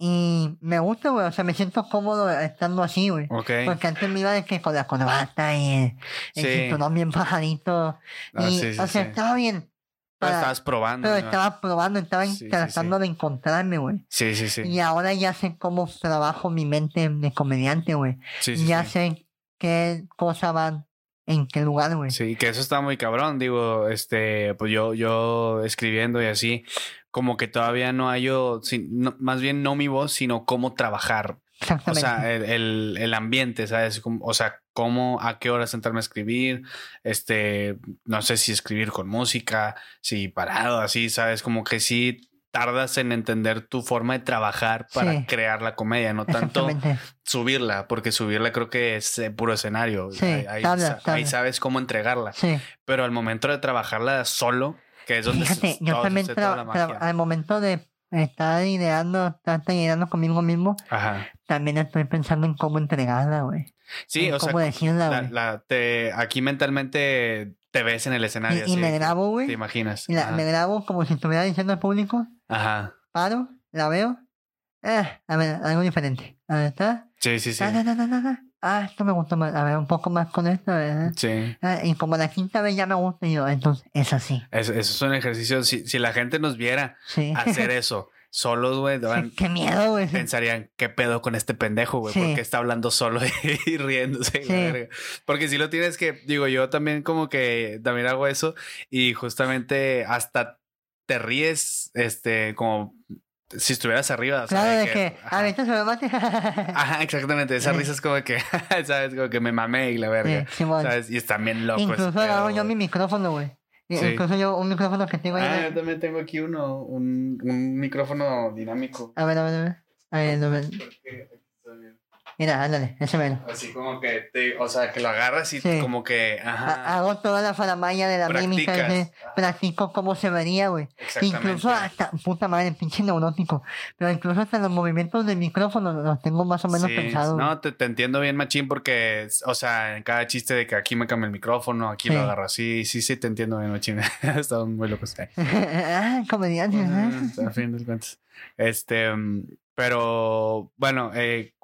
Speaker 3: y me gusta, güey. O sea, me siento cómodo estando así, güey.
Speaker 2: Ok.
Speaker 3: Porque antes me iba de que con la corbata y el, el
Speaker 2: Sí.
Speaker 3: cinturón bien bajadito.
Speaker 2: Ah,
Speaker 3: y,
Speaker 2: sí, sí,
Speaker 3: o sea,
Speaker 2: sí.
Speaker 3: estaba bien.
Speaker 2: Pero
Speaker 3: para-
Speaker 2: estabas probando.
Speaker 3: pero
Speaker 2: ¿no?
Speaker 3: estaba probando, estaba
Speaker 2: Sí, sí, sí.
Speaker 3: tratando de encontrarme, güey.
Speaker 2: Sí, sí, sí.
Speaker 3: Y ahora ya sé cómo trabajo mi mente de comediante, güey.
Speaker 2: Sí, sí,
Speaker 3: ya
Speaker 2: sí.
Speaker 3: sé qué cosa van en qué lugar, güey.
Speaker 2: Sí, que eso está muy cabrón, digo, este, pues yo, yo escribiendo y así, como que todavía no hallo, sin- no- más bien no mi voz, sino cómo trabajar, o
Speaker 3: Exactamente.
Speaker 2: sea, el, el- el ambiente, ¿sabes? Como- O sea, cómo, a qué hora sentarme a escribir, este, no sé si escribir con música, si parado, así, ¿sabes? Como que sí tardas en entender tu forma de trabajar para
Speaker 3: Sí.
Speaker 2: crear la comedia, no tanto
Speaker 3: Exactamente.
Speaker 2: subirla, porque subirla creo que es eh, puro escenario.
Speaker 3: Sí,
Speaker 2: ahí, ahí
Speaker 3: tabla,
Speaker 2: sa- ahí
Speaker 3: tabla.
Speaker 2: sabes cómo entregarla.
Speaker 3: Sí.
Speaker 2: Pero al momento de trabajarla solo, que es donde se-
Speaker 3: Fíjate, yo
Speaker 2: todo-
Speaker 3: también
Speaker 2: se toda la
Speaker 3: tra- tra-
Speaker 2: magia.
Speaker 3: al momento de estar ideando, estar ideando conmigo mismo,
Speaker 2: Ajá.
Speaker 3: también estoy pensando en cómo entregarla, güey.
Speaker 2: Sí,
Speaker 3: En
Speaker 2: o sea,
Speaker 3: cómo decirla,
Speaker 2: la-
Speaker 3: güey.
Speaker 2: la- te- aquí mentalmente te ves en el escenario.
Speaker 3: Y, y
Speaker 2: así,
Speaker 3: me grabo,
Speaker 2: Te
Speaker 3: güey.
Speaker 2: imaginas.
Speaker 3: y la-
Speaker 2: Ajá.
Speaker 3: Me grabo como si estuviera diciendo al público.
Speaker 2: Ajá.
Speaker 3: Paro, la veo. Eh, a ver, algo diferente. A ver, está.
Speaker 2: Sí, sí, sí.
Speaker 3: Ah, na, na, na, na, na. Ah, esto me gustó más. A ver, un poco más con esto, ¿verdad?
Speaker 2: Sí.
Speaker 3: Ah, y como la quinta vez ya me gusta, y yo, entonces es así.
Speaker 2: Eso, eso es un ejercicio. Si, si la gente nos viera
Speaker 3: Sí.
Speaker 2: hacer eso solos, güey, Ah, van-
Speaker 3: Qué miedo, güey.
Speaker 2: pensarían, ¿qué pedo con este pendejo, güey?
Speaker 3: Sí.
Speaker 2: Porque está hablando solo y riéndose. la
Speaker 3: Sí.
Speaker 2: verga? Porque si lo tienes que, digo, yo también como que también hago eso y justamente hasta te ríes, este, como si estuvieras arriba. o sea,
Speaker 3: Claro,
Speaker 2: de
Speaker 3: de que.
Speaker 2: ajá. Ah,
Speaker 3: A ver, esto se me mate.
Speaker 2: Ajá, exactamente. Esa
Speaker 3: Sí.
Speaker 2: risa es como que, ¿sabes? Como que me mamé y la verga.
Speaker 3: Sí, Simón.
Speaker 2: ¿Sabes? Y están bien locos.
Speaker 3: Incluso agarro yo mi micrófono, güey. Y-
Speaker 2: pues, Sí.
Speaker 3: Incluso yo un micrófono que tengo ahí.
Speaker 2: Ah,
Speaker 3: güey.
Speaker 2: yo también tengo aquí uno, un, un micrófono dinámico.
Speaker 3: A ver, a ver, a ver. A ver, a ver. Mira, ándale, ese mero.
Speaker 2: Así como que, te, o sea, que lo agarras y
Speaker 3: Sí.
Speaker 2: como que,
Speaker 3: Ha-
Speaker 2: ajá,
Speaker 3: Hago toda la faramaya de la mímica,
Speaker 2: Ah. Practicas.
Speaker 3: de- practico cómo se vería, güey.
Speaker 2: exactamente.
Speaker 3: Incluso ah, hasta, puta madre, pinche neurótico. Pero incluso hasta los movimientos del micrófono los tengo más o menos
Speaker 2: Sí,
Speaker 3: pensados.
Speaker 2: No, te, te entiendo bien, machín, porque, es- o sea, en cada chiste de que aquí me cambia el micrófono, aquí lo
Speaker 3: Sí.
Speaker 2: agarro así, sí, sí, te entiendo bien, machín. Estamos muy locos. Eh.
Speaker 3: ah, comediante, ¿eh?
Speaker 2: Mm, A fin de cuentas. Este, mm, pero, bueno, eh,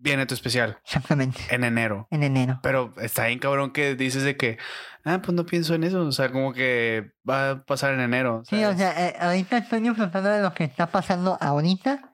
Speaker 2: viene tu especial
Speaker 3: Exactamente.
Speaker 2: en enero.
Speaker 3: En enero.
Speaker 2: Pero está bien cabrón que dices de que, ah, pues no pienso en eso, o sea, como que va a pasar en enero.
Speaker 3: Sí, o
Speaker 2: ¿sabes?
Speaker 3: sea, eh, ahorita estoy disfrutando de lo que está pasando ahorita.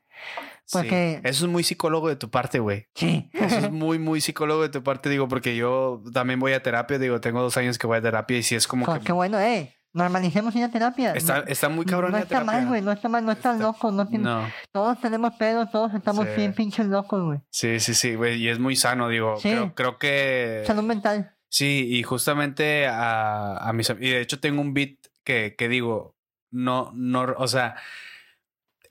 Speaker 2: Sí.
Speaker 3: porque-
Speaker 2: Eso es muy psicólogo de tu parte, güey.
Speaker 3: Sí.
Speaker 2: Eso es muy, muy psicólogo de tu parte, digo, porque yo también voy a terapia, digo, tengo dos años que voy a terapia y sí es como
Speaker 3: Con-
Speaker 2: que...
Speaker 3: Qué bueno, eh. Normalicemos ir a terapia.
Speaker 2: Está,
Speaker 3: No-
Speaker 2: está muy cabrón
Speaker 3: No
Speaker 2: la
Speaker 3: está
Speaker 2: terapia.
Speaker 3: mal, güey, no está mal, no estás
Speaker 2: Está-
Speaker 3: loco. No tiene-
Speaker 2: No,
Speaker 3: Todos tenemos pedos, todos estamos
Speaker 2: Sí.
Speaker 3: bien pinches locos, güey.
Speaker 2: sí, sí, sí, güey, y es muy sano, digo,
Speaker 3: Sí.
Speaker 2: creo, creo que...
Speaker 3: Salud mental.
Speaker 2: Sí, y justamente a, a mis... am- Y de hecho tengo un beat que, que digo, no, no, o sea,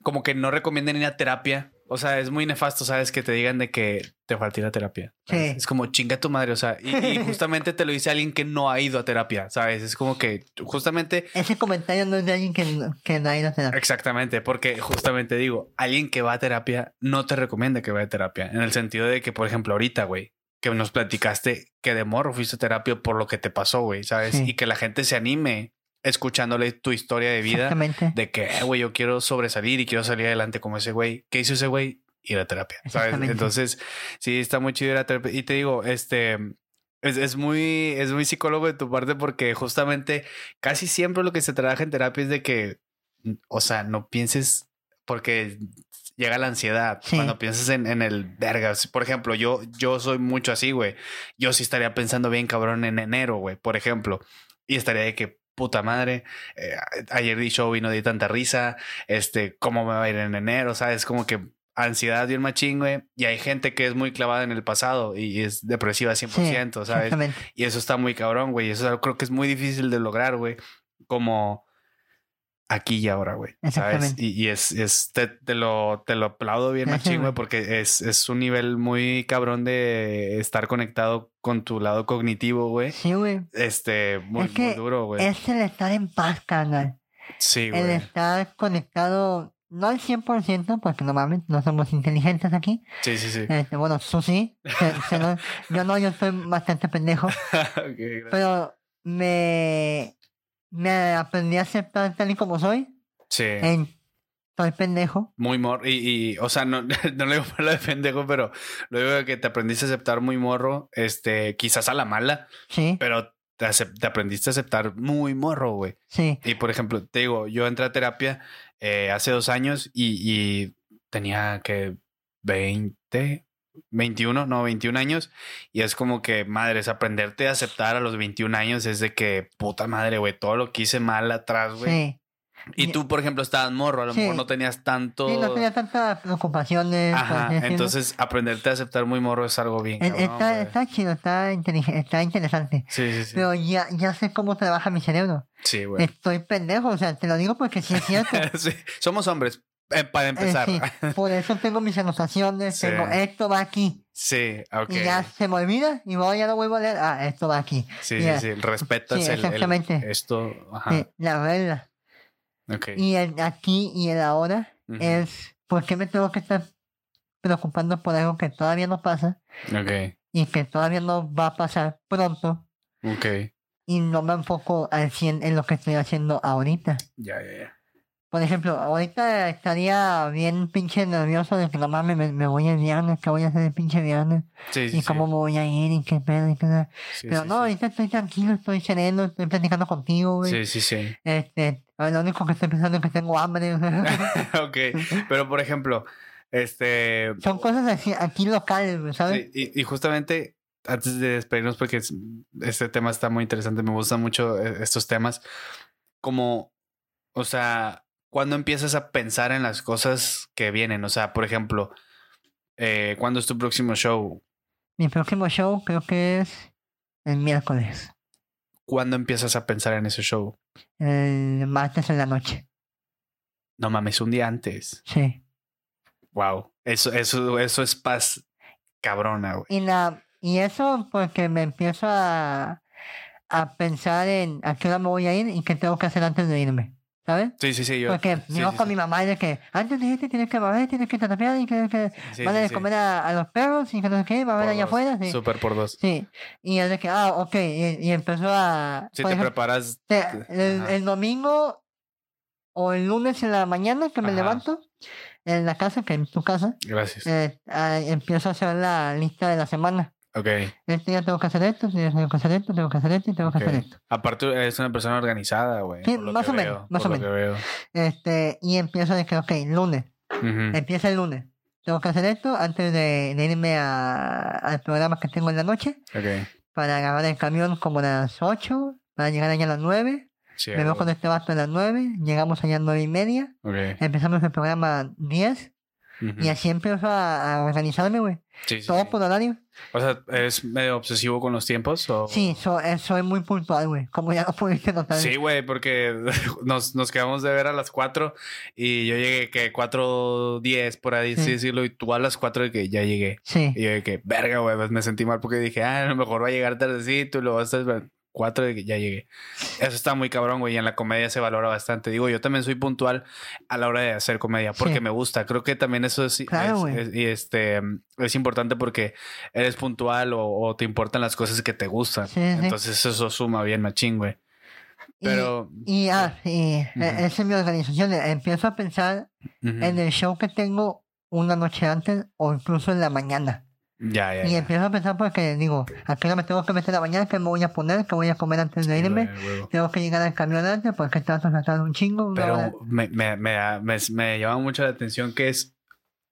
Speaker 2: como que no recomienden ir a terapia. O sea, es muy nefasto, ¿sabes? Que te digan de que te falta ir a terapia. ¿sabes?
Speaker 3: Sí.
Speaker 2: Es como chinga tu madre, o sea, y, y justamente te lo dice alguien que no ha ido a terapia, ¿sabes? Es como que justamente...
Speaker 3: Ese comentario no es de alguien que, que no ha ido a terapia.
Speaker 2: Exactamente, porque justamente digo, alguien que va a terapia no te recomienda que vaya a terapia, en el sentido de que, por ejemplo, ahorita, güey, que nos platicaste que de morro fuiste a terapia por lo que te pasó, güey, ¿sabes?
Speaker 3: Sí.
Speaker 2: Y que la gente se anime escuchándole tu historia de vida
Speaker 3: Exactamente.
Speaker 2: de que, eh, güey, yo quiero sobresalir y quiero salir adelante como ese güey. ¿Qué hizo ese güey? ir a terapia. ¿sabes?
Speaker 3: Exactamente.
Speaker 2: Entonces, sí, está muy chido ir a terapia. Y te digo, este, es, es muy, es muy psicólogo de tu parte porque justamente casi siempre lo que se trabaja en terapia es de que, o sea, no pienses porque llega la ansiedad
Speaker 3: Sí.
Speaker 2: cuando piensas en, en el verga. Por ejemplo, yo, yo soy mucho así, güey. Yo sí estaría pensando bien cabrón en enero, güey, por ejemplo. Y estaría de que, puta madre, eh, ayer di show y no di tanta risa. Este, ¿cómo me va a ir en enero? ¿Sabes? Como que ansiedad bien machín, güey. Y hay gente que es muy clavada en el pasado y es depresiva 100%, ¿sabes?
Speaker 3: Exactamente.
Speaker 2: Y eso está muy cabrón, güey. Eso es algo- creo que es muy difícil de lograr, güey. Como aquí y ahora, güey. ¿Sabes?
Speaker 3: Exactamente.
Speaker 2: Y, y es, es te, te lo, te lo aplaudo bien,
Speaker 3: Ajá,
Speaker 2: machín, güey,
Speaker 3: güey.
Speaker 2: porque es, es un nivel muy cabrón de estar conectado con tu lado cognitivo, güey.
Speaker 3: Sí, güey.
Speaker 2: Este, muy,
Speaker 3: Es que
Speaker 2: muy duro, güey.
Speaker 3: Es el estar en paz, carnal.
Speaker 2: Sí,
Speaker 3: el
Speaker 2: güey.
Speaker 3: estar conectado, no al 100%, porque normalmente no somos inteligentes aquí.
Speaker 2: Sí, sí, sí.
Speaker 3: Este, bueno, tú sí. se- se nos- yo no, yo soy bastante pendejo.
Speaker 2: Ok, gracias.
Speaker 3: Pero me, me aprendí a aceptar tal y como soy.
Speaker 2: sí.
Speaker 3: en- soy pendejo.
Speaker 2: Muy morro, y, y, o sea, no, no lo digo para lo de pendejo, pero lo digo de que te aprendiste a aceptar muy morro, este, quizás a la mala,
Speaker 3: Sí,
Speaker 2: pero te, acep- te aprendiste a aceptar muy morro, güey.
Speaker 3: sí.
Speaker 2: Y por ejemplo, te digo, yo entré a terapia eh, hace dos años y, y tenía que 20, 21, no, 21 años. Y es como que, madre, es aprenderte a aceptar a los 21 años es de que, puta madre, güey, todo lo que hice mal atrás, güey.
Speaker 3: Sí.
Speaker 2: Y tú, por ejemplo, estabas morro, a lo
Speaker 3: Sí.
Speaker 2: mejor no tenías tanto...
Speaker 3: Sí, no tenía tantas preocupaciones. por
Speaker 2: Ajá,
Speaker 3: así decirlo.
Speaker 2: entonces aprenderte a aceptar muy morro es algo bien.
Speaker 3: Eh,
Speaker 2: cabrón,
Speaker 3: está,
Speaker 2: güey.
Speaker 3: está chido, está, inteligen- está interesante.
Speaker 2: Sí, sí, sí.
Speaker 3: Pero ya, ya sé cómo trabaja mi cerebro.
Speaker 2: Sí, güey.
Speaker 3: Estoy pendejo, o sea, te lo digo porque sí es cierto. Eh,
Speaker 2: Sí, Somos hombres, eh, para empezar.
Speaker 3: sí, por eso tengo mis anotaciones,
Speaker 2: Sí.
Speaker 3: tengo esto va aquí.
Speaker 2: Sí, ok.
Speaker 3: Y ya se me olvida y luego ya lo vuelvo a leer. Ah, esto va aquí.
Speaker 2: Sí, sí,
Speaker 3: ya.
Speaker 2: sí. El respeto
Speaker 3: Sí,
Speaker 2: es el, el-
Speaker 3: exactamente.
Speaker 2: Esto, ajá.
Speaker 3: Sí, Eh, la regla.
Speaker 2: Ah. Ok.
Speaker 3: Y el aquí y el ahora
Speaker 2: Ujú,
Speaker 3: es por qué me tengo que estar preocupando por algo que todavía no pasa
Speaker 2: Ok.
Speaker 3: y que todavía no va a pasar pronto
Speaker 2: Ok.
Speaker 3: y no me enfoco al 100 en lo que estoy haciendo ahorita.
Speaker 2: Ya, ya, ya.
Speaker 3: Por ejemplo, ahorita estaría bien pinche nervioso de que no mames, me, me voy el viernes, que voy a hacer el pinche viernes,
Speaker 2: Sí, sí.
Speaker 3: y
Speaker 2: sí,
Speaker 3: cómo me voy a ir, y qué pedo, y qué pedo.
Speaker 2: sí,
Speaker 3: Pero
Speaker 2: sí,
Speaker 3: no, ahorita estoy tranquilo, estoy sereno, estoy platicando contigo, güey.
Speaker 2: Sí, sí, sí.
Speaker 3: Este, lo único que estoy pensando es que tengo hambre.
Speaker 2: ok. Pero por ejemplo, este.
Speaker 3: Son cosas así, aquí locales, güey, ¿sabes?
Speaker 2: Sí, y, y justamente antes de despedirnos, porque es- este tema está muy interesante, me gustan mucho eh, estos temas, como, o sea, cuando empiezas a pensar en las cosas que vienen, o sea, por ejemplo, eh, ¿cuándo es tu próximo show?
Speaker 3: Mi próximo show creo que es el miércoles,
Speaker 2: ¿Cuándo empiezas a pensar en ese show?
Speaker 3: el martes en la noche.
Speaker 2: No mames, un día antes.
Speaker 3: Sí.
Speaker 2: Wow. Eso, eso, eso es paz cabrona, güey.
Speaker 3: Y, la, y eso porque me empiezo a, a pensar en a qué hora me voy a ir y qué tengo que hacer antes de irme, ¿sabes?
Speaker 2: Sí, sí, sí, yo.
Speaker 3: Porque
Speaker 2: sí,
Speaker 3: llego
Speaker 2: sí,
Speaker 3: con
Speaker 2: sí.
Speaker 3: mi mamá y de que antes de irte tienes que barrer, tienes que trapear y que, que
Speaker 2: Sí,
Speaker 3: van a
Speaker 2: sí, sí.
Speaker 3: comer a, a los perros y que no sé qué, va a
Speaker 2: Por
Speaker 3: ver allá
Speaker 2: dos.
Speaker 3: afuera. Sí.
Speaker 2: Súper por dos.
Speaker 3: sí. Y es de que, ah, ok, y, y empezó a...
Speaker 2: Si
Speaker 3: por
Speaker 2: te
Speaker 3: ejemplo,
Speaker 2: preparas.
Speaker 3: te- el,
Speaker 2: Ajá.
Speaker 3: el domingo o el lunes en la mañana que me
Speaker 2: Ajá.
Speaker 3: levanto en la casa, que es tu casa,
Speaker 2: Gracias.
Speaker 3: eh, ah, empiezo a hacer la lista de la semana.
Speaker 2: Ok.
Speaker 3: Este día tengo que hacer esto, este día tengo que hacer esto, tengo que hacer esto y tengo que hacer
Speaker 2: Ok.
Speaker 3: esto.
Speaker 2: Aparte, eres una persona organizada, güey.
Speaker 3: Sí,
Speaker 2: por lo
Speaker 3: más
Speaker 2: que
Speaker 3: o menos,
Speaker 2: veo,
Speaker 3: más
Speaker 2: por
Speaker 3: o
Speaker 2: lo
Speaker 3: Este, y empiezo de que, ok, lunes,
Speaker 2: que veo. Ujú.
Speaker 3: empieza el lunes. Tengo que hacer esto antes de, de irme a- al programa que tengo en la noche
Speaker 2: Ok.
Speaker 3: para grabar el camión como a las 8, para llegar allá a las 9.
Speaker 2: Sí,
Speaker 3: Me veo con este vato a las 9, llegamos allá a las 9 y media,
Speaker 2: ok.
Speaker 3: empezamos el programa 10
Speaker 2: Ujú.
Speaker 3: y así empiezo a, a organizarme, güey.
Speaker 2: Sí, sí,
Speaker 3: Todo
Speaker 2: sí.
Speaker 3: por horario.
Speaker 2: O sea, ¿eres medio obsesivo con los tiempos? O...
Speaker 3: Sí, so- eh, soy muy puntual, güey, como ya lo pudiste notar.
Speaker 2: Sí, güey, porque nos, nos quedamos de ver a las 4 y yo llegué que 4.10 por ahí, sí
Speaker 3: Sí.
Speaker 2: decirlo, y tú a las 4 de que ya llegué.
Speaker 3: Sí.
Speaker 2: Y yo de que, verga, güey, pues me sentí mal porque dije, ah, a lo mejor va a llegar tardecito y luego estás 4 de que ya llegué. Eso está muy cabrón, güey, y en la comedia se valora bastante. Digo, yo también soy puntual a la hora de hacer comedia porque
Speaker 3: Sí.
Speaker 2: me gusta. Creo que también eso es,
Speaker 3: Claro,
Speaker 2: es-
Speaker 3: güey.
Speaker 2: es- y este, es importante porque eres puntual o, o te importan las cosas que te gustan.
Speaker 3: Sí, sí.
Speaker 2: Entonces eso suma bien machín, güey.
Speaker 3: Y-
Speaker 2: Pero...
Speaker 3: Y, ah, sí, e-
Speaker 2: Ujú.
Speaker 3: esa es mi organización. Empiezo a pensar
Speaker 2: ujú,
Speaker 3: en el show que tengo una noche antes o incluso en la mañana.
Speaker 2: Ya, ya.
Speaker 3: Y
Speaker 2: ya.
Speaker 3: empiezo a pensar porque digo, ¿a qué hora me tengo que meter a bañar? ¿Qué me voy a poner? ¿Qué voy a comer antes de irme?
Speaker 2: Huevo, huevo.
Speaker 3: Tengo que llegar al camión antes porque está atrasado un chingo. una hora.
Speaker 2: Pero me, me, me, da- me, me llama mucho la atención que es,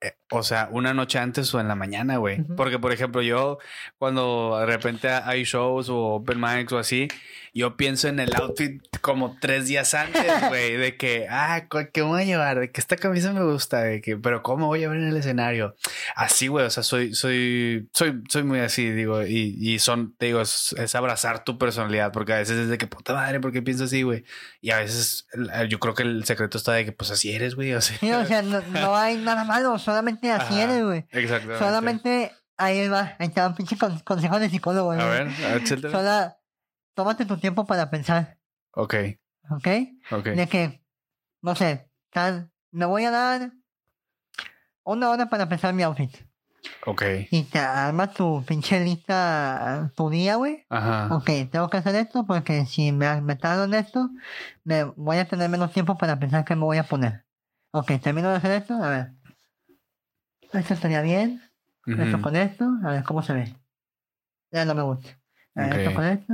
Speaker 2: eh, o sea, una noche antes o en la mañana, güey.
Speaker 3: Ujú.
Speaker 2: Porque, por ejemplo, yo cuando de repente hay shows o open mics o así, yo pienso en el outfit como tres días antes, güey. De que, ah, cu- ¿qué me voy a llevar? De que esta camisa me gusta, de que, pero ¿cómo voy a ver en el escenario? Así, güey, o sea, soy, soy, soy, soy muy así, digo, y, y son, te digo, es, es abrazar tu personalidad, porque a veces es de que, puta madre, ¿por qué pienso así, güey? Y a veces el- yo creo que el secreto está de que, pues así eres, güey, o sea.
Speaker 3: Sí, o sea, no, no hay nada malo, solamente así
Speaker 2: Ajá,
Speaker 3: eres, güey.
Speaker 2: Exactamente.
Speaker 3: Solamente ahí va, ahí está un pinche con- consejo de psicólogo,
Speaker 2: A
Speaker 3: güey.
Speaker 2: ver, a ver, suéltame.
Speaker 3: Sola, tómate tu tiempo para pensar,
Speaker 2: Ok,
Speaker 3: ¿ok?
Speaker 2: ok.
Speaker 3: De que, no sé, tal, me voy a dar una hora para pensar mi outfit.
Speaker 2: Ok.
Speaker 3: Y te armas tu pinche lista, tu día, güey.
Speaker 2: Ajá.
Speaker 3: Ok, tengo que hacer esto porque si me aumentaron esto, me voy a tener menos tiempo para pensar qué me voy a poner. Ok, termino de hacer esto, a ver. Esto estaría bien. Esto
Speaker 2: Ujú.
Speaker 3: con esto, a ver cómo se ve. Ya no me gusta. A ver,
Speaker 2: Ok.
Speaker 3: Esto con esto.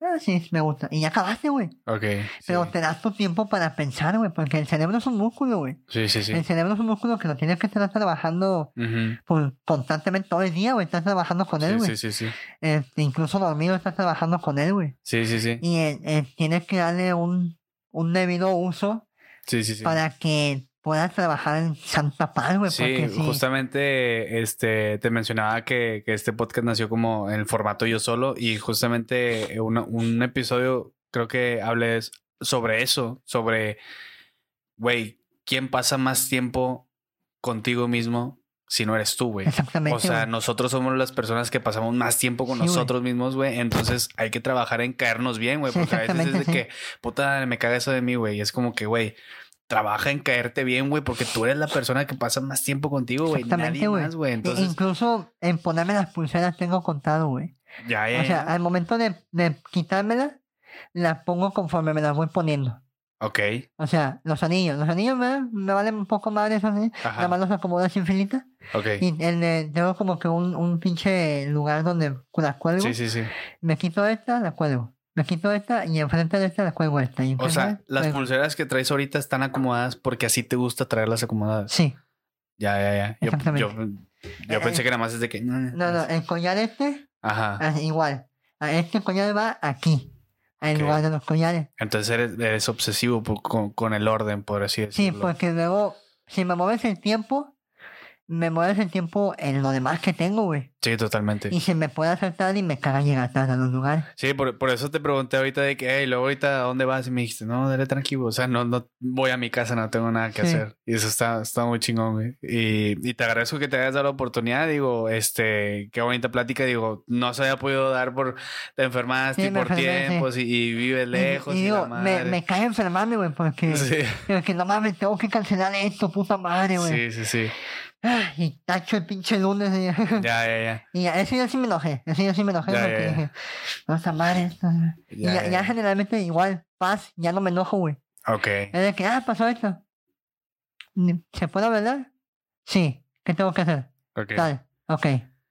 Speaker 3: Ah, sí, me gusta. Y ya acabaste, güey.
Speaker 2: Ok.
Speaker 3: Pero
Speaker 2: sí.
Speaker 3: te das tu tiempo para pensar, güey, porque el cerebro es un músculo, güey.
Speaker 2: Sí, sí, sí.
Speaker 3: El cerebro es un músculo que lo tienes que estar trabajando
Speaker 2: Ujú.
Speaker 3: pues, constantemente todo el día, güey. Estás trabajando con él,
Speaker 2: Sí, sí,
Speaker 3: güey.
Speaker 2: sí, sí.
Speaker 3: Este, incluso dormido estás trabajando con él, güey.
Speaker 2: Sí, sí, sí.
Speaker 3: Y eh, eh, tienes que darle un, un debido uso
Speaker 2: Sí, sí, sí.
Speaker 3: para que puedas trabajar en santa paz, güey.
Speaker 2: Sí,
Speaker 3: porque si-
Speaker 2: justamente este, te mencionaba que, que este podcast nació como en el formato yo solo y justamente eh, una- un episodio creo que hablé es- sobre eso, sobre, güey, ¿quién pasa más tiempo contigo mismo si no eres tú, güey?
Speaker 3: Exactamente.
Speaker 2: O sea,
Speaker 3: güey.
Speaker 2: nosotros somos las personas que pasamos más tiempo con
Speaker 3: Sí, güey.
Speaker 2: nosotros mismos, güey. Entonces hay que trabajar en caernos bien, güey.
Speaker 3: Sí,
Speaker 2: Porque a veces es de
Speaker 3: exactamente,
Speaker 2: que, puta, me caga eso de mí, güey. Y es como que, güey, trabaja en caerte bien, güey, porque tú eres la persona que pasa más tiempo contigo, güey.
Speaker 3: Exactamente,
Speaker 2: Nadie
Speaker 3: güey.
Speaker 2: más, güey.
Speaker 3: E-
Speaker 2: Entonces,
Speaker 3: Incluso en ponerme las pulseras tengo contado, güey.
Speaker 2: ya, ya.
Speaker 3: O sea,
Speaker 2: ya.
Speaker 3: al momento de, de quitármelas, las pongo conforme me las voy poniendo.
Speaker 2: ok.
Speaker 3: O sea, los anillos. Los anillos me, me valen un poco más esos anillos. Nada más
Speaker 2: Ajá.
Speaker 3: los acomodo así en filita.
Speaker 2: Ok.
Speaker 3: Y el de- tengo como que un, un pinche lugar donde las cuelgo.
Speaker 2: Sí, sí, sí.
Speaker 3: Me quito esta, la cuelgo. Me quito esta y enfrente de esta la cuelgo esta. y
Speaker 2: O
Speaker 3: enfrente de
Speaker 2: sea,
Speaker 3: esta,
Speaker 2: las
Speaker 3: cuelgo.
Speaker 2: pulseras que traes ahorita están acomodadas porque así te gusta traerlas acomodadas.
Speaker 3: Sí.
Speaker 2: Ya, ya, ya. Yo,
Speaker 3: Exactamente.
Speaker 2: yo, yo
Speaker 3: Eh,
Speaker 2: pensé que era más es de que. "Mm,
Speaker 3: No, no, el collar este,
Speaker 2: Ajá.
Speaker 3: ah, igual. A Este collar va aquí. En
Speaker 2: Ok.
Speaker 3: lugar de los collares.
Speaker 2: Entonces eres, eres obsesivo por- con, con el orden, por así
Speaker 3: Sí, pues.
Speaker 2: decirlo.
Speaker 3: porque luego, si me mueves el tiempo, me mueves el tiempo en lo demás que tengo, güey.
Speaker 2: Sí, totalmente.
Speaker 3: Y se me puede saltar y me caga llegar tarde a los lugares.
Speaker 2: Sí, por, por eso te pregunté ahorita de que, hey, luego ahorita, ¿a dónde vas? Y me dijiste, no, dale tranquilo. O sea, no, no voy a mi casa, no tengo nada que
Speaker 3: Sí.
Speaker 2: hacer. Y eso está, está muy chingón, güey. Y, y te agradezco que te hayas dado la oportunidad. Digo, este, qué bonita plática. Digo, no se había podido dar por, te enfermaste
Speaker 3: Sí,
Speaker 2: y
Speaker 3: me
Speaker 2: por
Speaker 3: enfermé, sí.
Speaker 2: tiempos y, y vives
Speaker 3: Y-
Speaker 2: lejos.
Speaker 3: y,
Speaker 2: Y,
Speaker 3: digo,
Speaker 2: la
Speaker 3: me,
Speaker 2: madre.
Speaker 3: me cae enfermarme, güey, porque,
Speaker 2: Sí,
Speaker 3: porque no mames, tengo que cancelar esto, puta madre,
Speaker 2: sí,
Speaker 3: güey.
Speaker 2: sí, sí.
Speaker 3: Ah, Y tacho el pinche lunes. Y,
Speaker 2: Ya, ya, ya.
Speaker 3: y eso yo sí me enojé, eso yo sí me enojé
Speaker 2: Ya,
Speaker 3: porque
Speaker 2: ya, ya.
Speaker 3: dije, puta madre. esto". Y
Speaker 2: Ya,
Speaker 3: ya,
Speaker 2: ya,
Speaker 3: ya
Speaker 2: ya.
Speaker 3: generalmente igual, paz, ya no me enojo, güey.
Speaker 2: Ok.
Speaker 3: Es de que, ah, pasó esto. Ni- ¿Se puede hablar? Sí, ¿qué tengo que hacer?
Speaker 2: Ok.
Speaker 3: Tal, ok,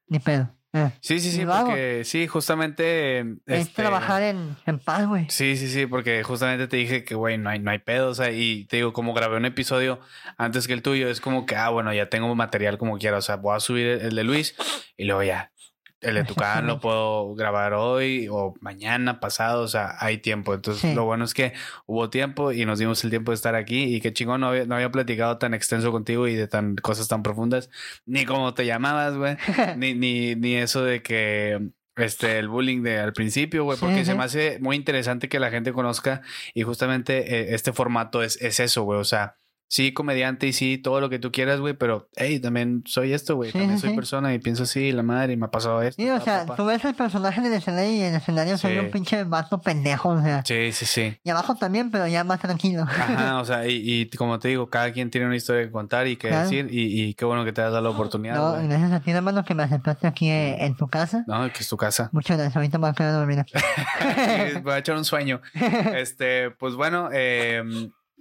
Speaker 3: ni pedo. eh.
Speaker 2: Sí, sí, sí,
Speaker 3: Lo hago.
Speaker 2: porque sí, justamente.
Speaker 3: Es
Speaker 2: este,
Speaker 3: trabajar en, en paz, güey.
Speaker 2: Sí, sí, sí, porque justamente te dije que, güey, no hay, no hay pedo, o sea, y te digo, como grabé un episodio antes que el tuyo, es como que, ah, bueno, ya tengo material como quiera, o sea, voy a subir el, el de Luis y luego ya, el de Tucán lo
Speaker 3: Exactamente.
Speaker 2: puedo grabar hoy o mañana, pasado, o sea, hay tiempo. Entonces,
Speaker 3: Sí.
Speaker 2: lo bueno es que hubo tiempo y nos dimos el tiempo de estar aquí y qué chingón, no había, no había platicado tan extenso contigo y de tan cosas tan profundas, ni cómo te llamabas, güey ni, ni, ni eso de que este el bullying de al principio, güey,
Speaker 3: Sí,
Speaker 2: porque se
Speaker 3: sí.
Speaker 2: me hace muy interesante que la gente conozca y justamente eh, este formato es, es eso, güey, o sea, sí, comediante y sí, todo lo que tú quieras, güey, pero, hey, también soy esto, güey,
Speaker 3: Sí,
Speaker 2: también
Speaker 3: sí,
Speaker 2: soy
Speaker 3: sí.
Speaker 2: persona y pienso así, la madre, y me ha pasado esto.
Speaker 3: Sí, o
Speaker 2: pa,
Speaker 3: sea,
Speaker 2: pa, pa.
Speaker 3: tú ves el personaje del escenario y en el escenario soy
Speaker 2: Sí.
Speaker 3: un pinche vato pendejo, o sea.
Speaker 2: Sí, sí, sí.
Speaker 3: Y abajo también, pero ya más tranquilo.
Speaker 2: Ajá, o sea, y, y como te digo, cada quien tiene una historia que contar y que
Speaker 3: Claro.
Speaker 2: decir, y, y qué bueno que te has dado la oportunidad,
Speaker 3: No,
Speaker 2: güey.
Speaker 3: gracias a ti, hermano, que me aceptaste aquí eh, en tu casa.
Speaker 2: No, que es tu casa.
Speaker 3: Muchas gracias, ahorita me voy a quedar a dormir aquí.
Speaker 2: Sí, me va a echar un sueño. Este, pues bueno, eh,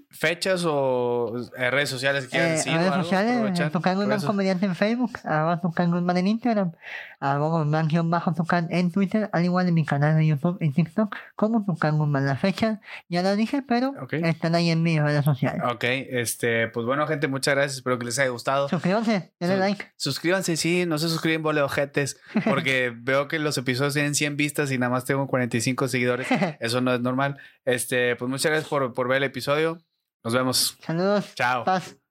Speaker 2: ¿Fechas o eh, redes sociales que quieras
Speaker 3: Eh,
Speaker 2: decir? o
Speaker 3: redes
Speaker 2: algo?
Speaker 3: sociales,
Speaker 2: Aprovechar.
Speaker 3: Tucán Guzmán
Speaker 2: Redes-
Speaker 3: Comediante en Facebook, arroba Tucán Guzmán en Instagram, arroba Guzmán guión bajo Tucán en Twitter, al igual en mi canal de YouTube y TikTok, como Tucán Guzmán. La fecha ya la dije, pero
Speaker 2: Ok. Ah.
Speaker 3: están ahí en mis redes sociales.
Speaker 2: Ok, este, pues bueno, gente, muchas gracias. Espero que les haya gustado.
Speaker 3: Suscríbanse, denle
Speaker 2: Su-
Speaker 3: like.
Speaker 2: Suscríbanse, sí, no se suscriben, bole ojetes, porque veo que los episodios tienen 100 vistas y nada más tengo 45 seguidores. Eso no es normal. Este, pues muchas gracias por, por ver el episodio. Nos vemos.
Speaker 3: Saludos,
Speaker 2: Chao.
Speaker 3: paz.